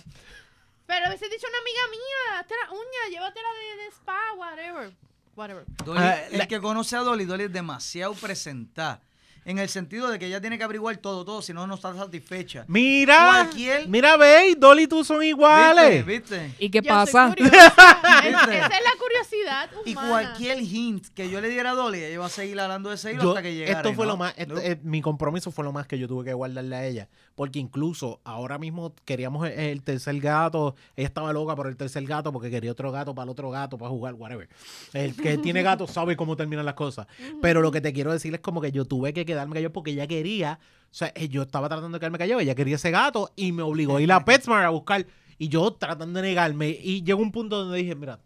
Pero hubiese dicho una amiga mía, hazte la uña, llévatela de, de spa, whatever. Whatever.
Dolly-
Ah,
el
la-
que conoce a Dolly, Dolly es demasiado presentada. En el sentido de que ella tiene que averiguar todo, todo, si no, no está satisfecha.
Mira,
Cualquier-
mira, ve, y Dolly y tú son
¿Viste?
iguales.
¿Viste?
¿Y qué
Yo
pasa?
(laughs)
soy curiosa.
¿Viste?
Esa es la curiosidad humana.
Y cualquier hint que yo le diera a Dolly, ella va a seguir hablando de ese hilo
Yo-
hasta que llegara.
esto fue
¿no?
lo más, esto- eh, mi compromiso fue lo más que yo tuve que guardarle a ella, porque incluso ahora mismo queríamos el, el tercer gato, ella estaba loca por el tercer gato porque quería otro gato para el otro gato para jugar, whatever. El
(laughs)
que tiene gato sabe cómo terminan las cosas, pero lo que te quiero decir es como que yo tuve que quedarme callado porque ella quería, o sea, eh, yo estaba tratando de quedarme callado, ella quería ese gato y me obligó a ir a Petsmart a buscar y yo tratando de negarme y llegó un punto donde dije, mira,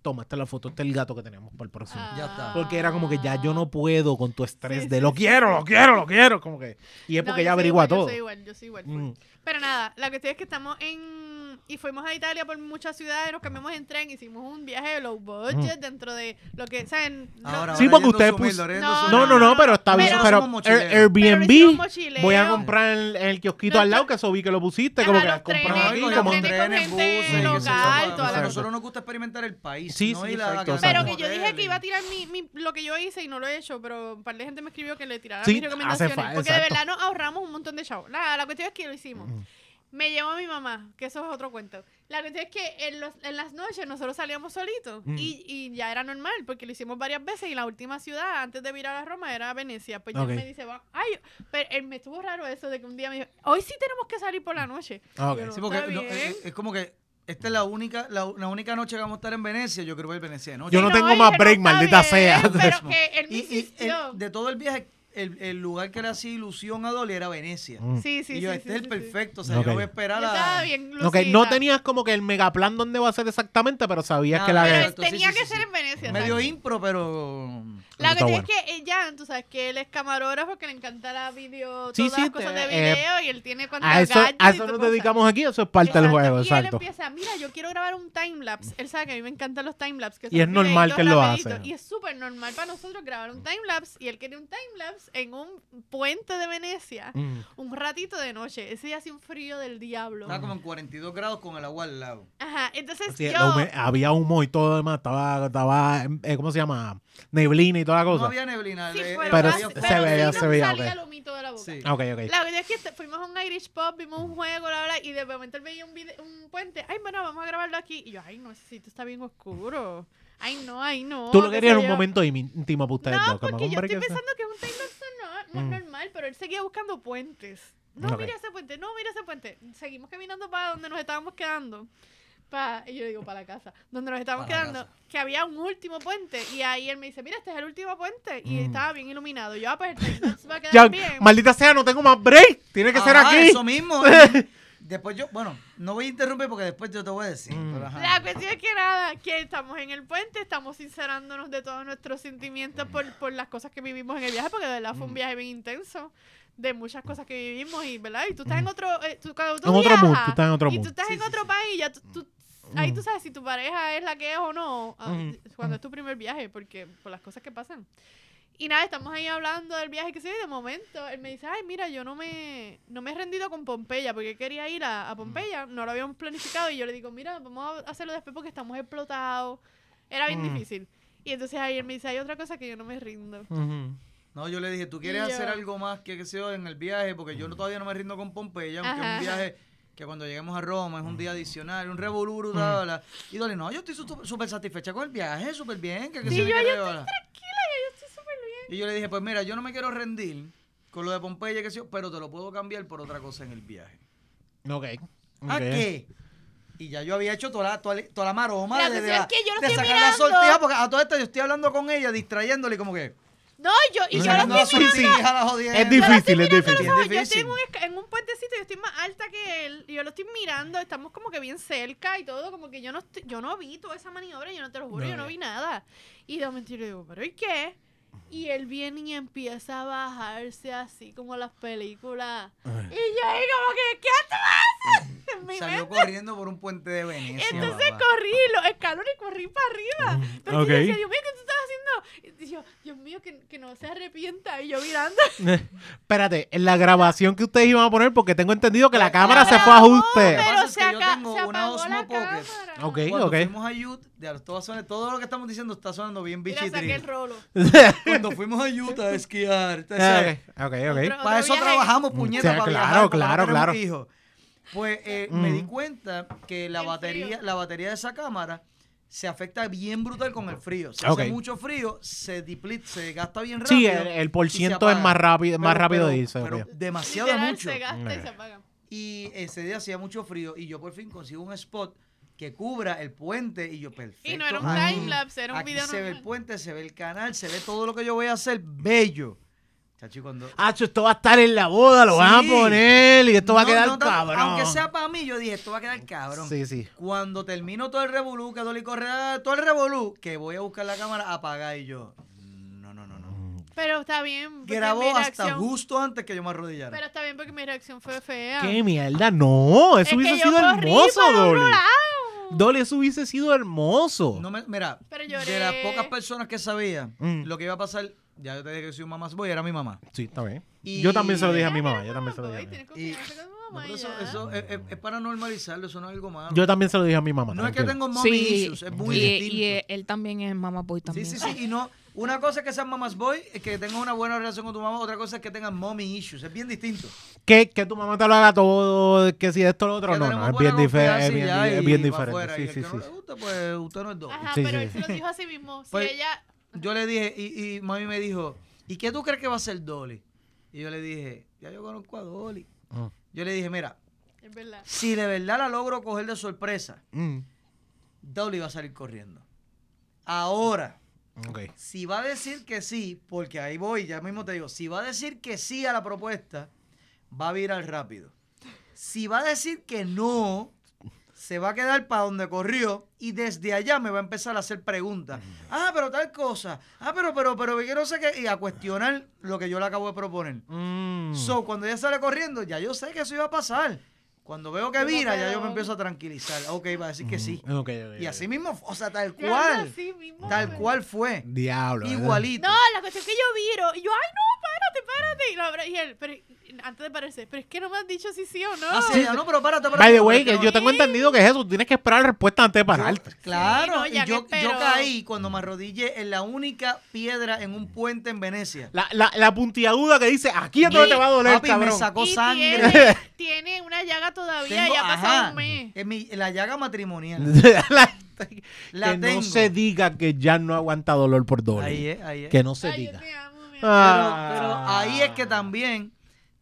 toma, esta es la foto, este es el gato que tenemos para el próximo.
Ya está.
Porque era como que ya yo no puedo con tu estrés
Ah. Sí,
de
sí,
lo quiero, lo quiero, lo quiero. Como que. Y es
No,
porque
yo
ella
soy
averigua
igual, Yo
todo.
soy igual, yo soy igual. full.
Mm.
Pero nada, la cuestión es que estamos en... Y fuimos a Italia por muchas ciudades, nos cambiamos en tren, hicimos un viaje de low budget dentro de lo que, ¿saben? Lo-
Ahora,
Mm. Sí,
ahora
porque
yendo
ustedes
su humilde,
pus-
ahora yendo
No,
su
No, no, no,
no,
pero está bien.
pero-
Pero,
somos
Air-
mochileros.
Pero hicimos
Airbnb.
mochileo.
Voy a comprar en, en el kiosquito
No,
al lado
yo-
que eso vi que lo pusiste.
Ajá,
Como que
los
las compras
trenes,
aquí.
los
como-
trenes. con gente
y qué sé yo,
local,
para-
toda
la
A
cosa.
nosotros nos gusta experimentar el país.
Sí,
¿no?
sí,
Y la-
exacto,
la-
exacto.
Pero que yo
modelos
dije que
y-
iba a tirar mi, mi- lo que yo hice y no lo he hecho, pero un par de gente me escribió que le tirara
Sí,
mis recomendaciones.
hace fa-
porque de
exacto.
verdad nos ahorramos un montón de chavos. La, la cuestión es que lo hicimos.
Mm,
Me llevó mi mamá, que eso es otro cuento. La cuestión es que en, los- en las noches nosotros salíamos solitos
Mm.
y, y ya era normal porque lo hicimos varias veces y la última ciudad antes de virar a Roma era Venecia. Pues
Ok.
él me dice, "Va- ay, pero él me estuvo raro eso de que un día me dijo, hoy sí tenemos que salir por la noche.
Ah, ok.
Yo no-
Sí, porque
Está
no,
bien.
es, es como que esta es la única, la, la única noche que vamos a estar en Venecia. Yo creo que es Venecia de noche.
Yo no tengo
oye,
más
no
break,
está
maldita
bien,
sea. (laughs)
Pero que él me
Y- y, el-
insistió.
de todo el viaje, el, el lugar que le hacía ilusión a Dolly era Venecia.
Mm.
Sí, sí,
y yo,
sí,
este
sí,
es el
sí, sí.
perfecto. O sea,
Ok.
yo voy a esperar
Yo
a.
estaba bien
Ok, no
lucida.
tenías como que el megaplan donde va a ser exactamente, pero sabías
Nada,
que la.
Pero
Exacto, sí,
tenía
sí, sí,
que ser
sí.
en Venecia.
Medio
exacto.
impro, pero. mm,
La
Eso está
cuestión es que ella, tú sabes que él es camarógrafo, que le encanta la video,
Sí,
todas
sí,
las cosas
te-
de
eh,
video y él tiene cuantos
A eso,
gadgets
a
y
eso
tu
nos
cosa.
dedicamos aquí, eso es parte del
Exacto,
juego,
y
exacto.
él empieza, mira, yo quiero grabar un timelapse. Él sabe que a mí me encantan los timelapse. que
Y
son
es normal
videitos
que él lo
rapiditos.
hace.
Y es súper normal para nosotros grabar un timelapse. Y él quería un timelapse en un puente de Venecia,
Mm.
un ratito de noche. Ese día hace un frío del diablo.
Estaba Ah, como en 42 grados con el agua al lado.
Ajá, entonces
Sí,
yo...
la hume- había humo y todo lo demás, estaba, estaba eh, ¿cómo se llama? Neblina y toda la
No
cosa.
había neblina.
Sí,
el- el-
pero,
Pero
casi-
se-
había-
pero
se veía,
sí
se
nos
veía,
salía
ok.
el humito de la boca.
Eh, Sí.
Ah, Ok, ok.
La verdad es que este- fuimos a un Irish pub, vimos un juego, la verdad, y de momento él veía un, vide- un puente. Ay, bueno, vamos a grabarlo aquí. Y yo, ay, no, ese sitio está bien oscuro. Ay, no, ay, no.
Tú lo
qué
querías en
sé
un
yo.
momento ími- íntimo para ustedes
No,
dos. que me
porque yo
compre
estoy
que sea-
pensando que es un timelapse no, no
Mm.
es normal, pero él seguía buscando puentes. No,
Ok.
mira ese puente, no, mira ese puente. Seguimos caminando para donde nos estábamos quedando. pa- y yo digo, para la casa, donde nos estábamos
Para la
quedando,
casa.
que había un último puente. Y ahí él me dice, mira, este es el último puente. Y
Mm.
estaba bien iluminado. Yo, ah, pues el
(laughs)
Timex va a quedar
Ya,
bien.
maldita sea, no tengo más break. Tiene que ser
Ajá,
aquí.
Ah, Eso mismo. eh. Después yo, bueno, no voy a interrumpir porque después yo te voy a decir.
Mm.
pero ajá.
La cuestión es que nada, que estamos en el puente, estamos sincerándonos de todos nuestros sentimientos por, por las cosas que vivimos en el viaje, porque de verdad
Mm.
fue un viaje bien intenso de muchas cosas que vivimos y verdad y tú estás en otro eh, tú, cuando tú
Mm. En otro
viajas,
mood, tú estás en otro
y
mood.
tú estás
Sí,
en
sí,
otro
sí.
país ya tú, tú- ahí
Mm.
tú sabes si tu pareja es la que es o no ah,
Mm.
cuando es tu primer viaje porque por las cosas que pasan y nada estamos ahí hablando del viaje que sé yo, y de momento él me dice ay mira yo no me no me he rendido con Pompeya porque quería ir a, a Pompeya no lo habíamos planificado y yo le digo mira vamos a hacerlo después porque estamos explotados era bien
Mm.
difícil y entonces ahí él me dice hay otra cosa que yo no me rindo
Ujú.
No, yo le dije, ¿tú quieres
Y yo-
hacer algo más que, qué sé yo, en el viaje? Porque
Mm.
yo no- todavía no me rindo con Pompeya, aunque
Ajá,
es un
ajá.
viaje que cuando lleguemos a Roma es un
Mm.
día adicional, un revolú brutal. bla, bla. Y Dolly, no, yo estoy su- súper satisfecha con el viaje, súper bien. Que, que
Sí,
sé
yo-
qué
yo
reo, bla.
yo estoy súper
Y yo le dije, pues mira, yo no me quiero rendir con lo de Pompeya, que sé yo, pero te lo puedo cambiar por otra cosa en el viaje.
Ok.
¿A
ok.
Ah, qué? Y ya yo había hecho toda la, toda la, toda la maroma
La
de, de,
cuestión
la-
es que yo lo
de
estoy
sacar la
mirando.
sortija, porque a todo esto yo estoy hablando con ella, distrayéndole, como que.
No, yo, y yo
sacando
lo
la
estoy mirando.
sortija, la jodienda.
Es difícil, es
Pero,
difícil.
bien
¿sabes? Ah, Yo estoy
difícil.
en un, esca- en un puentecito, yo estoy más alta que él, y yo lo estoy mirando, estamos como que bien cerca y todo, como que yo no estoy- yo no vi toda esa maniobra, yo no te lo juro,
No,
yo no
ya.
vi nada. Y de momento yo le digo, ¿pero y qué? Y él viene y empieza a bajarse así como las películas. Y yo ahí como que, ¿qué atrás? (laughs) En mi
Mm, Salió
mente.
corriendo por un puente de Venecia.
Entonces
papá.
corrí los escalones y corrí para arriba.
Mm,
Pero
ok.
yo decía, Dios mío, ¿qué tú estás haciendo? Y yo, Dios mío, que, que no se arrepienta. Y yo mirando.
Espérate, en la grabación que ustedes iban a poner, porque tengo entendido que la
La
cámara se
grabó,
fue a ajuste.
Lo que
Pero
pasa
se,
es que yo
aca-
tengo
se
una
apagó
Osmo
la
Pocket.
cámara.
Ok,
Cuando
ok.
fuimos a Utah, de- todo, suena- todo lo que estamos diciendo está sonando bien
Mira, saqué el
(laughs) bichitril.
rolo.
Cuando fuimos a Utah a esquiar, ¿te sabes?
Ah, Ok, ok.
Otro-
para eso
viaje.
trabajamos,
Mm,
puñetas,
sí,
para
claro,
viajar, porque
claro,
no tenemos
claro. Mm.
hijos. Pues eh, me di
Ujú.
cuenta que la
El
batería,
frío.
la batería de esa cámara se afecta bien brutal con el frío. Si
Ok.
hace mucho frío, se deplete, se gasta bien rápido.
Sí, el, el por
y se
ciento es
apaga.
más rápido, más
Pero-
rápido de
pero-
irse. pues.
pero
ok.
demasiado
Literal,
mucho.
se gasta y se
Nah.
apaga.
Y ese día hacía mucho frío y yo por fin consigo un spot que cubra el puente y yo perfecto.
Y no era un
aquí-
timelapse, era un
aquí
video
se ve el
normal.
puente, se ve el canal, se ve todo lo que yo voy a hacer bello. Chacho, y cuando
Hacho, esto va a estar en la boda, lo
Sí.
van a poner y Ah, esto va a
No,
quedar
no tanto,
cabrón.
Aunque sea para mí, yo dije, esto va a quedar cabrón.
Sí, sí.
Cuando termino todo el revolú, que Dolly corre, ah, todo el revolú, que voy a buscar la cámara, apaga y yo. No, no, no, no.
Pero está bien. porque
Grabó
mi
hasta
reacción-
justo antes que yo me arrodillara.
Pero está bien porque mi reacción fue fea.
¡Qué mierda! ¡No!
Es
Eso
que
hubiese
yo
sido
corrí
hermoso,
para otro
Dolly.
lado.
Dolly, eso hubiese sido hermoso.
No me- mira,
Pero
de
lloré.
las pocas personas que sabía
Mm.
lo que iba a pasar, ya yo te dije que soy un mamá voy, era mi mamá.
Sí, está bien.
Y-
Yo también se lo dije a
Mira,
mi mamá.
mira,
Yo también se lo
voy,
dije a mi
tienes
Y-
confianza con tu
Oh
No,
mamá
pero
y
eso,
ya.
eso es, es- es para normalizarlo, eso no es algo malo.
mamá. Yo también se lo dije a mi mamá.
no es que
tranquila.
tengo mommy
Sí,
issues, es muy
y,
distinto.
y él también es mamá boy
Sí,
también.
sí, sí. Y no, una cosa es que seas mamás boy, es que tengas una buena relación con tu mamá, otra cosa es que tengas mommy issues. Es bien distinto.
Que, que tu mamá te lo haga todo, que si esto, lo otro.
Que
No, no,
tenemos
es bien,
buena
dife-
confianza
es
y
bien,
ya,
es
y
bien
va
diferente.
afuera. Y
Sí,
el
sí,
que no
sí.
le gusta, pues usted no es doble.
Ajá,
Sí,
pero
sí.
él se lo dijo a sí mismo. Si
Pues-
ella.
Yo le dije, y, y mami me dijo, ¿y qué tú crees que va a ser Dolly? Y yo le dije, ya yo conozco a Dolly.
Mm.
Yo le dije, mira,
Es verdad.
si de verdad la logro coger de sorpresa,
Mm.
Dolly va a salir corriendo. Ahora,
Ok.
si va a decir que sí, porque ahí voy, ya mismo te digo, si va a decir que sí a la propuesta, va a virar rápido. Si va a decir que no, se va a quedar para donde corrió y desde allá me va a empezar a hacer preguntas. Ah, pero tal cosa. Ah, pero, pero, pero, que no sé qué. Y a cuestionar lo que yo le acabo de proponer.
Mm.
So, cuando ella sale corriendo, ya yo sé que eso iba a pasar. Cuando veo que
Yo no
vira, ya
puedo.
yo me empiezo a tranquilizar. Ok, va a decir que sí.
Mm, ok, ok,
Y
ok.
así mismo, o sea, tal
Te habla
cual.
así mismo,
Tal
pero-
cual fue.
Diablo. ¿eh? ¿verdad?
Igualito.
No, la cuestión es que yo viro. Y yo, ay, no, párate, párate. Y, lo abra- y él, pero, antes de pararse, pero es que no me has dicho si sí o no.
Ah, sí, ya, no, pero párate, párate.
By the
porque
way,
es que
que
no-
yo tengo entendido que es eso. Tienes que esperar la respuesta antes de
Yo-
pararte.
Claro,
Sí, no, ya
y yo,
que
yo
espero.
caí cuando me arrodillé en la única piedra en un puente en Venecia.
La, la, la puntiaguda que dice, aquí es donde
Y-
te va a doler,
Papi, me
cabrón.
sacó
y
sangre.
(laughs)
Tiene, tiene una llaga todavía,
Tengo-
ya ha pasado
ajá,
un mes.
en mi- en la llaga matrimonial.
La- (laughs)
La
que
tengo.
no se diga que ya no aguanta dolor por dolor.
Ahí es, ahí es.
Que no se
Ay, yo
diga. Ah.
te amo, mi amor.
Pero, pero ahí es que también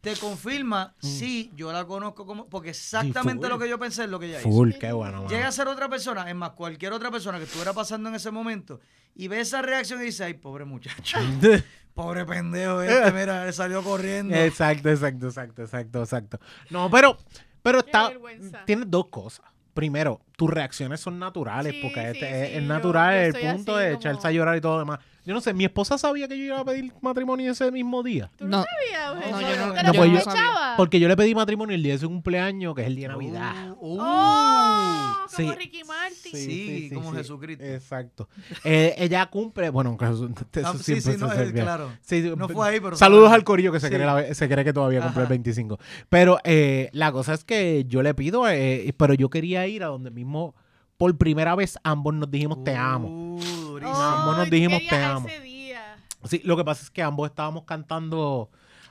te confirma si yo la conozco como. Porque exactamente
Mm. full.
lo que yo pensé es lo que ella hizo.
Full, qué bueno, mano.
Llega
(laughs)
a ser otra persona, es más, cualquier otra persona que estuviera pasando en ese momento y ve esa reacción y dice: Ay, pobre muchacho, (laughs) pobre pendejo,
(laughs)
este, mira, él salió corriendo.
Exacto, exacto, exacto, exacto, exacto. No, pero, pero está.
vergüenza.
Tienes dos cosas. Primero, tus reacciones son naturales,
Sí,
porque este
sí,
es,
sí,
es
yo-
natural
yo
el
estoy
punto
así
de
como-
echarse a llorar y todo lo demás. Yo no sé, mi esposa sabía que yo iba a pedir matrimonio ese mismo día.
¿Tú no,
No.
sabías, Eugenio?
No,
yo no-
¿Te
no,
lo
pues yo-
sospechabas?
Porque yo le pedí matrimonio el día de su cumpleaños, que es el día de Navidad.
Uh, uh.
¡Oh! Como
Sí.
Ricky Martin.
Sí. como Jesucristo.
Exacto. Eh, ella cumple. Bueno, (laughs) aunque eso- eso
Ah, sí, sí,
siempre se
no,
hace
eh,
bien.
claro.
Sí,
No
b-
fue ahí, pero-
Saludos al corillo que se,
Sí.
cree, la- se cree que todavía cumple el
Ajá.
25. Pero eh, la cosa es que yo le pido, eh, pero yo quería ir a donde mismo, por primera vez, ambos nos dijimos te amo.
Uh, durísimo.
ambos nos
Ay,
dijimos,
Oh, quería
"Te amo".
Ese día.
Sí, lo que pasa es que ambos estábamos cantando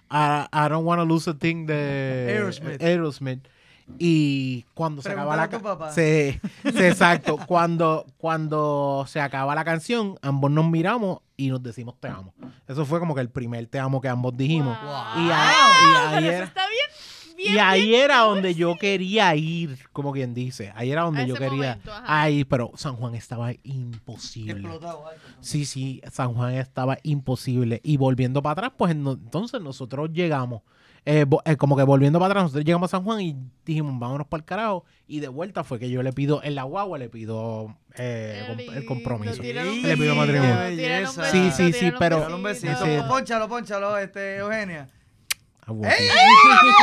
I, I Don't Wanna Lose a Thing de
Aerosmith.
Aerosmith. Y cuando se acaba la
Pregúntale a tu
ca-
papá.
se- se- exacto, cuando cuando se acaba la canción, ambos nos miramos y nos decimos te amo. Eso fue como que el primer te amo que ambos dijimos.
Wow.
Y, a- y ahí
Pero eso
era,
está bien, bien,
y ahí
bien
era
cool.
donde yo quería ir, como quien dice. Ahí era donde
A
yo
ese
quería.
momento, ajá.
Ahí, pero San Juan estaba imposible.
Explotado, alto.
Sí, sí, San Juan estaba imposible. Y volviendo para atrás, pues no- entonces nosotros llegamos. eh, vo- eh, como que volviendo para atrás, nosotros llegamos a San Juan y dijimos, vámonos para el carajo. Y de vuelta fue que yo le pido, en la guagua le pido eh,
Qué
com- el
lindo,
compromiso.
tírale un
Sí,
Le pidió
besito,
matrimonio.
tírale un
Sí,
besito,
sí, sí,
tírale un
pero-
Dale un besito.
Sí.
Pónchalo, pónchalo, este, Eugenia.
Ah, bueno.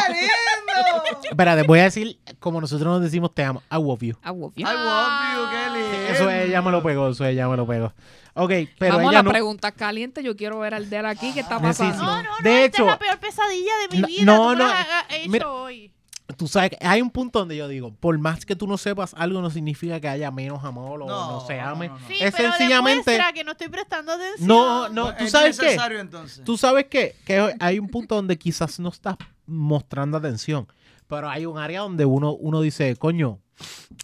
¡Qué lindo!
Espérate, voy a decir, como nosotros nos decimos, te amo, I love you.
Ah, obvio.
(laughs) I love you, qué lindo.
Eso ella me lo pegó, eso ella me lo pegó. Ok, pero
Vamos a
ella
las
no...
preguntas calientes. Yo quiero ver al de él aquí. ¿Qué está
Ah, sí,
pasando?
sí.
No, no, no,
De
esta
hecho-
es la peor pesadilla de mi
No,
vida.
no,
No, no,
no,
hecho
mira-
hoy.
Tú sabes, que hay un punto donde yo digo, por más que tú no sepas algo, no significa que haya menos amor o no, se ame.
no, no.
Sí,
Es
pero
sencillamente-
demuestra que no estoy prestando atención.
No, no,
Bueno,
tú
es
sabes qué.
necesario, entonces.
Tú sabes que, que hay un punto donde quizás no estás mostrando atención, pero hay un área donde uno, uno dice, coño,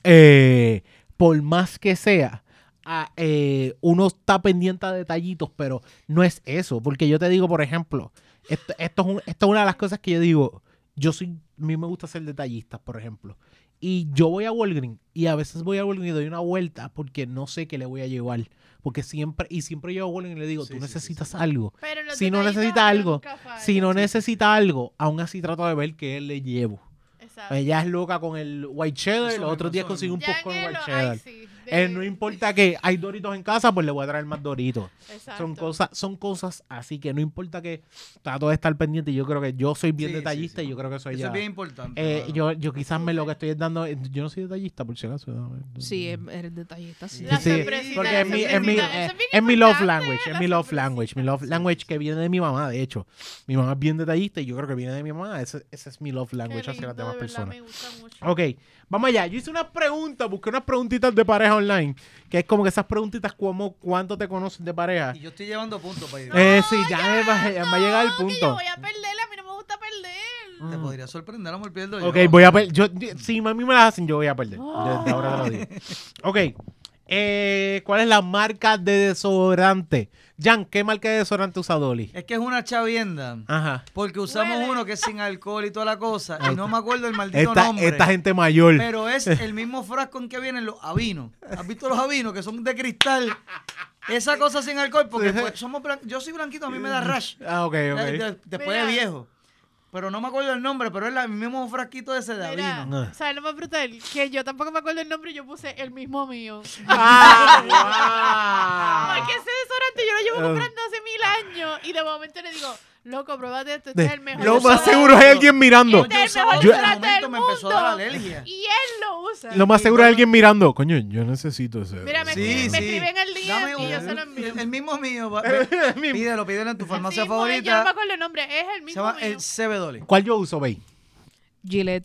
eh, por más que sea, ah, eh, uno está pendiente a detallitos, pero no es eso. Porque yo te digo, por ejemplo, esto, esto es, un- esto es una de las cosas que yo digo, yo soy, a mí me gusta ser detallista, por ejemplo. Y yo voy a Walgreens y a veces voy a Walgreens y doy una vuelta porque no sé qué le voy a llevar. Porque siempre, y siempre llevo a Walgreens y le digo,
Sí,
tú
sí, sí, sí.
necesitas algo.
Pero los
si no
detallitos
necesita algo,
nunca fallan.
Si no necesita algo, aún así trato de ver qué le llevo.
Exacto.
Ella es loca con el white
Eso
cheddar, los
mismo,
otros días
eso
consigue un
Ya
poco de
que
white
lo- ay,
cheddar.
sí, de-
Eh, no importa que hay doritos en casa, pues le voy a traer más doritos.
Exacto.
Son cosas, son cosas así que no importa que trato de estar pendiente. Yo creo que yo soy bien
Sí, sí,
detallista
sí.
y yo creo que soy
Eso
ya.
es bien importante.
Eh,
claro.
yo, yo quizás me lo que estoy es dando. Yo no soy detallista, por si acaso. no, no.
Sí, es- eres detallista. Sí.
La
Sí,
sorpresita,
porque
la
es mi, es mi,
sorpresita.
eh,
Eso es bien
es mi love
importante,
language, es
la
mi love
sorpresita.
language, mi love language que viene de mi mamá, de hecho. Mi mamá es bien detallista y yo creo que viene de mi mamá. Ese, ese es mi love
Qué
language hacia las
lindo,
demás
de verdad,
personas.
me gusta mucho.
Ok, vamos allá. Yo hice unas preguntas, busqué unas preguntitas de pareja online, que es como que esas preguntitas como cuánto te conoces de pareja.
Y yo estoy llevando puntos para ir.
eh, sí, ya, me va, ya me va a llegar el
No, Que yo
punto.
voy a perder, a mí no me gusta perder.
Te podría sorprender, amor, pierdo yo.
mm. Ok, voy a perder. Yo, yo- si a mí me las hacen, yo voy a perder.
Oh.
Desde ahora te lo digo. Ok. eh, ¿Cuál es la marca de desodorante? Jan, ¿qué marca de desodorante usa Dolly?
Es que es una chavienda.
Ajá.
Porque usamos
Huele.
uno que es sin alcohol y toda la cosa. Y no me acuerdo el maldito
Esta,
nombre.
esta gente mayor.
Pero es el mismo frasco en que vienen los avinos. ¿Has visto los avinos que son de cristal? Esa cosa sin alcohol, porque pues, somos blan- yo soy blanquito, a mí me da rash.
Ah, ok,
De- de-
ok.
después
Mira.
de viejo. Pero no me acuerdo el nombre, pero es la- el mismo frasquito ese de
Mira,
avino.
Ah.
¿sabes lo más brutal? Que yo tampoco me acuerdo el nombre y yo puse el mismo mío.
Ah,
Porque
wow.
ese desodorante yo lo llevo
Ah.
comprando hace mil años y de momento le digo, loco, pruébate esto, este es el mejor.
Lo más
desodorante".
seguro es alguien mirando.
Este es el mejor
Yo-
desodorante del
me empezó a dar
mundo.
alergia.
Y él lo usa.
Lo más seguro es alguien mirando. Coño, yo necesito ese.
Mira, me,
Sí,
escriben- me
sí.
escriben el
Dame
día
un-
y yo se lo envío.
el, el mismo mío.
(laughs)
va- ve, pídelo, pídelo en tu farmacia
Sí, pues, Yo no me
favorita.
acuerdo el nombre, es el
Se
mismo
llama
mío.
el CB Dolly.
¿Cuál yo uso, Bey?
Gillette.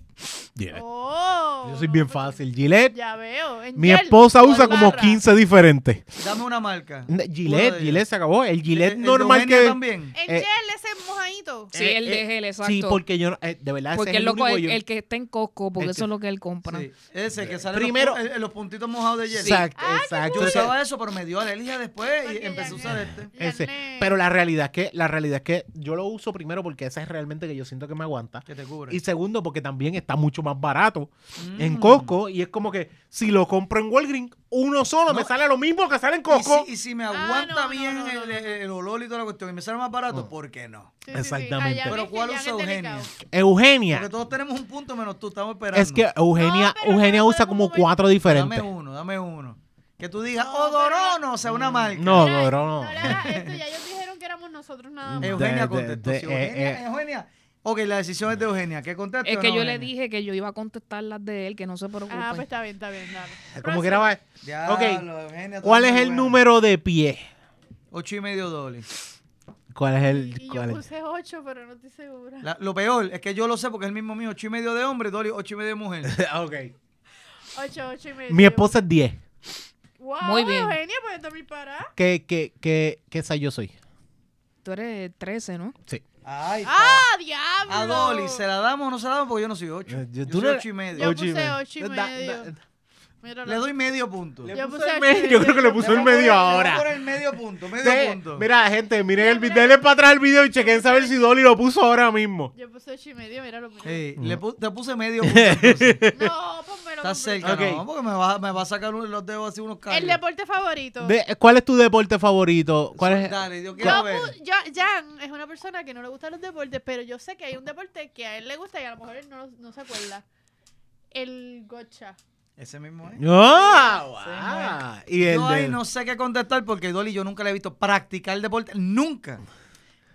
Oh,
Yo soy
no,
bien
pues,
fácil. Gillette.
Ya veo. en
Mi
gel,
esposa
con
usa como
barra.
15 diferentes.
Dame una marca.
N-
Uno de
Gillette,
ellos.
Gillette se acabó. El Gillette
¿El- el de
normal
Eugenia
que.
también?
En
Eh,
gel ese mojadito bonito.
Sí,
Eh,
el
eh,
de gel, exacto.
Sí, porque yo, no- eh, de verdad,
Porque
ese es
el
el Este.
loco,
único
el,
yo-
el que está en Coco, porque
El que-
eso es lo que él compra.
Sí, ese que sale
Primero-
los, pu- en- en los puntitos mojados de hielo.
Exacto, exacto.
Yo
ese-
usaba eso, pero me dio alergia después
Porque
y empecé a
ya
usar
no-
este.
ya
ese.
no es-
Pero la realidad es que, la realidad es que yo lo uso primero porque ese es realmente que yo siento que me aguanta.
Que te cubre.
Y segundo, porque también está mucho más barato en
Mm.
Costco. Y es como que si lo compro en Walgreens, uno solo me
No.
sale lo mismo que sale en
Y
Costco.
si, y si me
Ah,
aguanta
no, no,
bien
no, no,
el,
no.
el olor y toda la cuestión y me sale más barato, ¿por qué no?
Sí, sí, sí.
Exactamente.
Allá
Pero
ves que
¿cuál
ya
usa
es
Eugenia?
delicado.
Eugenia.
Porque todos tenemos un punto menos tú, estamos esperando.
Es que Eugenia,
No, pero
Eugenia
no,
usa
pero
como
como ven-
cuatro diferentes.
Dame uno, dame uno. Que tú digas,
No, pero-
Odorono, o sea, una marca.
No,
Mira,
pero no.
le hagas esto, ya ellos dijeron que éramos nosotros nada más.
Eh,
Eugenia
De- de-
contestó.
de-
sí,
eh,
Eugenia,
eh.
Eugenia. Ok, la decisión es de Eugenia. ¿Qué contesta?
Es
o
que
no,
yo le
Eugenia?
dije que yo iba a contestar las de él, que no se preocupe.
Ah, pues está bien, está bien, dale.
Como
Próximo.
que era,
Diablo,
Ok,
Eugenia, tú
¿Cuál
eres
es
muy
el
buena.
número de pie?
Ocho y medio dólares.
¿Cuál es
Y-
el...?
y
cuál
yo
es? (laughs)
puse 8, pero no estoy segura.
La- lo peor es que yo lo sé porque es el mismo mío. Ocho y medio de hombre, dólares, ocho y medio de mujer.
Ah, Ok.
8, 8 y medio.
Mi esposa es 10.
Wow,
Muy bien.
Eugenia, pues también para.
¿Qué, qué, qué, qué size yo soy?
Tú eres 13, ¿no?
Sí.
Ay,
¡Ah, diablo!
A Dolly, ¿se la damos o no se la damos? Porque yo no soy 8.
Eh,
Yo,
yo- tú
soy
no-
8 y medio.
Yo
Ocho y
puse
medio.
ocho y
Da- da-
medio. Míralo.
le doy medio punto.
Le
Le
Yo
puso
puse
el
ocho
medio.
y
Yo creo que le
medio.
puso
voy
el
a poner-
medio
le voy a
ahora.
poner el medio punto, medio
Sí,
punto.
Mira, gente, miren
Mira,
el video,
mira.
denle para atrás el video y chequen saber si Dolly lo puso ahora mismo.
Yo puse 8 y medio, míralo. míralo.
Ey,
Mm.
le pu- te puse
(laughs)
medio punto. entonces.
No, pónmelo.
Estás
completo.
cerca,
Ok.
no, porque me va, me va a sacar un- los dedos así unos callos.
El deporte favorito.
De- ¿Cuál es tu deporte favorito? ¿Cuál es?
Dale, yo quiero
Yo
ver.
pu- yo- Jan es una persona que no le gustan los deportes, pero yo sé que hay un deporte que a él le gusta y a lo mejor él no, no se acuerda. El gocha.
Ese mismo es.
¡Ah! wow. Y el
Yo ahí
de-
no sé qué contestar porque Dolly yo nunca le he visto practicar el deporte. Nunca.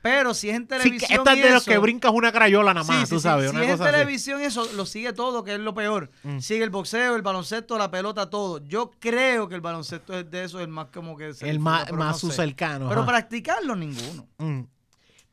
Pero si es en
Sí,
televisión.
que esta
y
es de los
eso-
que brincas una crayola nada
Sí,
más,
sí,
tú
sí.
sabes,
Si
una
es en
cosa así.
televisión, eso lo sigue todo, que es lo peor.
Mm.
Sigue el boxeo, el baloncesto, la pelota, todo. Yo creo que el baloncesto es de eso, el más como que se
El
disfruta,
más,
pero
más
no
su
sé.
cercano.
Pero
ajá.
practicarlo ninguno.
Mm.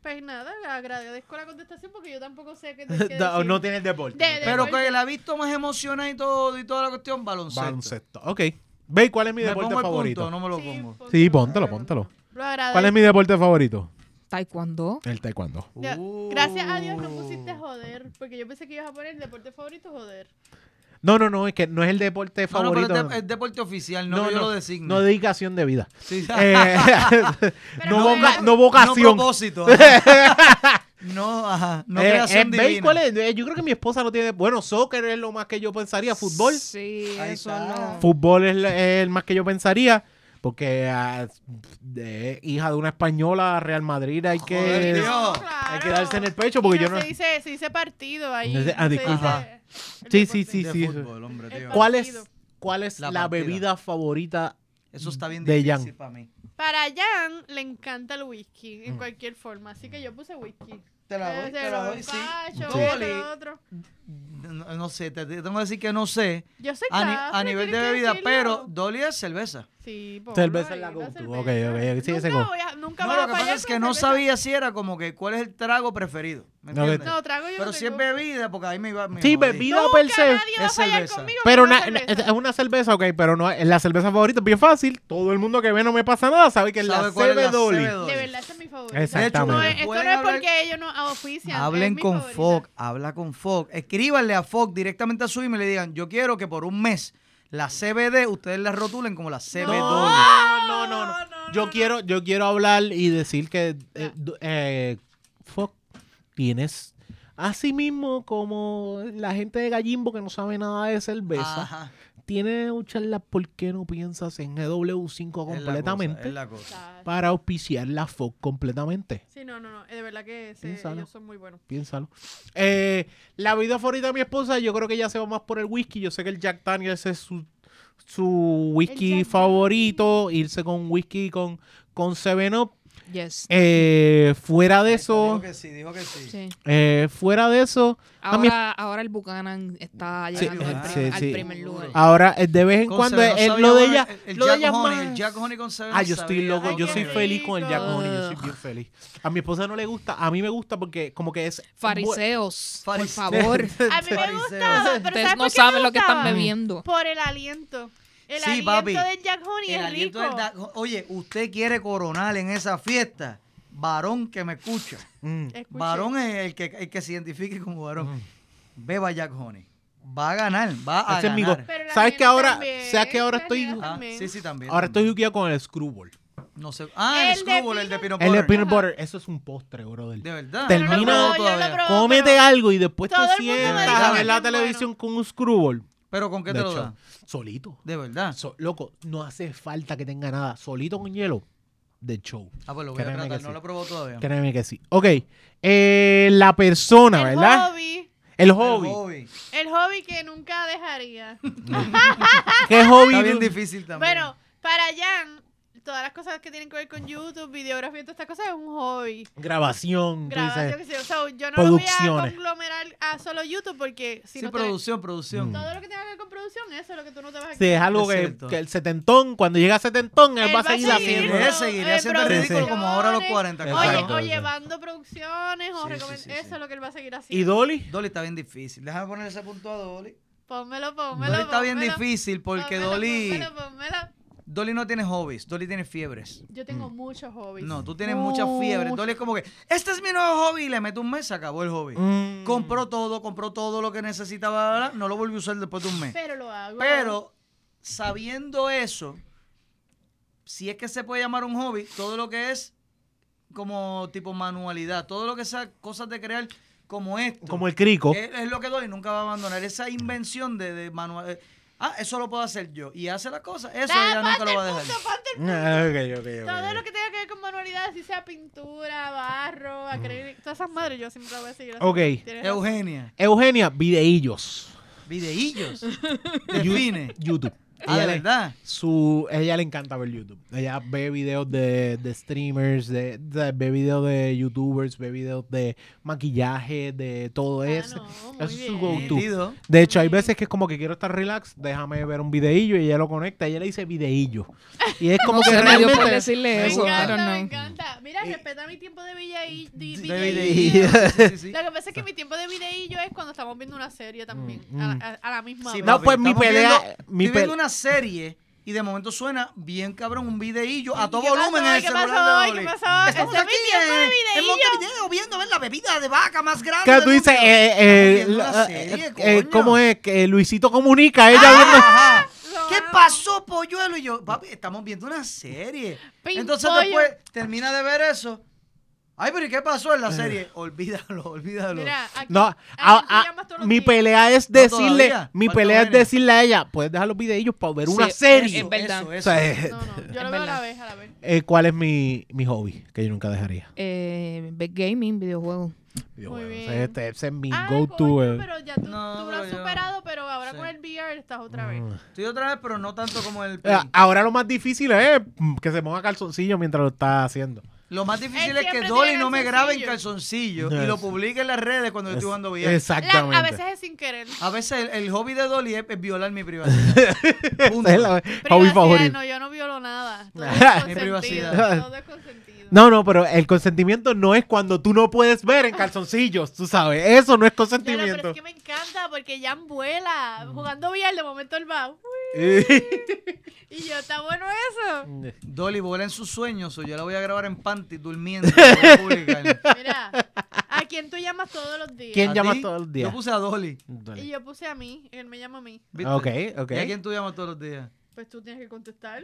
Pues nada, le agradezco la contestación porque yo tampoco sé qué, qué
(laughs) Da-
decir.
no tiene el deporte.
De- de-
Pero
deporte.
que la ha visto más emocionada y todo y toda la cuestión, baloncesto.
Baloncesto. Ok. Ve, ¿cuál es mi
¿Me
deporte
pongo el
favorito?
punto o no me lo
Sí,
pongo?
póntelo.
Sí, póntelo, póntelo.
Lo agradezco.
¿Cuál es mi deporte favorito?
Taekwondo.
El taekwondo.
pues, Ya, Gracias a Dios no
Oh.
pusiste joder, porque yo pensé que ibas a poner el deporte favorito joder.
No, no, no, es que no es el deporte
No, no, pero
favorito.
es, de- es deporte oficial, no, que yo lo designo.
no dedicación
(laughs)
de vida.
Sí.
Eh,
(laughs)
Pero
no,
no
voca-
es-
no vocación.
propósito.
(laughs)
ajá. no, ajá. No
Eh,
creación
en
divina.
béisbol es- eh, yo creo que mi esposa no tiene. Bueno, soccer es lo más que yo pensaría. Fútbol.
Sí,
Ahí
eso
está.
es lo-
Fútbol es la- es el más que yo pensaría. Porque ah, de- hija de una española, Real Madrid, hay que,
Joder, Dios.
No,
eh, hay que
claro.
darse en el pecho. Porque
Y no
yo no.
Se dice, se dice partido ahí.
No sé, ah,
no se
disculpa.
dice
Ajá.
el
Sí, sí,
deporte.
sí,
De
sí.
fútbol, hombre,
El
tío.
pa-
¿Cuál es, cuál es
La
la,
partida.
bebida favorita?
Eso está bien
de
difícil
Jan.
para mí.
Para Jan le encanta el whisky
Mm.
en cualquier forma, así que yo puse whisky.
Te la doy,
Eh,
te
se
la
lo
doy, sí.
empacho,
Sí.
esto, lo
Dolly.
otro.
No, no sé, te, te tengo que decir que no sé
Yo soy
a, ni-
cafre,
a nivel de
tienes que
bebida,
decirlo.
pero Dolly es cerveza.
Sí, ponlo
Cerveza
ahí,
es la go-to.
cerveza.
Ok, ok, ok, sí, ese
Nunca
go.
voy a- nunca
No,
voy
lo
a
que
fallar
pasa es
con
que no
cerveza.
sabía si era como que cuál es el trago preferido. ¿Me
No,
entiendes?
No, trago yo
pero
no
si es
tengo.
bebida, porque ahí me iba. me
Sí,
jodí.
bebida
Nunca
per se.
nadie va a
Es
fallar
cerveza.
(laughs) conmigo
Pero este,
con
una-
cerveza.
es una cerveza, ok, pero no la cerveza favorita es bien fácil. Todo el mundo que ve no me pasa nada sabe que es la
¿Sabe cuál es la
CB Dolly.
CB?
De verdad, ese es mi favorito.
este. Exactamente.
No, es- esto
Pueden
no es
hablar-
porque ellos no ofician. es
Hablen
mi
con
favorita.
Fogg, habla con Fogg. Escríbanle a Fogg directamente a su email y le digan, yo quiero que por un mes la CBD ustedes la rotulen como la CB Dolly.
No, no, no, no.
No, no,
Yo
no,
quiero, yo quiero hablar y decir que eh,
Ya.
du- eh, fuck, tienes así mismo como la gente de Gallimbo que no sabe nada de cerveza.
Ajá,
Tiene un charla ¿por qué no piensas en GW5
es la cosa,
completamente?
es la cosa.
Exacto.
Para auspiciar la FOC completamente.
Sí, no, no, no. Eh, De verdad que se-
Piénsalo.
ellos son muy buenos.
Piénsalo. Eh, la vida favorita de mi esposa, yo creo que ella se va más por el whisky. Yo sé que el Jack Daniels es su, su
Jack
whisky
Daniels.
favorito. Irse con whisky con, con Seven Up.
Yes.
Eh, fuera de eso,
Dijo que sí, dijo que sí.
Sí.
eh, fuera de eso, A mí-
Ahora, ahora el Buchanan está
Sí,
llegando al,
ah,
prim-
sí,
al
sí.
primer lugar.
ahora eh, de vez en
Con
cuando
CBD
es-
sabía
lo de
bueno,
ella,
el- el
lo de
Jack
ella es
Honey,
más-
El Jack Honey con CBD
Ah, yo estoy
sabía
loco,
Ay,
yo
qué
soy
bueno.
feliz con el Jack
rico.
Honey, yo soy bien feliz. A mi esposa no le gusta, a mí me gusta porque como que es
Fariseos, por
Farise-
(laughs)
favor.
A mí me
Fariseo.
gustaba, pero
Ustedes
¿sabes
no
por qué
saben
me
lo que están
gustaba?
bebiendo.
Por el aliento. El
Sí,
aliento
papi.
del Jack Honey
El
es
aliento
rico.
del Jack- Oye, usted quiere coronar en esa fiesta. varón que me escucha,
Mm.
Escuché.
varón es el que, el que se identifique como varón, beba Jack Honey. Va a ganar, va a
Ese es mi
ganar.
go-
Pero las
¿Sabes que
nenas
ahora-
también,
sabes que ahora
las
estoy-
nenas
Ah,
también.
sí, sí, también.
Ahora estoy
también.
jugueado con el Screwball.
No sé. Ah, el,
El de
Screwball, el de
peanut-
Peanut
El de
Butter.
peanut butter, eso es un postre, brother.
De verdad.
Pero no lo termina-
probó, yo no lo probó. No,
Cómete
pero-
algo y después te
Todo el mundo
sientas
me dice
a
que
ver
es
la
bien
televisión con un Screwball.
Pero ¿con qué
De
te lo
hecho,
dan?
Solito.
De verdad.
So- loco, no hace falta que tenga nada. Solito con hielo. De show.
Ah, pues lo voy a
Créeme
tratar,
que
no
sí.
lo he probado todavía.
Créeme que sí. Ok. eh, la persona,
el
¿verdad? El
hobby,
El
hobby.
hobby.
el hobby que nunca dejaría.
¿Qué hobby?
Está bien
tú-
difícil (laughs) también.
Bueno, para Jan, todas las cosas que tienen que ver con YouTube, videografía y todas estas cosas es un hobby.
Grabación. tú dices,
Grabación, que sé yo. So, yo no lo voy a
producciones.
conglomerar a solo YouTube porque si
sí,
no te-
producción, producción.
todo lo que tenga que ver con producción, eso es lo que tú no te vas a
sí, es
Es
algo que,
cierto.
que el setentón, cuando llega a setentón, él, va a seguir haciendo.
Él seguirá
eh,
haciendo el ridículo como ahora a los
producciones.
40.
Exacto,
cabrón.
Oye, o
exacto.
llevando producciones, o
Sí, sí,
recomen-
sí, sí.
eso es lo que él va a seguir
¿Y
haciendo.
Dolly?
Dolly está bien difícil. Déjame poner ese punto a Dolly.
Pónmelo, pónmelo.
Dolly está bien
pónmelo,
difícil porque
pónmelo,
Dolly,
pónmelo, pónmelo.
Dolly no tiene hobbies, Dolly tiene fiebres.
Yo tengo muchos hobbies.
Mm. No, tú tienes muchas fiebres. Dolly es como que, este es mi nuevo hobby, y le meto un mes, se acabó el hobby.
Mm.
Compró todo, compró todo lo que necesitaba, bla, bla, bla, no lo volvió a usar después de un mes.
Pero lo hago.
Pero sabiendo eso, si es que se puede llamar un hobby, todo lo que es como tipo manualidad, todo lo que sea cosas de crear como esto,
Mm, Como el crico.
es, es lo que Dolly nunca va a abandonar. Esa invención de, de manual. eh, Ah, eso lo puedo hacer yo. Y hace las cosas. Eso
Da,
ella nunca lo va a dejar.
Punto, ponte el punto.
Ah, ok, ok, ok,
Todo
ok.
lo que tenga que ver con manualidades, si sea pintura,
Mm.
barro, acrílico, todas esas madres, yo siempre las voy a seguir haciendo.
Ok.
Tienes razón.
Eugenia,
Eugenia, videillos.
(laughs)
videillos. Define.
YouTube.
Ah, de
Ella le-
verdad.
su ella le encanta ver YouTube. Ella ve videos de, de streamers, de, de- ve videos de YouTubers, ve videos de maquillaje, de todo
Ah,
eso. (laughs)
no, muy
eso es su
bien.
go-to.
Nítido.
De hecho, hay
Muy bien.
veces que es como que quiero estar relax, déjame ver un videillo y ella lo conecta. Ella le dice videillo. Y es
(laughs)
como
No
que
sé, me dio por
realmente-
decirle
Me
eso. I
encanta,
don't
me
know.
encanta. Mira, respeta mi tiempo de videí- di-
De
videíllo.
videillos. Sí, sí,
(laughs)
sí.
Lo que pasa es que mi tiempo de videillo es cuando estamos viendo una serie también,
Mm,
a,
mm.
la, a- a la misma
Sí,
vez.
No,
papi,
pues, mi
estamos
pelea-
viendo-
mi
estoy viendo
pe-
una serie y de momento suena bien cabrón un videillo a
¿Y
todo
qué pasó
volumen en
hoy?
el
¿Qué
celular
pasó
de
hoy?
Dolly.
¿Qué pasó hoy?
Estamos
Este
aquí
es mi tiempo de
en, en
videillo.
Montevideo viendo ver la bebida de vaca más grande.
que tú
del
dices,
mundo.
eh, eh,
Estamos viendo una
la-
serie,
eh, eh,
coño.
¿cómo es? Que Luisito comunica, ella
Ah,
viendo-
Ajá.
Lo
¿Qué
amo.
pasó, polluelo? Y yo, papi, estamos viendo una serie.
Pin
Entonces
pollo.
después termina de ver eso. Ay, pero ¿y qué pasó
Eh.
en la serie? Olvídalo, olvídalo.
Mira, aquí,
No,
a
a-
quien tú
a-
llamas todos los
mi
días.
pelea es decirle,
todavía.
mi
Falta
pelea es
ver.
decirle a ella, puedes dejar los videillos para ver una
Sí,
serie.
es verdad.
Eso,
O
eso.
sea, eh,
(laughs)
No, no, yo
Es
lo veo a la
verdad.
vez, a la vez.
eh, ¿Cuál es mi, mi hobby que yo nunca dejaría?
Eh, ve- gaming,
(laughs)
videojuegos.
Videojuegos.
bien.
Ese- este- ese es mi
Ah,
go-to.
coño,
eh.
pero ya tú,
No,
tú lo has
pero yo-
superado, pero ahora
sí.
con el VR estás otra vez.
Mm.
Estoy otra vez, pero no tanto como el...
Ah, Ahora lo más difícil es mm, que se ponga calzoncillo mientras lo está haciendo.
Lo más difícil
Él
es que
siempre
Dolly
tiene
no me grabe en
calzoncillo.
calzoncillo y lo
Yes.
publique en las redes cuando yo
Es-
estoy jugando bien.
Exactamente.
La- a veces es sin querer.
A veces el, el hobby de Dolly es, es violar mi
(laughs)
privacidad. Punto.
Ese es la- hobby
Privacidad,
favorito.
No, yo no violo nada.
(laughs)
Todo
Nah.
es
Mi
consentido.
privacidad.
Todo es consentido.
No, no, pero el consentimiento no es cuando tú no puedes ver en calzoncillos, tú sabes. Eso no es
Pero, pero
consentimiento.
es que me encanta porque Jan vuela.
Mm.
Jugando VR, de momento él va. "Uy",
(laughs)
Y yo, está bueno
Mm.
eso.
Dolly vuela en sus sueños o yo la voy a grabar en panty durmiendo. y la voy a publicar.
Mira, a quien tú llamas todos los
(laughs)
días.
¿Quién
¿A
llama
ti?
todos los días?
Yo puse a Dolly.
Y yo puse a mí, él me llama a mí.
¿viste?
Ok, ok.
¿Y a quién tú llamas todos los días?
Pues tú tienes que contestar.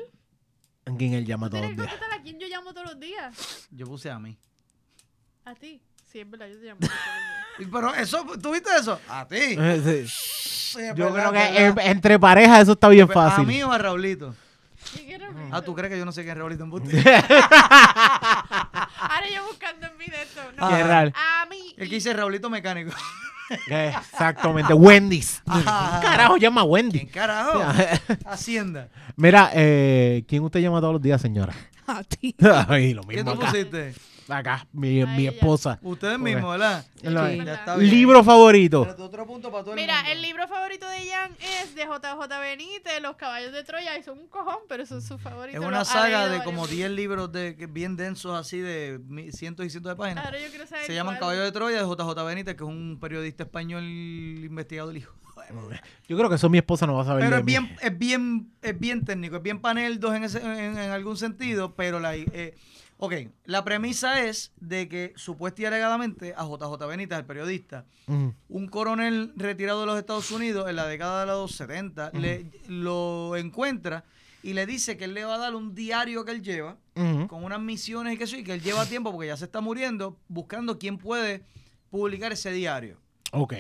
¿A quién él llama
Tú
todos
tienes
los
que
días? (laughs)
contestar a quién yo llamo todos los días.
Yo puse a mí.
A ti. Sí, es verdad, yo te llamo. todos los días.
Y Pero eso, ¿tuviste eso? A ti.
Eh, sí.
Sí, es
Yo
verdad,
creo que
es verdad.
en- entre parejas eso está bien
Pues, ¿A
fácil.
mí o a Raulito?
¿Qué
(laughs)
quieres, Rico?
Ah, ¿tú crees que yo no sé quién es Raulito en
Ahora yo buscando en mi de esto. No.
Qué
Ah. (laughs)
raro.
A mí.
El que dice Raulito
(laughs)
mecánico.
Eh, Exactamente. Wendy's.
Ajá.
Carajo, llama a
Ah. ¿Quién
Wendy. (laughs)
carajo? Hacienda.
Mira, eh, ¿quién usted llama todos los días, señora? (laughs)
A ti.
Ay, lo
¿Qué
mismo
tú
acá.
pusiste?
Acá, mi,
Ay,
mi
ya.
esposa.
Ustedes mismos, ¿verdad?
Lo-
Sí.
Ya está bien.
Libro favorito.
Espérate, Otro punto para todo el
Mira,
mundo.
el libro favorito de Jan es de JJ Benítez, Los caballos de Troya, y son un cojón, pero son sus
Es
favoritos.
una
Los ha
saga
leído
de
varias
como
veces.
10 libros de, que- bien densos, así de mi- cientos y cientos de páginas.
Ahora yo quiero saber
Se llaman
cuál-
Caballo de Troya de JJ Benítez, que es un periodista español investigador hijo de puta.
Mm. Yo creo que eso mi esposa no va a saber.
Pero
de
es
mí.
bien, es bien, es bien técnico, es bien panel 2 en, ese- en, en algún sentido, pero la eh, ok, la premisa es de que supuesta y alegadamente a JJ Benítez, el periodista,
Mm.
un coronel retirado de los Estados Unidos en la década de los 70 le, lo encuentra y le dice que él le va a dar un diario que él lleva
Ujú.
con unas misiones y que eso y que él lleva tiempo porque ya se está muriendo buscando quién puede publicar ese diario.
Ok.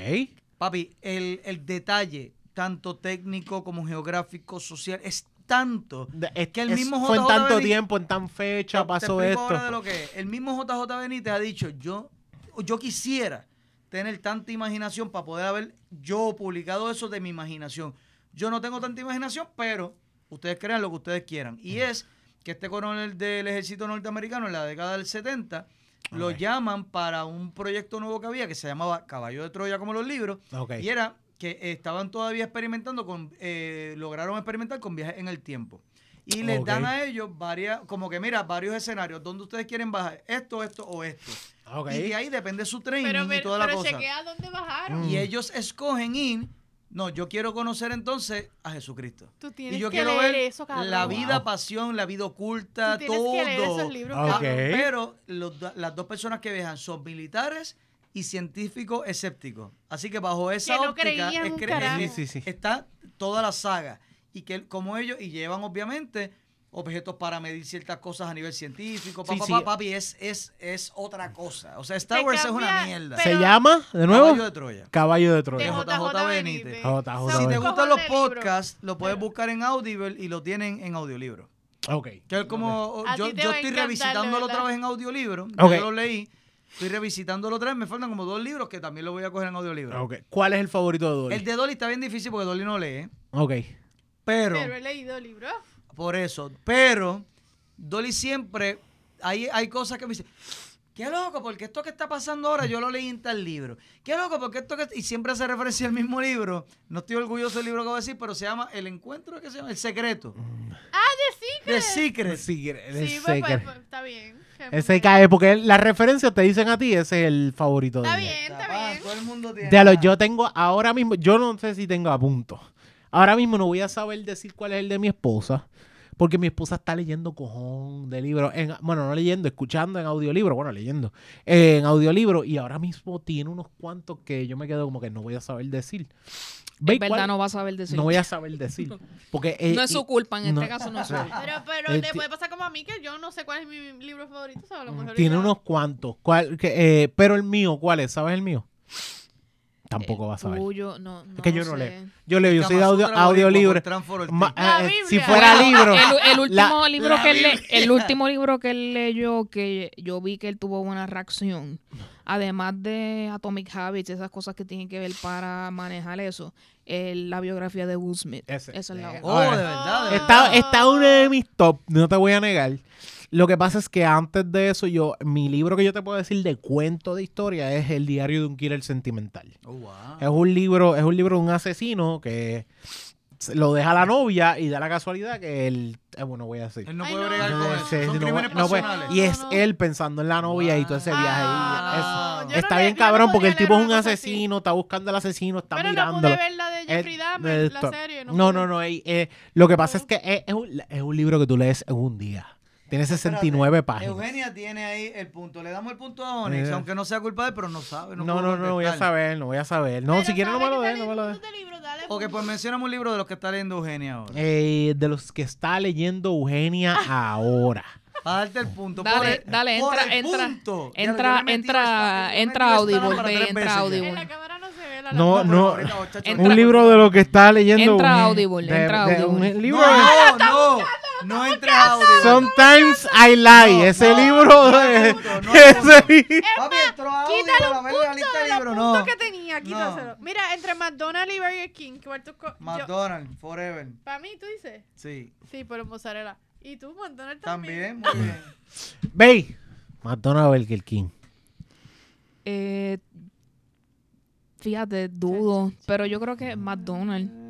Papi, el, el detalle, tanto técnico como geográfico, social, es tanto.
De- es-
Que el
es-
mismo
fue en
JJ
tanto
Benítez-
tiempo, en tan fecha,
Te- te
pasó
explico ahora de
esto.
lo que es. El mismo JJ Benítez ha dicho, yo, yo quisiera tener tanta imaginación para poder haber yo publicado eso de mi imaginación. Yo no tengo tanta imaginación, pero ustedes crean lo que ustedes quieran. Y es que este coronel del ejército norteamericano en la década del 70 lo
Ok.
llaman para un proyecto nuevo que había que se llamaba Caballo de Troya como los libros
Ok.
y era que eh, estaban todavía experimentando con, eh, lograron experimentar con viajes en el tiempo. Y les
Ok.
dan a ellos varias, como que mira, varios escenarios donde ustedes quieren bajar esto, esto o esto.
Ok.
Y de ahí depende su training
Pero,
y
pero,
toda la
pero
cosa.
chequea dónde bajaron.
Mm.
Y ellos escogen y no, yo quiero conocer entonces a Jesucristo.
Tú
Y
tienes
yo
que
quiero
leer
ver
eso, cabrón.
la vida,
Wow.
pasión, la vida
Tú
oculta,
tienes
todo.
que leer esos libros,
Ah,
Ah,
ok.
cabrón.
Pero los do- las dos personas que viajan son militares y científicos escépticos. Así que bajo esa
Que no
óptica
creían
es
un
cre-
carajo.
Sí, sí, sí.
está toda la saga. Y que él- como ellos, y llevan obviamente objetos para medir ciertas cosas a nivel científico.
Sí,
Papá,
sí.
papi, es, es, es otra cosa. O sea, Star
Te
Wars es
cambia,
una mierda.
¿Se
pero-
llama de nuevo?
Caballo de Troya.
Caballo de
De
Troya.
Dejo-
JJ
JJ
Benítez.
Benítez.
JJ.
Son
Si te
Caballo.
gustan
cojones
los
de libros.
podcasts, lo puedes buscar en Audible y lo tienen en audiolibro.
Ok.
Que es como oh,
A
yo,
ti te
yo
va a
estoy
encantar, de
revisitándolo
verdad.
otra vez en audiolibro.
Ok.
Yo lo leí. Estoy revisitándolo otra vez. Me faltan como dos libros que también los voy a coger en audiolibro.
Ok. ¿Cuál es el favorito de Dolly?
El de Dolly está bien difícil porque Dolly no lee. ¿eh?
Ok.
Pero,
Pero he leído libros.
por eso, pero Dolly siempre, hay, hay cosas que me dicen, qué loco, porque esto que está pasando ahora yo lo leí en tal libro. Qué loco, porque esto que... Y siempre hace referencia al mismo libro. No estoy orgulloso del libro que voy a decir, pero se llama El Encuentro, que se llama? El Secreto.
Ah,
The Secret.
Sí, el
Sí, pues, pues,
Seeker.
pues, está bien.
Ese cae, eh, porque las referencias te dicen a ti, ese es el favorito de
Está
ella.
bien, está
Papá,
bien.
todo el mundo tiene...
De lo, yo tengo ahora mismo, yo no sé si tengo a punto. Ahora mismo no voy a saber decir cuál es el de mi esposa, porque mi esposa está leyendo cojón de libros. En, bueno, no leyendo, escuchando en audiolibro, bueno, leyendo eh, en audiolibro, y ahora mismo tiene unos cuantos que yo me quedo como que no voy a saber decir. Ve
En verdad
cuál-
no va a saber decir.
no voy a saber decir. Porque eh,
No es
y-
su culpa, en
no.
este caso no es su culpa.
Pero, pero
Eh,
le
ti-
puede pasar como a mí que yo no sé cuál es mi libro favorito. o sea, a lo mejor
tiene
yo-
unos cuantos. ¿Cuál, que, eh, pero el mío, ¿cuál es? ¿Sabes el mío? Tampoco va a saber.
Tuyo, Uh, no, no
Es que yo
lo
no
sé.
leo. Yo leo, yo soy de
Kama
audio,
Sutra, Boricua,
audiolibro.
por Tranfor Ortiz.
Ma-
La
eh, eh, si
Biblia.
fuera
Bueno,
libro.
El, el último
La-
libro
la
que él (laughs) le-
Biblia.
el último libro que él leyó, que yo vi que él tuvo buena reacción, además de Atomic Habits, esas cosas que tienen que ver para manejar eso, el- la biografía de Will Smith.
Ese.
Esa es la
Eh,
otra.
Oh, de
Ahora,
verdad, de verdad.
Está, está uno de mis top, no te voy a negar. Lo que pasa es que antes de eso, yo, mi libro que yo te puedo decir de cuento de historia es El diario de un killer sentimental.
Oh, wow.
Es un libro, es un libro de un asesino que se- lo deja la novia y da la casualidad que él, eh, bueno, voy a decir.
Él no
Ay,
puede
no.
bregar con
No,
eso.
Ese-
Son
no,
crímenes
no puede-
pasionales.
y es
No, no.
él pensando en la novia y todo ese
Wow.
viaje ahí. Es-
Ah,
Es-
yo no
está
le-
bien
yo no
cabrón
podría
porque el tipo
leer
es un
una cosa así.
asesino, está buscando al asesino, está
Pero no
mirándolo.
pude ver la de Jeffrey
Eh,
Dahmer, la
esto-
serie. No,
No,
pude.
no, no. eh, eh, lo que pasa
No.
es que es, es un, es un libro que tú lees en un día. Tiene 69 páginas.
Eugenia tiene ahí el punto. Le damos el punto a Onyx,
Eh.
aunque no sea culpa de él, pero no sabe.
no,
No,
no,
pudo
no, voy a
contestar.
saber, no voy a saber. No,
Pero
si quieres no me
sabe
lo
que
des,
está
no me lo
leyendo
des.
este libro, dale,
Ok, pues mencioname un libro de los que está leyendo Eugenia ahora.
Eh, de los que está leyendo Eugenia
(laughs)
ahora.
Para darte el punto.
Dale,
por el-
dale,
por
entra,
el
entra,
punto. Ya,
entra,
yo le he metido
entra-
esta- yo le he
entra
metido esta
Audible,
lámpara
ve,
tres
entra
veces ya.
Audible.
En la cámara no se ve la
No,
lámpara.
Pero
no.
ahorita, muchacho,
Entra-
ahorita-
Un libro de lo que está leyendo
Entra
Eugenia-
Audible,
de-
entra
de
Audible.
un
No,
libro de-
no, no. No entres a Audible.
Sometimes I Lie.
No,
ese
no,
libro
no
de-
es justo, no es
ese
justo.
li-
Papi, entró a Audible
Quítale
para
un
ver
punto
la lista
de
de
los
libros.
puntos
No.
que tenía, quítaselo. Mira, entre McDonald's y Burger King, ¿cuál tú co- yo-
McDonald's, Forever.
Para mí, tú dices.
Sí.
Sí, pero mozzarella. Y tú, McDonald's también.
También, muy bien.
Ve. McDonald's Burger King.
Eh, fíjate, dudo, pero yo creo que McDonald's.
(laughs)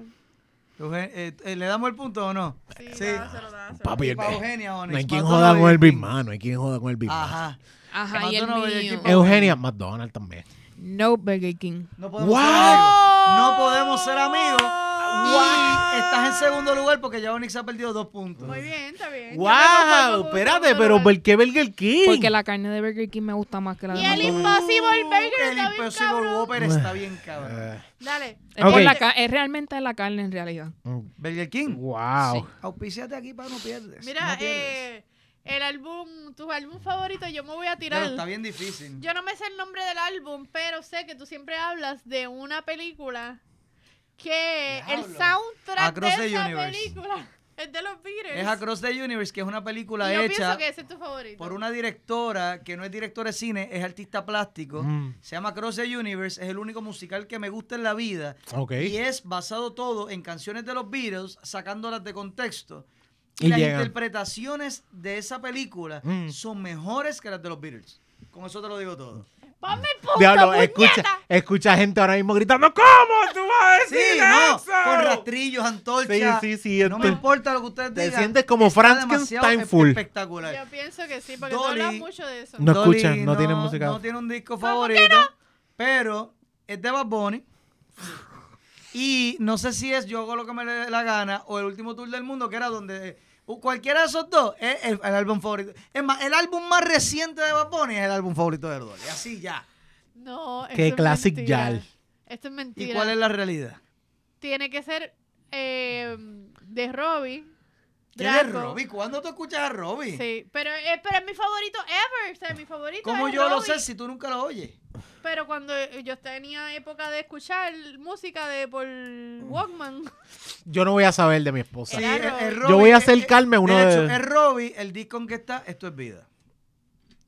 Eugen- eh, eh, ¿Le damos el punto o no?
Sí,
Sí.
dáselo, dáselo.
Papi,
Y
el-
para Eugenia, Onyx,
no hay quien
McDonald's
joda con el
Burger
Big
King.
Man. No hay quien joda con el Big Man.
Ajá.
Ajá, y el
McDonald's, Burger King,
mío.
Pau-
Eugenia, McDonald's también.
No Burger King.
No
¡Wow!
podemos hacer algo. No podemos ser amigos. Y estás en segundo lugar porque ya Onyx ha perdido dos puntos.
Muy bien, está bien. Ya
¡Wow!
vemos cómo-
Espérate,
cómo
pero
lo-
¿por qué Burger King?
Porque la carne de Burger King me gusta más que la de
Y el
McDonald's.
Impossible Burger
El
está bien
Impossible
cabrón.
Whopper está bien cabrón.
Eh,
Dale.
Es, por
Ok.
la ca- es realmente la carne en realidad.
mm,
Burger King,
Wow.
auspiciate aquí para no pierdes.
Mira,
no pierdes.
eh, el álbum, tu álbum favorito, yo me voy a
Pero
tirar.
está bien difícil.
Yo no me sé el nombre del álbum, pero sé que tú siempre hablas de una película que el
Diablo.
soundtrack
Across
de
the
esa
Universe.
película (laughs) es de los Beatles.
Es Across the Universe, que es una película
Y yo
hecha
pienso que ese es tu favorito.
por una directora que no es directora de cine, es artista plástico.
Mm.
Se llama Cross the Universe, es el único musical que me gusta en la vida.
Ok.
Y es basado todo en canciones de los Beatles, sacándolas de contexto. Y,
Y
las
llegan.
interpretaciones de esa película
Mm.
son mejores que las de los Beatles. Con eso te lo digo todo.
Ponme el punto,
Diablo,
puñeta.
escucha, escucha gente ahora mismo gritando, ¿cómo tú vas a decir
Sí, no,
eso?
con rastrillos, antorchas.
Sí, sí, sí,
No
esto-
me importa lo que ustedes
Te
digan.
sientes como
está
Frankenstein
demasiado
full.
Espectacular.
Yo pienso que sí, porque tú hablas
Dolly.
mucho de eso.
No
Dolly
escucha, no tiene música.
No tiene un disco favorito, pero es de Bad Bunny. Y no sé si es Yo hago lo que me dé la gana o el último tour del mundo, que era donde. u- Cualquiera de esos dos es el, el álbum favorito. Es más, el álbum más reciente de Bad Bunny es el álbum favorito de Dolly. Así ya.
No, esto
Qué
es
classic
mentira.
yal.
Esto es
¿Y
mentira.
cuál es la realidad?
Tiene que ser eh, de Robbie.
¿Quién es
Draco.
Robbie? ¿Cuándo tú escuchas a Robbie?
Sí, pero, eh, pero es mi favorito ever. O sea, mi favorito
¿Cómo
es
yo lo
Robbie.
sé si tú nunca lo oyes?
Pero cuando eh, yo tenía época de escuchar música de por
Mm. (laughs)
Walkman. (laughs)
Yo no voy a saber de mi esposa.
Sí,
Era
es- es
Robbie.
Yo voy a
es- es-
acercarme a uno
de hecho,
de-
es Robbie, el disco en que está, esto es vida.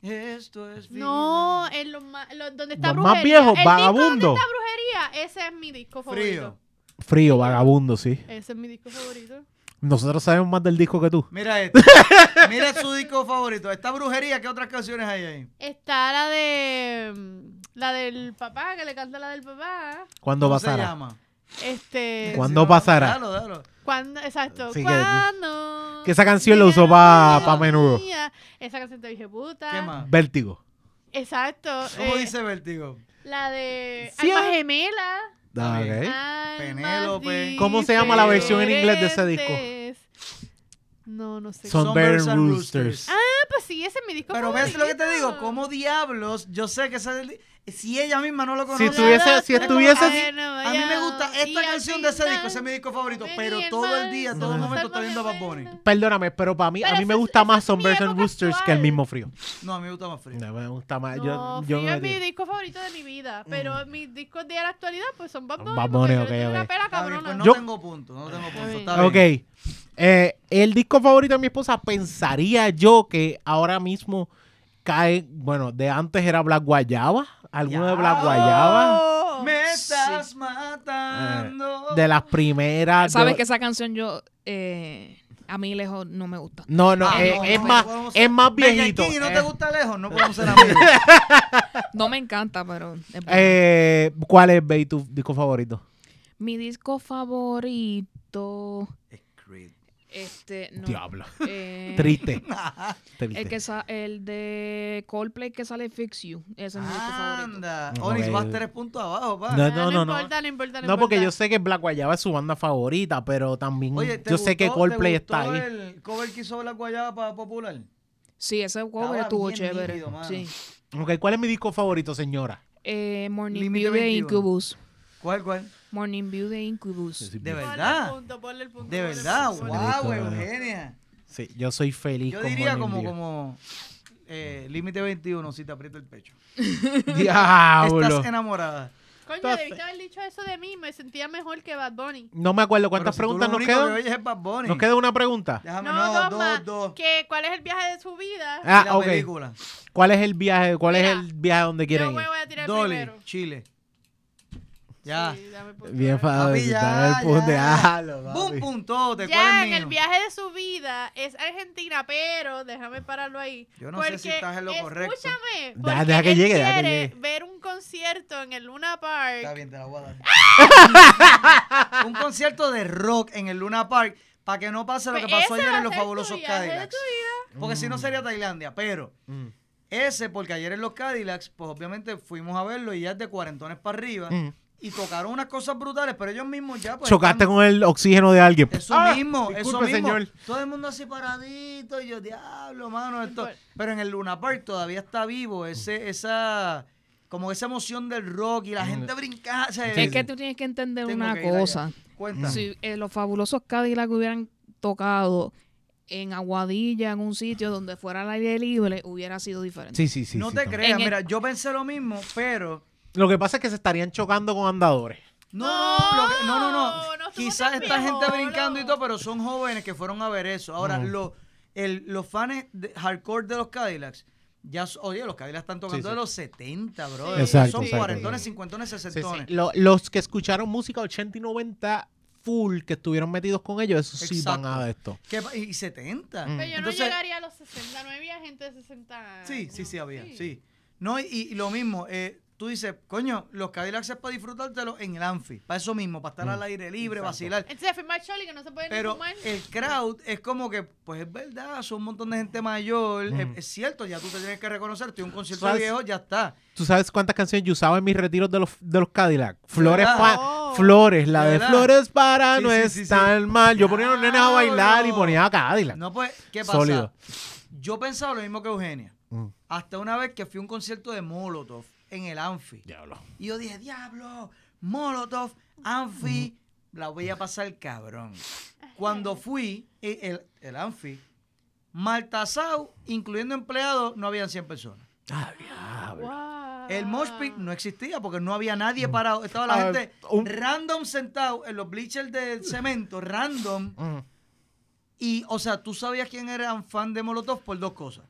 Esto es vida.
No, en los más, los- donde está
Los más
brujería.
viejos,
El disco donde
Vagabundo.
está brujería, ese es mi disco
Frío.
favorito.
Frío, vagabundo, sí.
Ese es mi disco favorito.
Nosotros sabemos más del disco que tú.
Mira
(laughs)
esto. Mira su disco favorito. Esta brujería, ¿qué otras canciones hay ahí?
Está la de mm, la del papá, que le canta la del papá.
¿Cuándo
¿Cómo se
pasará?
llama?
Este,
¿Cuál? ¿Cuándo pasará?
Dalo, dalo.
cuando, exacto,
Sí, que-
cuando
que esa canción la usó
llega
pa- pa
la
menudo.
mía. Esa canción te dije puta.
¿Qué más?
Vértigo.
Exacto.
¿Cómo
eh,
dice Vértigo?
La de
Sí,
Alma
ah.
Gemela.
Está
Ah,
bien.
ok.
Almas
eh. Penélope.
¿Cómo se llama la versión en inglés de ese disco?
diferentes. No, no sé.
Son
Songbirds
Birds
and
and
Roosters.
Roosters.
Ah, pues sí, ese es mi disco
Pero ves lo que te
favorito.
digo, ¿cómo diablos? Yo sé que esa es el di- si ella misma no lo conoce.
Si tuviese- si
es como-
estuviese-
a mí- A mí me gusta esta
Y al
canción de ese
final,
disco, ese es mi disco favorito,
ven
pero
y el
todo el
mal,
día, todo
No.
momento está
Alma
viendo a Bad Bunny.
Gemela.
Perdóname, pero para mí,
Pero
a mí me
esa es-
gusta
esa
más
es mi
Sunburst and
época
Roosters que el
actual.
mismo frío.
No, a mí me gusta más frío.
No, me gusta más.
No,
Ah, yo,
Frío
yo me
es mi
metí.
disco favorito de mi vida. Pero mis discos de la actualidad, pues son Bad
Son
Bunny.
Bad
porque
Bunny,
yo
ok,
tengo una
ok.
pela
Está bien,
cabrona.
pues no
Yo-
tengo punto, no tengo punto.
bien.
Está
Ok.
bien.
Eh, el disco favorito de mi esposa, pensaría yo que ahora mismo cae. Bueno, de antes era Black Guayaba. Alguno de Black
Ya.
Guayaba.
Oh.
Me estás matando.
Eh, De las primeras.
Sabes
Ah, yo-
que esa canción yo, eh, a mí lejos no me gusta.
No, no,
Ah,
eh,
no,
es,
no,
más,
podemos-
es más
Venga,
viejito.
King, ¿y no
Eh,
te gusta lejos? No podemos ser
(laughs)
amigos.
No me encanta, pero... es bueno.
eh, ¿Cuál es, Bey, tu disco favorito?
Mi disco favorito...
Es Creed. (laughs)
Este, no.
Diablo.
eh,
Triste. Triste.
(laughs) el, que sa- el de Coldplay que sale Fix You. Ese es mi disco
Ah,
favorito.
Anda.
Ok.
Onyx, vas tres puntos abajo, pa.
eh, No,
Ah,
no, no, no.
importa, no importa, no
No, porque
importa.
yo sé que Black Guayaba es su banda favorita, pero también
Oye, ¿te
yo sé que
gustó- te
Coldplay está
gustó
ahí.
el cover que hizo la guayaba para Popular?
Sí, ese cover
Estaba
estuvo
bien
chévere.
nítido, mano.
sí.
Ok, ¿cuál es mi disco favorito, señora?
Eh, Morning
Límite
View de
21.
Incubus.
¿Cuál, cuál?
Morning View de Incubus.
De
Ponle el
verdad.
punto, ponle el punto,
De
ponle el
verdad.
punto.
Wow,
Rico,
Eugenia.
Sí, yo soy feliz
Yo
con
diría
Juan
como,
Indio.
como eh, límite 21 si te aprieta el pecho.
Diablo.
Estás enamorada.
Coño, debiste haber dicho eso de mí. Me sentía mejor que Bad Bunny.
No me acuerdo cuántas
Pero si tú
preguntas
lo
nos
único que
quedan.
oyes es Bad Bunny.
Nos queda una pregunta.
Déjame,
No,
Ah, no,
toma.
dos, dos.
Que, ¿Cuál es el viaje de su vida?
Ah,
Y la
ok.
película.
¿Cuál es el viaje? ¿Cuál es
Mira,
el viaje donde
yo
quieren
me
ir?
voy a tirar
Dolly,
primero.
Chile. Ya.
Sí, dame punto.
Bien
Papi,
fácil.
ya,
está el punto.
ya.
Diablo, papi.
¡Bum, puntote!
Ya
¿Cuál
en
es
el
mío?
viaje de su vida es Argentina, pero déjame pararlo ahí.
Yo no sé si estás en lo correcto.
Escúchame,
Deja-
porque
deja que
él
llegue, deja que
quiere
llegue.
ver un concierto en el Luna Park.
Está bien, te la voy a dar. (laughs) Un concierto de rock en el Luna Park para que no pase lo que
Pues
pasó
ese
ayer
va
en
a
los
ser tu
fabulosos
viaje de
Cadillacs. Porque si no sería Tailandia, pero
Mm.
ese, porque ayer en los Cadillacs, pues obviamente fuimos a verlo y ya es de cuarentones para arriba.
Mm.
y tocaron unas cosas brutales, pero ellos mismos ya. Pues,
Chocaste
están-
con el oxígeno de alguien.
Eso
Ah,
mismo, eso
disculpe,
mismo.
señor.
Todo el mundo así paradito, y yo, diablo, mano, esto.
importa.
Pero en el Luna Park todavía está vivo ese, esa, como esa emoción del rock y la gente brinca. o sea,
Es que tú tienes que entender
tengo
una
que ir allá.
cosa.
Cuenta.
Si eh, los fabulosos Cadillac hubieran tocado en Aguadilla, en un sitio donde fuera al aire libre, hubiera sido diferente.
Sí, sí, sí.
no
sí,
te
Tom.
creas,
En el-
mira, yo pensé lo mismo, pero.
Lo que pasa es que se estarían chocando con andadores.
No, no, lo que- no, no, no.
No, no somos
Quizás
tan
esta gente
viejos,
brincando y
no.
todo, pero son jóvenes que fueron a ver eso. Ahora,
Ujú.
lo- el- los fans de- hardcore de los Cadillacs, ya, s- oye, los Cadillacs están tocando
Sí, sí.
de los 70, bro.
Sí.
Exacto,
son
exacto.
cuarentones, cincuentones, sesentones.
Lo- los que escucharon música 80 y 90 full, que estuvieron metidos con ellos, esos sí van
Exacto.
a de esto.
¿Qué pa- y 70.
Mm.
Pero yo
Entonces-
no llegaría a los 60, no había gente de 60
Sí, sí,
años.
sí había, sí. No, y, y lo mismo, eh, tú dices, coño, los Cadillacs es para disfrutártelo en el Anfi, para eso mismo, para estar
Mm.
al aire libre,
Exacto.
vacilar.
Entonces fui más choli que no se puede ni
Pero
fumar.
el crowd es como que, pues es verdad, son un montón de gente mayor, es,
Mm.
es cierto, ya tú te tienes que reconocer, estoy en un concierto
¿Sabes?
viejo, ya está.
¿Tú sabes cuántas canciones yo usaba en mis retiros de los, de los Cadillac? Flores,
verdad?
pa-
Oh.
flores, la
¿De
de,
verdad?
flores para
Sí,
no
sí,
es
sí, sí.
tan mal. Yo ponía a los nenes a bailar y
Diablo.
ponía a Cadillac.
No, pues, ¿qué pasa?
Sólido.
Yo pensaba lo mismo que Eugenia,
Mm.
hasta una vez que fui a un concierto de Molotov en el Anfi.
Diablo.
Y yo dije, diablo, Molotov, Anfi,
Mm.
la voy a pasar cabrón. Cuando fui, e- el, el Anfi, Maltasau, incluyendo empleados, no habían 100 personas.
Ah, diablo.
Wow.
El mosh pit no existía porque no había nadie parado. Estaba
Ah,
la gente
un-
random sentado en los bleachers de cemento, random.
Mm.
Y, o sea, tú sabías quién eran fan de Molotov por dos cosas.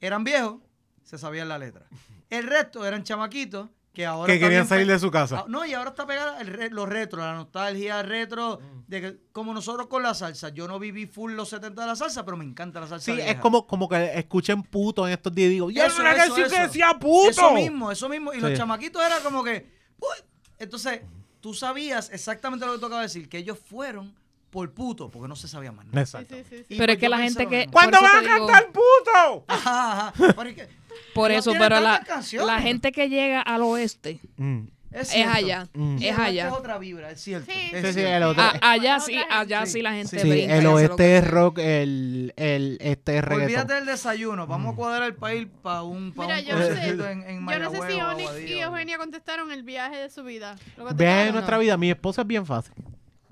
Eran viejos, se sabían la letra. El resto eran chamaquitos que ahora...
Que
está
querían
bien
salir
pe-
de su casa.
Ah, No, y ahora está pegada el re- los retro, la nostalgia retro,
Mm.
de que, como nosotros con la salsa. Yo no viví full los 70 de la salsa, pero me encanta la salsa.
Sí,
vieja.
es como, como que escuchen puto en estos días y digo, ¡Ya
Eso,
era una
eso,
canción que
eso.
decía puto!
Eso mismo, eso mismo. Y los
Sí.
chamaquitos era como que. "Uy". Entonces, tú sabías exactamente lo que tú acabas de decir, que ellos fueron por puto, porque no se sabía más nada.
Sí,
Exacto.
sí, sí, sí.
Y
Pero
pues
es que
yo
la
pensé
gente
lo
que-
mismo.
¿Cuándo
Por eso
van
te
a
digo-
cantar puto?
(laughs) Ajá, ajá. Pero es que-
Por
no
eso,
tiene
pero la,
tantas canciones.
la gente que llega al oeste
Mm.
es,
es
cierto.
allá.
Mm.
Y
Es
el oeste
allá.
Es otra vibra, es cierto.
Sí,
es
sí, sí,
cierto.
el otro-
A- Ah, allá sí,
Otra gente.
allá sí la gente
Sí,
brinca,
el
eso es lo que-
oeste es rock, el, el este es reggaetón. Mm.
Olvídate del desayuno, vamos a cuadrar el país para un, pa
Mira,
un
yo no sé-
concierto en, en
Yo no sé
Mayagüez o
si Onyx y
Aguadilla,
Eugenia contestaron el viaje de su vida. ¿Lo
Vean
contestaron?
en nuestra vida, mi esposa es bien fácil.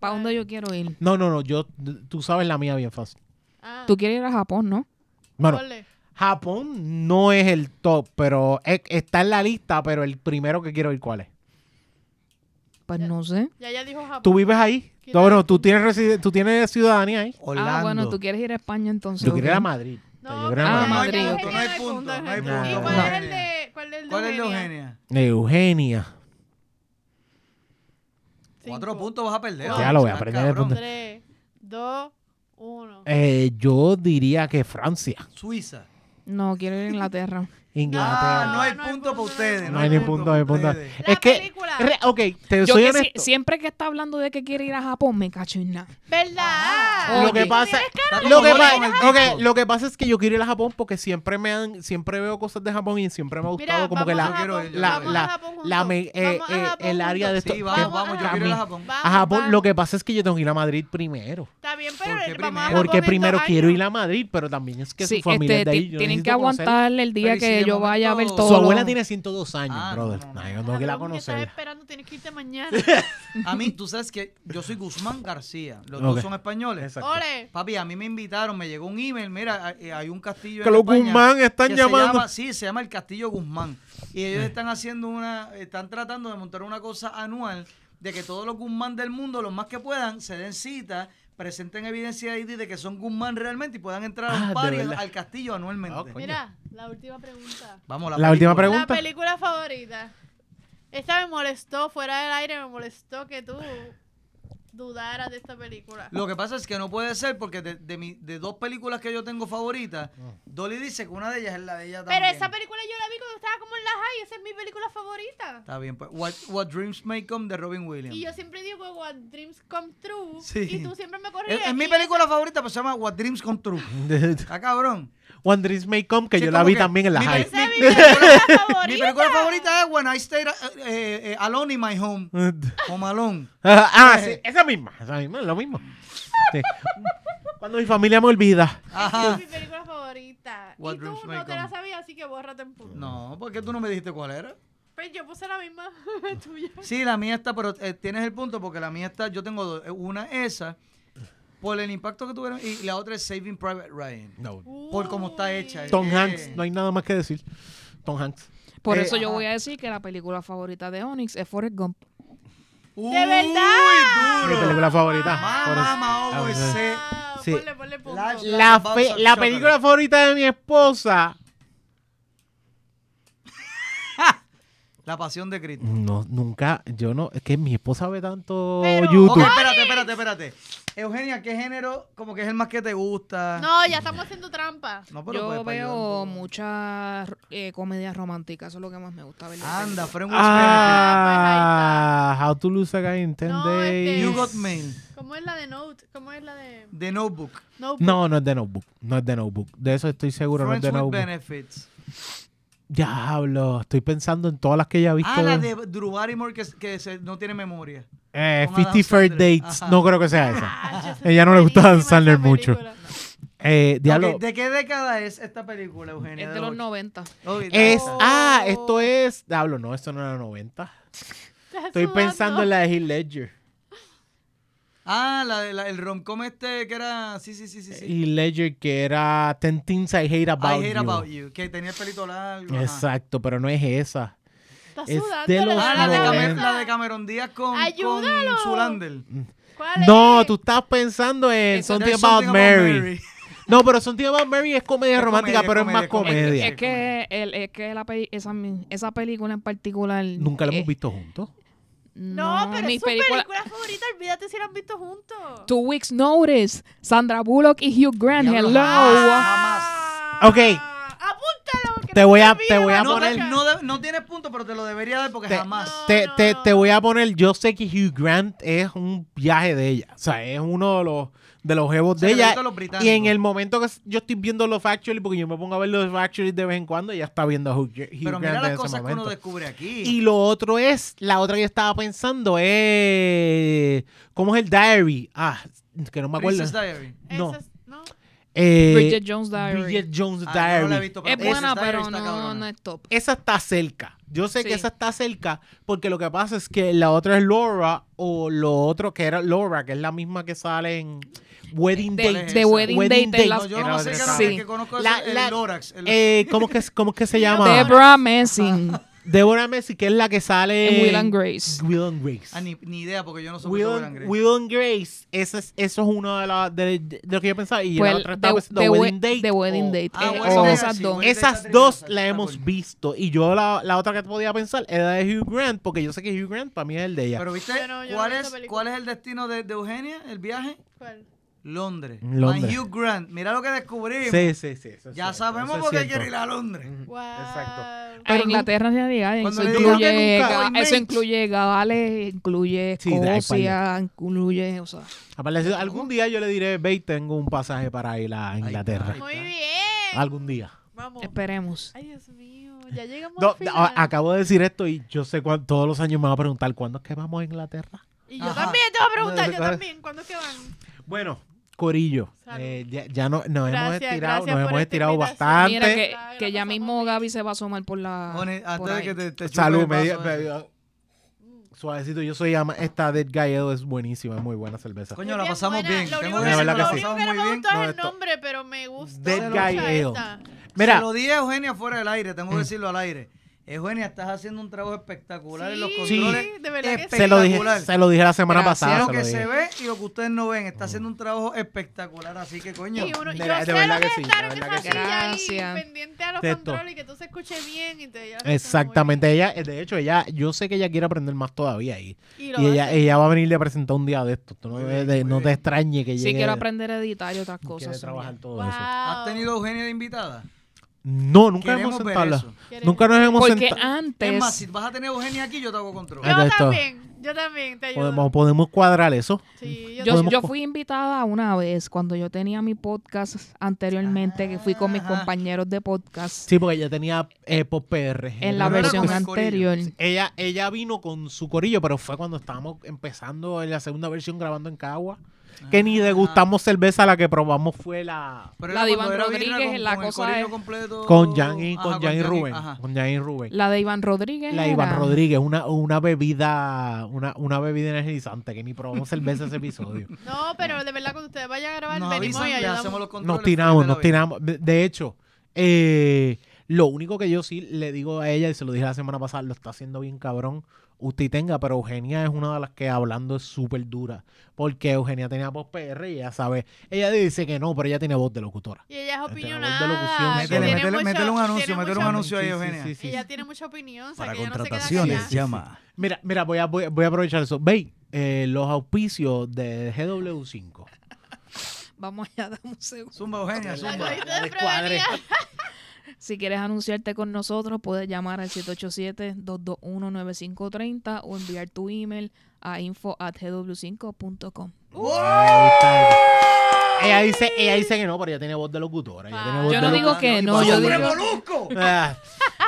¿Para dónde yo quiero ir?
No, no, no, yo, tú sabes la mía bien fácil.
Ah,
Tú quieres ir a Japón, ¿no?
Bueno,
ponle.
Japón no es el top, pero es- está en la lista, pero el primero que quiero ir, ¿cuál es?
Pues no sé.
Ya ella dijo Japón.
¿Tú vives ahí?
Quiero-
Bueno, tú tienes, residen- tú tienes ciudadanía ahí.
Orlando.
Ah, bueno, tú quieres ir a España entonces.
Yo quiero ir a
ok.
Madrid. O sea,
No,
yo quiero ir a
Ah,
pero
Madrid.
Madrid,
ya
ok.
Eugenia
No hay
dijo
punto,
Eugenia.
no hay
punto,
¿Y cuál
no.
es el de, cuál es el de
¿Cuál es la
Eugenia?
Eugenia?
Eugenia.
Cuatro
Cinco,
puntos vas a perder.
Ya
hombre,
lo voy a
estás
perder de
cabrón.
punto.
Tres, dos, uno.
Eh, yo diría que Francia,
Suiza.
No, quiero ir
(laughs)
a Inglaterra.
Ah,
Inglaterra.
no hay
No, no hay
punto para
punto,
ustedes.
no, hay ni punto, no hay
pa'
punto.
ustedes.
La
Es que,
película.
re- ok, te
Yo
soy
que si-
honesto.
siempre que está hablando de que quiere ir a Japón, me cacho en nada.
¿Verdad?
Oye.
ah, lo que pasa
Está como
lo que,
Jorge
pa-
con el
ok,
disco.
lo que pasa es que yo quiero ir a Japón porque siempre me han siempre veo cosas de Japón y siempre me ha gustado
Mira,
como que
vamos
la,
a
Yo quiero
Japón,
ir, yo
la-
quiero
vamos
ir.
la-
a Japón juntos.
la me- eh,
Vamos a
eh,
Japón
el área de
juntos.
esto.
Sí, vamos,
que-
vamos. Yo
a
quiero
mí-
ir a Japón.
Vamos,
a Japón,
vamos.
lo que pasa es que yo tengo que ir a Madrid primero.
Está bien, pero
¿Por qué
vamos a
primero?
Japón
Porque
en
primero
dos
quiero
años.
ir a Madrid, pero también es que
Sí,
su familia
este,
es de ahí.
ti-
yo
tienen
necesito
que
conocer-
aguantarle el
Pero
día
y si
que
de
yo vaya a ver
momento-
todo.
Su
lo-
abuela tiene 102 años,
Ah, no, no,
brother. No,
no.
yo tengo que ir a
Cabrón, que estás
conocer.
esperando, tienes que irte mañana.
(laughs) A mí, tú sabes que yo soy Guzmán García. Los
Ok.
dos son españoles.
Exacto.
Ole.
Papi, a mí me invitaron, me llegó un email, mira, hay- hay un castillo
Que
en
los
España
Guzmán están
que
llamando. Eh.
Se llama, sí, se llama el Castillo Guzmán. Y ellos están haciendo una, están tratando de montar una cosa anual de que todos los Guzmán del mundo, los más que puedan, se den cita, presenten evidencia de ID de que son Guzmán realmente y puedan entrar a
Ah,
un
de
party
verdad.
al castillo anualmente.
Ah, coño.
Mira, la última pregunta.
Vamos, la,
La última
película.
Pregunta.
La película favorita. Esta me molestó, fuera del aire me molestó que tú dudaras de esta película.
Ah.
Lo que pasa es que no puede ser porque de, de mi- de dos películas que yo tengo favoritas, Dolly dice que una de ellas es la de ella también.
Pero esa película yo la vi cuando estaba como en la high, esa es mi película favorita.
Está bien, pues. What, What Dreams May Come de Robin Williams.
Y yo siempre digo What Dreams Come True.
Sí.
Y tú siempre me corres.
es, es mi película favorita, pero se llama What Dreams Come True. Está cabrón.
One Dreams May Come, que
Sí,
yo la
como
vi
que
también en la
mi
high.
Esa es mi película favorita.
(laughs) Mi película favorita es When I Stayed eh, eh, Alone in My Home. Home Alone.
ah,
Eh.
sí, esa misma, esa misma, lo mismo. Sí. Cuando mi familia me olvida.
Esa
Ajá.
es mi película favorita.
What
y tú
Dreams May
no te
Come.
la sabías, así que bórrate en punto.
No, porque tú no me dijiste cuál era.
Pero yo puse la misma (laughs) tuya.
Sí, la mía está, pero eh, tienes el punto porque la mía está, yo tengo dos, eh, una esa por el impacto que tuvieron y la otra es Saving Private Ryan. Por cómo está hecha.
Uy.
Tom
Eh.
Hanks, no hay nada más que decir. Tom Hanks.
Por
Eh,
eso yo
ah.
ajá.
voy a decir que la película favorita de Onyx es Forrest Gump.
Uy,
verdad!
Mi
Uh,
película favorita.
Ah, Mamá,
por eso.
mamá,
Ah,
oh,
sí.
ese.
Wow,
Sí.
Ponle, ponle punto.
La-
La,
Box
fe-
of
la
Chocolate.
película favorita de mi esposa.
La pasión de Cristo.
No, nunca, yo no, es que mi esposa ve tanto
Pero-
Ok,
YouTube.
espérate, espérate, espérate. Eugenia, ¿qué género como que es el más que te gusta?
No, ya estamos haciendo trampa.
No, pero
Yo
pues,
puedes pa'
veo
ayudar.
muchas eh, comedias románticas, eso es lo que más me gusta ver. de
Anda, Frank ah,
Ah, How to Lose a Guy in 10
No,
Days.
este-
You Got Mail,
¿Cómo es la de Note? ¿Cómo es la de
The Notebook,
Notebook?
No, no es de Notebook. No es de Notebook. De eso estoy seguro,
Friends
no es de
with
Notebook.
Benefits.
Diablo, estoy pensando en todas las que ella ha visto.
Ah, la de Drew Barrymore que, que se- no tiene memoria.
Eh,
con
50
Adam
First
Sandler.
Dates.
Ajá.
No creo que sea esa.
Ah, yo sé,
Ella no le gusta
buenísima
Dan Sandler
esa
mucho.
película.
Eh, diablo.
Ok, ¿De qué década es esta película, Eugenia?
Es de los 90.
Ok,
Es,
oh,
ah, esto es. Diablo, no, esto no era 90.
Estás
Estoy
sudando.
pensando en la de Heath Ledger.
Ah, la, de- la, el romcom este que era... Sí, sí, sí, sí. sí.
Heath Ledger, que era Ten Things I Hate Eh, About,
I Hate
you.
About You, que tenía el pelito largo. ajá.
Exacto, pero no es esa.
Estás
Es
sudando,
de los
Ah, la de, Cameron,
90.
la de Cameron Díaz con, con
Ayúdalo.
Zulander.
¿Cuál
No,
es?
tú estás pensando en
Eso-
Something
There's
About
Something
Mary. (laughs) No, pero Something About Mary es comedia
Es
romántica,
comedia,
pero
es
es más
comedia, es
comedia.
Es que, el- es que la peli- esa, mi- esa película en particular.
Nunca la hemos
eh,
visto juntos.
No, pero
mi
es su película...
película.
favorita. Olvídate si la han visto juntos.
Two Weeks Notice, Sandra Bullock y Hugh Grant.
Diablo,
Hello.
Ah, jamás.
Ah,
Ok.
Apúntalo. que
Te
no
voy
se
a-
olvide,
te voy a
No,
poner-
te-
Maca.
no, de- no tienes punto, pero te lo debería dar porque
Te-
jamás.
Te,
No,
te-
no,
te
no.
voy a poner, yo sé que Hugh Grant es un viaje de ella. O sea, es uno de los de los jevos
Se
de
le
ella.
gustan los británicos.
Y en el momento que s- yo estoy viendo los Actually, porque yo me pongo a ver los Actually de vez en cuando, ella está viendo a Hugh, Hugh
Pero mira
Grant en
las
ese
cosas que uno
momento.
descubre aquí.
Y lo otro es, la otra que yo estaba pensando es, ¿cómo es el diary? Ah, que no me acuerdo.
Princess Diary.
No.
Esa es- no.
Eh,
Bridget Jones Diary.
Bridget Jones
Ah, yo
Diary.
no la he visto, pero
es buena,
Princess Diary
pero
está
no,
cabrona.
no es top.
esa está cerca. Yo sé
Sí.
que esa está cerca porque lo que pasa es que la otra es Laura o lo otro que era Laura, que es la misma que sale en Wedding
De,
¿Cuál
Date.
es
de
esa?
Wedding,
Wedding Date.
Date. la-
No, yo lo más
Era
cercano
otra.
que- que conozco es
La-
el
la-
Lorax. el-
Eh, ¿cómo, que, es- ¿Cómo es que se llama? Deborah.
Deborah Messing
Messi, que es la que sale
en Will and Grace.
Will and Grace.
Ah, ni, ni idea porque yo no soy
Will,
Will
and, Will and Grace, ese es- eso es uno de, la- de- de lo que yo pensaba. Y
Pues,
la otra estaba
de-
pensando
de
Wedding oh.
we-
Date.
de Wedding
o-
Date.
Ah,
Eh,
Wedding
son
Date,
esas
sí,
dos.
Wedding-
Esas
Esa
dos
trilosa,
la
está
hemos
cool.
visto. Y yo la, la otra que podía pensar era de Hugh Grant, porque yo sé que Hugh Grant para mí es el de ella.
Pero viste,
Yo no- yo no
¿cuál,
vi esa
es,
película.
¿cuál es el destino de, de Eugenia? ¿El viaje?
¿Cuál?
Londres.
Londres.
Van Hugh Grant. Mira lo que descubrimos.
Sí, sí, sí. eso es
Ya
cierto,
sabemos
eso es
por qué
cierto.
quiere ir a Londres.
Wow.
Exacto.
A
Pero
Inglaterra en realidad.
cuando
Eso
le digan
incluye,
que nunca
Ga-
hay
eso
mates.
incluye Gales, incluye
Sí, de ahí para
Escocia, incluye. O sea,
Aparece- algún día yo le diré, ve, tengo un pasaje para ir a Inglaterra.
Ahí
Muy
está.
bien.
Algún día.
Vamos.
esperemos.
Ay, Dios mío. Ya llegamos
No,
al final.
a- acabo de decir esto y yo sé cuán- todos los años me van a preguntar, ¿cuándo es que vamos a Inglaterra?
Y yo
Ajá.
también te voy a preguntar,
No,
yo
claro.
también. ¿Cuándo es que van?
Bueno, Corillo,
Salud.
eh, ya, ya no, nos hemos
Gracias,
estirado,
gracias
nos
por
hemos
esta
estirado
invitación.
bastante.
Mira que,
Antes-
que ya mismo Gaby se va a asomar por la.
Pone-
por
Antes de
ahí.
que te, te chupe
Salud,
el
me dio-
vaso, eh.
me dio- Suavecito, yo soy ama. Esta Dead Galledo es buenísima, es muy buena cerveza.
Coño, la
Bien
pasamos
buena.
bien.
Lo
Tengo
que
único
que
La
decir,
verdad
la
que sí.
lo
pasamos
único que no
muy
me
bien.
gustó es
No,
el
esto-
nombre, pero me gusta.
Dead
Guy
Ale.
esta.
Mira,
eh. Se lo dije a Eugenia fuera del aire, tengo que decirlo al aire. Eugenia, estás haciendo un trabajo espectacular en los
Sí.
controles.
de verdad que sí.
Eh, se lo dije,
espectacular.
se lo dije la semana
Gracias.
pasada.
lo
Se
que
lo
se
dije.
ve y lo que ustedes no ven, está haciendo un trabajo espectacular, así que coño.
Y uno,
De
yo
ver- de
sé
verdad
lo que
que sí,
es estar
de
en
verdad
esa
que
sí.
silla ahí,
Gracias.
pendiente a de los
de esto.
controles y que tú se escuche bien y te ya lo
Exactamente, ella, de hecho, ella, yo sé que ella quiere aprender más todavía ahí.
está muy bien.
Y
lo
ella,
hace.
ella va a venir a presentar un día de esto. Tú no,
Muy
debes
bien,
de-
muy
no te
bien.
extrañe que llegue.
Sí, quiero aprender a editar y otras
quiere
cosas.
trabajar todo
Wow.
eso.
Ah.
¿Has tenido a Eugenia de invitada?
No, nunca
Queremos
hemos
ver
sentado.
eso.
Quieres-
Nunca nos hemos
Porque
sentado.
antes.
Es más, si vas a tener a Eugenia aquí, yo te hago control.
Ah,
Yo
esto.
también, yo también te ayudo.
Podemos, podemos cuadrar eso.
Sí, yo,
Yo,
Podemos
yo
co-
fui invitada una vez cuando yo tenía mi podcast anteriormente, que fui con mis
Ajá.
compañeros de podcast
Sí, porque ella tenía eh, pop PR.
en
Pero
Ella-
la
era
versión
con el corillo.
anterior.
Ella, ella vino con su corillo, pero fue cuando estábamos empezando en la segunda versión grabando en Cagua. Que
Ah.
ni degustamos cerveza, la que probamos fue la.
Pero
La
era
de
cuando
Iván
era Virna
Rodríguez,
con-
la
con el
cosa
corillo
es-
completo.
Con Jan y,
Oh, Ajá,
con Jan y
Jan
Rubén.
ajá.
Con Jan y Rubén.
La de Iván Rodríguez.
La Iván
era.
Rodríguez, una, una bebida, una, una bebida energizante, que ni probamos cerveza
(laughs)
ese episodio.
No, pero de verdad cuando ustedes vayan a grabar,
Nos
venimos
avisan,
y
le hacemos
ayudamos.
los controles.
Nos
frente
tiramos,
a la
nos tiramos. De- De hecho, eh, lo único que yo sí le digo a ella, y se lo dije la semana pasada, lo está haciendo bien cabrón. Usted tenga, pero Eugenia es una de las que hablando es súper dura. Porque Eugenia tenía voz PR y ella sabe. Ella dice que no, pero ella tiene voz de locutora.
Y ella
Este, la
es
voz de
opinionada.
locución.
Métele,
tiene
métele,
mucho-
métele un
tiene
anuncio, métele un
mucho-
anuncio ahí,
Sí, sí,
Eugenia.
sí, sí, sí.
Ella tiene mucha opinión, o sea,
Para
que ella no se queda
contrataciones,
callada.
llama.
Mira, mira, voy a, voy, a- voy a aprovechar eso. Veis, los auspicios de GW5.
Vamos allá, dame un segundo.
Zumba, Eugenia,
La
zumba.
cogiste de
Descuadre.
prevenida.
Si quieres anunciarte con nosotros, puedes llamar al 787-221-9530 o enviar tu email a info.gw5.com.
Ahí está. Ella dice, ella dice que no, pero ella tiene voz de locutora. ella tiene
Ah.
voz
Yo
de
no
locu-
digo que no, yo
¡Hombre,
digo,
molusco!
Ah.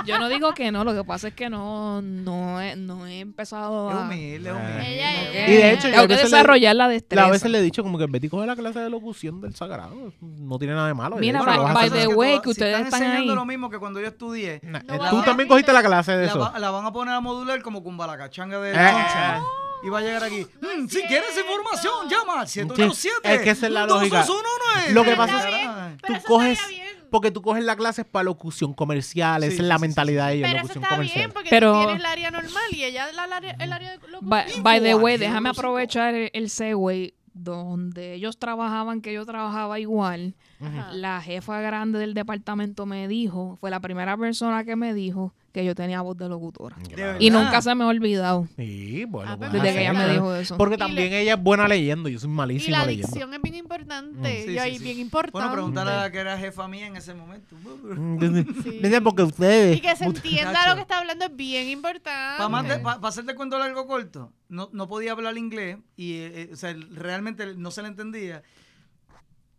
yo no digo que no, lo que pasa es que no, no, he, no he empezado
Es
a, Eh,
humilde, es humilde.
Ella es.
Y de hecho, yo
tengo
a
que
veces le-
desarrollar la
La-
destreza.
a veces le he dicho como que Betty coge la clase de locución del sagrado. No tiene nada de malo.
Mira,
Ella dice,
by-
"Lo vas a
by
hacer
the
así".
way,
todas-
que ustedes
si están
están
enseñando
ahí.
lo mismo que cuando yo estudié,
Nah,
No
eh,
va
Tú
a-
también cogiste la clase de
la,
eso.
va- la van a poner a modular como cumbalacachanga de
Eh.
Concha. Y va a llegar aquí.
No es
"Mm, si quieres
cierto.
información, llama al 787.
es que esa es la lógica.
2219".
Lo que
Pero
pasa
está
es-
bien,
Tú
pero eso
coges-
estaría bien.
Porque tú coges la clase para locución comercial.
Sí,
esa
sí,
es la
sí, sí,
mentalidad de ellos,
Pero eso
locución
está bien, pues.
comercial.
porque
Pero-
tú tienes el área normal y ella la, la- el área de locución.
By, by the way,
Info,
déjame
archivo,
aprovechar el, el segue donde ellos trabajaban, que yo trabajaba igual.
Ah.
Ajá.
La jefa grande del departamento me dijo, fue la primera persona que me dijo que yo tenía voz de locutora.
Claro.
Y
¿Verdad?
nunca se me ha olvidado
Ah. Sí, bueno,
Ah,
pues,
pero
desde que ella me
claro.
dijo eso.
Porque
Y la-
también ella es buena leyendo. Yo soy
Y
malísimo
la
leyendo. (laughs)
dicción es bien importante.
Mm. Sí,
y
sí,
ahí
sí.
bien importante.
Bueno, preguntarle a la que era jefa mía en ese momento.
(laughs) Sí.
Dice, porque ustedes.
Y que se entienda
Nacho.
lo que está hablando es bien importante.
Para
más de-
hacerte cuento largo corto, no, no podía hablar inglés y eh, eh, o sea, realmente no se le entendía.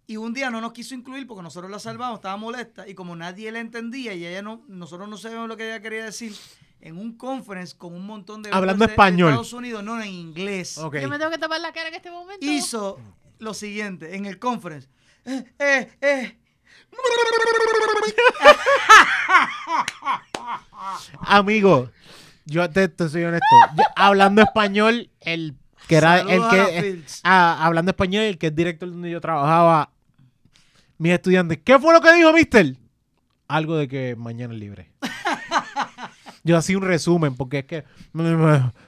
Y un día no nos quiso incluir porque nosotros la salvamos, estaba molesta y como nadie la entendía y ella no, nosotros no sabíamos lo que ella quería decir, en un conference con un montón de...
Hablando
vendors de- de
español.
Estados Unidos, no, en inglés.
Ok.
Yo me tengo que tapar la cara en este momento.
Hizo lo siguiente en el conference. Eh, eh, eh.
Amigo, yo te, te soy honesto. Yo, hablando español, el que era Ah, el
Saludos a la
que
Fields.
a- Ah, hablando español, el que es director donde yo trabajaba, mis estudiantes, ¿qué fue lo que dijo Mister? Algo de que mañana es libre. Yo hacía un resumen porque es que (laughs)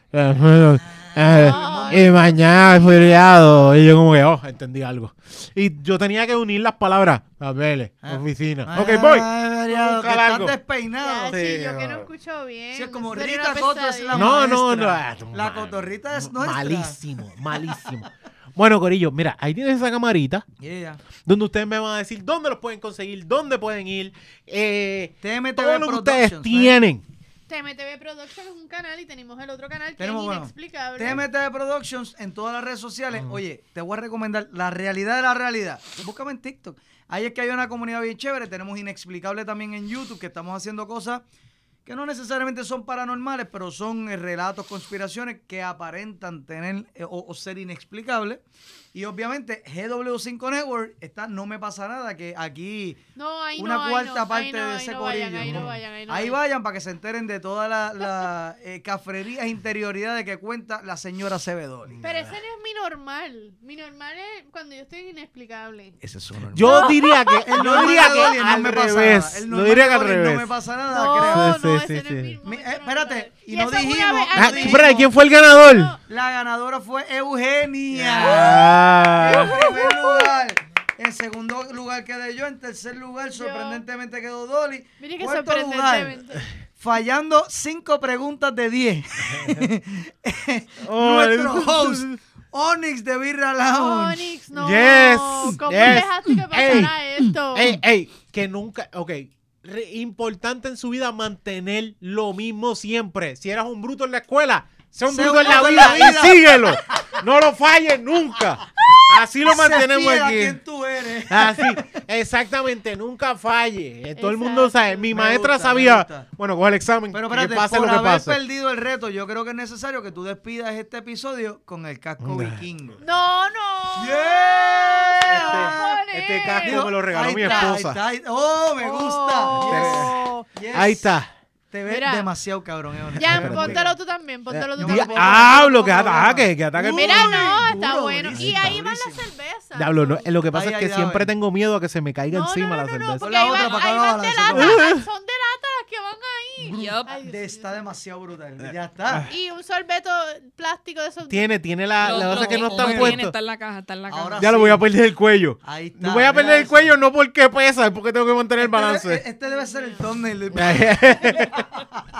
Ah.
y mañana es feriado y yo como que oh entendí algo y yo tenía que unir las palabras a ver
Ah.
oficina ok voy
Ay, variado, que
Buscar
estás
algo.
Ya,
despeinado.
sí,
Sí,
yo que no
no.
escucho bien.
Sí, es como
Eso era
Rita
una
Cotto es la
pesadilla.
No, no, no.
maestra.
ah,
La
mal-
cotorrita es nuestra.
Malísimo, malísimo. Bueno, Corillo, mira, ahí tienes esa camarita
Yeah.
donde ustedes me van a decir dónde los pueden conseguir, dónde pueden ir, eh,
TMTV
todo lo que
Productions, ¿eh?
ustedes tienen.
TMTV Productions es un canal y tenemos el otro canal que
Tenemos,
es
bueno,
inexplicable.
TMT Productions en todas las redes sociales. Oye, te voy a recomendar la realidad de la realidad. Búscame en TikTok. Ahí es que hay una comunidad bien chévere. Tenemos Inexplicable también en YouTube, que estamos haciendo cosas que no necesariamente son paranormales, pero son eh, relatos, conspiraciones que aparentan tener eh, o, o ser inexplicables. Y obviamente GW5 Network está No Me Pasa Nada, que aquí
No, ahí
una
no, ahí
cuarta
no, ahí
parte
no,
de
ahí
ese
no
corillo.
vayan, ahí no vayan, ahí no
Ahí
vayan.
vayan para que se enteren de todas las la, eh, cafrerías e interioridades que cuenta la señora Cebedoli.
Pero ese no es mi normal. Mi normal es cuando yo estoy inexplicable.
Ese es su normal.
Yo diría
(laughs)
que,
El
yo
normal
diría
de
que
Dolly no
al
me pasa nada.
revés.
El
Yo
normal
diría que
de
al
Dolly No me
revés.
pasa nada, creo.
No,
creo.
no,
Sí,
ese
sí,
no es
sí.
mi
Mi-
momento
eh, espérate,
normal.
y no
eso fue una
dijimos-
vez
Ah,
antes.
espera, ¿quién fue el ganador?
No,
La ganadora fue Eugenia.
Ah.
En primer lugar. En segundo lugar quedé yo. En tercer lugar,
Yo.
sorprendentemente quedó Dolly.
Mire que
Cuarto lugar,
sorprendentemente.
fallando cinco preguntas de diez.
Oh,
Nuestro
el-
host, Onyx de Birra Lounge.
Onyx, no.
Yes,
¿Cómo
yes.
dejaste que pasara esto?
Ey, ey, que nunca, ok. Re- importante en su vida mantener lo mismo siempre. Si eras un bruto en la escuela, sea un
Sé
bruto en la vida, y síguelo. No lo falles nunca. Así lo
Sé
mantenemos
fiel a
aquí.
quien tú eres.
Así, Ah, exactamente, nunca falle. Eh, Todo el mundo
Exacto.
sabe. Mi
Me
maestra
gusta, me
sabía.
gusta.
Bueno, coge el examen.
Pero
que
espérate,
pase
por
lo que
haber
pase.
perdido el reto, yo creo que es necesario que tú despidas este episodio con el casco
Anda.
vikingo.
No, no.
¡Yeah!
Este-
Este
Digo,
casco me lo regaló
ahí
mi
está,
esposa.
ahí está, ahí- ¡Oh, me gusta!
Oh.
Yes, yes.
Ahí está.
Te ves
Mira.
demasiado cabrón, eh, honestamente.
Ya,
Espérate.
póntelo tú también, póntelo
Eh,
tú
No,
también.
no,
Diablo, ah, que
no, no,
ataque, que ataque.
no.
el-
Mira, no,
Uy,
está
duro,
bueno. y
durísimo,
ahí van las
durísimo.
cervezas.
Diablo, no, eh, lo que pasa
Ahí,
es que
ahí,
siempre
ahí.
tengo miedo a que se me caiga
no,
encima
no,
la
no, no,
cerveza.
porque
La
ahí
otra
van,
para
ahí
acabar,
van
la
de
segunda.
lata. Son de lata las que van ahí.
Yup.
Ay, Dios
De-
mío.
Está demasiado brutal. Ya está.
Y un sorbeto plástico de esos.
Tiene, tiene la,
Lo
la cosa
otro
que no
tiene,
está
tiene,
puesto.
Está en la caja, está en la caja.
Ahora
Ya lo
sí.
voy a perder el cuello.
Ahí está.
No voy a
mira
perder el
eso.
cuello no porque pesa, es porque tengo que mantener el
Este debe- (laughs)
balance.
Este debe ser el thumbnail del
(laughs)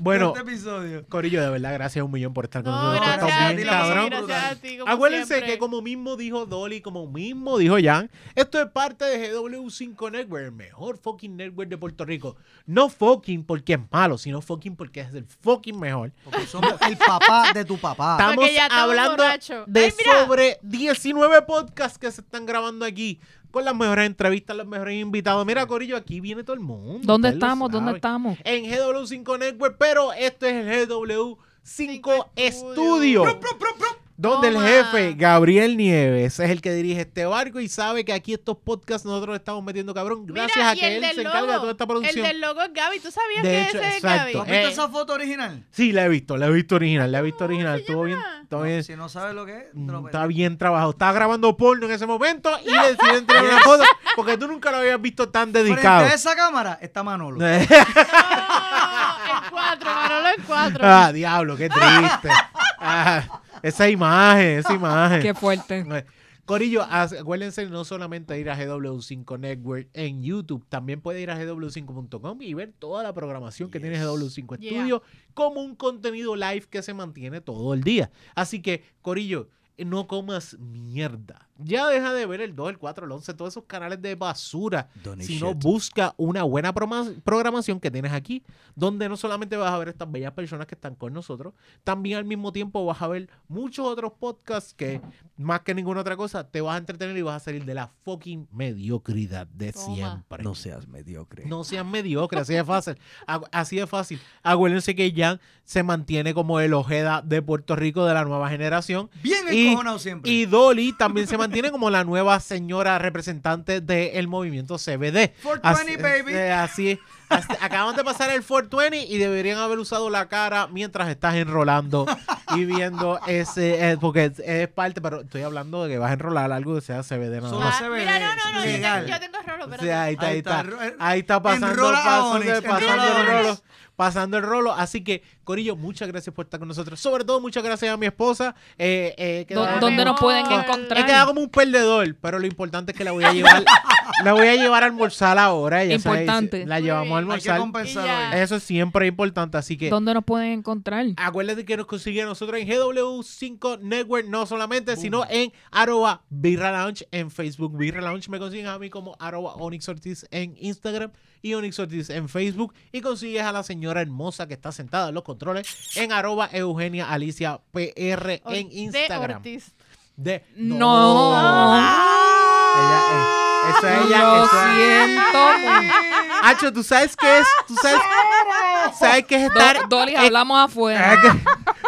bueno,
este episodio.
Corillo, de verdad, gracias un millón por estar con
No,
nosotros.
Nosotros
Estamos
gracias a
también,
ti,
bien,
cabrón.
gracias a ti. como
Acuérdense
siempre.
que como mismo dijo Dolly, como mismo dijo Jan, esto es parte de GW5 Network, el mejor fucking network de Puerto Rico. No fucking porque es malo, sino fucking porque es el fucking mejor.
Porque somos el papá de tu papá.
Ah, Porque
Estamos
ya estamos
hablando
borrachos.
de
Ay, mira.
sobre 19 podcasts que se están grabando aquí, con las mejores entrevistas, los mejores invitados. Mira, Corillo, aquí viene todo el mundo. ustedes lo
¿Dónde
Eh.
estamos? ¿Dónde
saben.
estamos?
En GW5 Network, pero esto es el GW5
Cinco
Studio.
Estudio.
Donde
Toma.
el jefe, Gabriel Nieves, es el que dirige este barco y sabe que aquí estos podcasts nosotros estamos metiendo cabrón.
Mira,
Gracias a
y
que
el
él
del
se encarga de
logo,
toda esta producción.
El del logo es Gaby. ¿Tú sabías
De
que
hecho,
ese es
exacto.
Gaby?
¿Has
Eh.
visto esa foto original?
Sí, la he visto, la he visto original, la he visto
¿Cómo
original.
se
Estuvo bien,
llama?
estuvo
No,
bien.
si no sabes lo que es, te lo
Mm,
perdí.
Está bien trabajado. Estaba grabando porno en ese momento
(laughs)
y decidió entrar en una foto porque tú nunca lo habías visto tan
Frente
dedicado.
a esa cámara está Manolo.
No, en cuatro, Manolo en cuatro.
(laughs) ah, diablo, qué
(laughs)
triste. Ah, esa imagen, esa imagen.
Qué fuerte.
Eh, Corillo, as- acuérdense no solamente ir a GW5 Network en YouTube, también puede ir a gw5.com y ver toda la programación que tiene GW5
Yeah.
Studio como un contenido live que se mantiene todo el día. Así que, Corillo, eh, no comas mierda. Ya deja de ver el 2, el 4, el 11, todos esos canales de basura. Si no, busca una buena proma- programación que tienes aquí, donde no solamente vas a ver estas bellas personas que están con nosotros, también al mismo tiempo vas a ver muchos otros podcasts que, más que ninguna otra cosa, te vas a entretener y vas a salir de la fucking mediocridad de
Toma.
siempre.
No seas mediocre.
No seas mediocre, así de fácil. Acu- Así de fácil. Acuérdense que Jan se mantiene como el Ojeda de Puerto Rico de la nueva generación.
Bien
Y-
encojonado siempre.
Y Dolly también se mantiene como la nueva señora representante del movimiento CBD.
420, baby.
eh, así es. Así- acaban de pasar el 420 y deberían haber usado la cara mientras estás enrolando y viendo ese. eh, porque es, es parte, pero estoy hablando de que vas a enrolar algo que sea CBD nada
Solo
más.
Ah,
se ve
mira, no, no, no. Yo
legal.
tengo, yo tengo rolo,
O
pero.
sea, ahí está, ahí
Ahí
está.
está, ro-
Ahí está pasando,
enrola a
pasando,
Onyx,
pasando
enrola a
el rolo.
Onyx.
Pasando el rolo. Así que, Corillo, muchas gracias por estar con nosotros. Sobre todo, muchas gracias a mi esposa. Eh, eh, que
¿Dó-
da-
¿Dónde nos pueden
He
He quedado
encontrar?
como un perdedor, pero lo importante es que la voy a llevar,
(laughs)
la voy a llevar a almorzar ahora. ella sabe,
Importante.
la llevamos a
Muy
Hay que
almorzar.
compensar
Y ya.
hoy.
Eso siempre es importante, así que
¿Dónde nos pueden encontrar?
acuérdate que nos consigue a nosotros en GW5 Network, no solamente, sino en arroba Birra Lounge en Facebook. Birra Lounge me consiguen a mí como arroba Onyx Ortiz en Instagram y Onyx Ortiz en Facebook. Y consigues a la señora hermosa que está sentada en los controles en arroba Eugenia Alicia PR
Or-
en
de
Instagram.
Ortiz.
De-
No.
Ella, eh, eso es Ah, ella,
Lo
eso es-
siento.
Acho, ¿tú sabes qué es? ¿Tú sabes, sabes qué es estar?
Do- Dolly, hablamos afuera.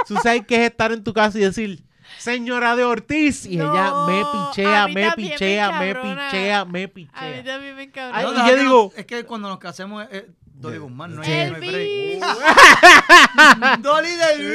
¿Tú sabes qué es estar en tu casa y decir, señora de Ortiz? Y ella
No,
me
a
pichea,
mí
me
también me
pichea, me
encabrona.
pichea, me
A mí
pichea.
también
No,
Ay, y
me encanta.
yo
deja que
digo-
nos- es que cuando nos casemos es, es Dolly
De-
Guzmán, no (laughs)
Sí.
hay- no hay break. Dolly Davis.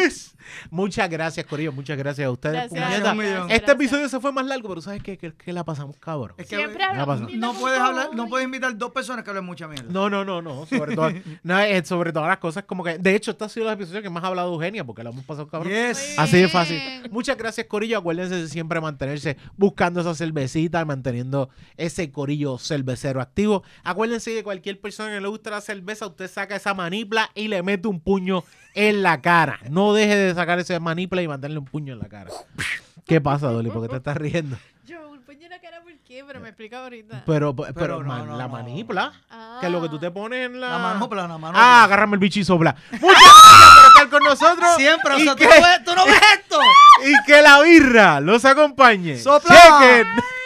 Elvis. Muchas gracias, Corillo. Muchas gracias a ustedes.
Gracias.
puñeta.
Un millón.
Este episodio se fue más largo, pero ¿sabes qué? Que, que la pasamos, cabrón.
Es que
Siempre
¿Qué ha
hablamos
pasado?
mierda
no
con
puedes
todo
hablar, no
mundo.
puedes invitar dos personas que hablen mucha mierda.
No, no, no, no. Sobre todo, no, eh, sobre todas las cosas, como que. De hecho, este ha sido el episodio que más ha hablado Eugenia, porque la hemos pasado cabrón.
Yes.
Así de fácil.
Bien.
Muchas gracias, Corillo. Acuérdense de siempre mantenerse buscando esa cervecita, manteniendo ese Corillo cervecero activo. Acuérdense de cualquier persona que le gusta la cerveza, usted saca esa manipla y le mete un puño en la cara. No deje de sacar ese manipla y mantenerle un puño en la cara. ¿Qué pasa, Dolly? ¿Por qué te estás riendo?
pues Yo, un puño en la cara, ¿por qué? Pero me explica ahorita.
Pero, pero,
Pero no,
man-
no,
la
no.
manipla, que es lo que tú te pones en la...
La manopla, la manopla.
Ah, agárrame el bicho y sopla. Muchas gracias por estar con nosotros.
Siempre, o
y
sea, tú
que,
no ves, tú no ves esto.
y que la birra los acompañe.
¡Sopla!
Chequen.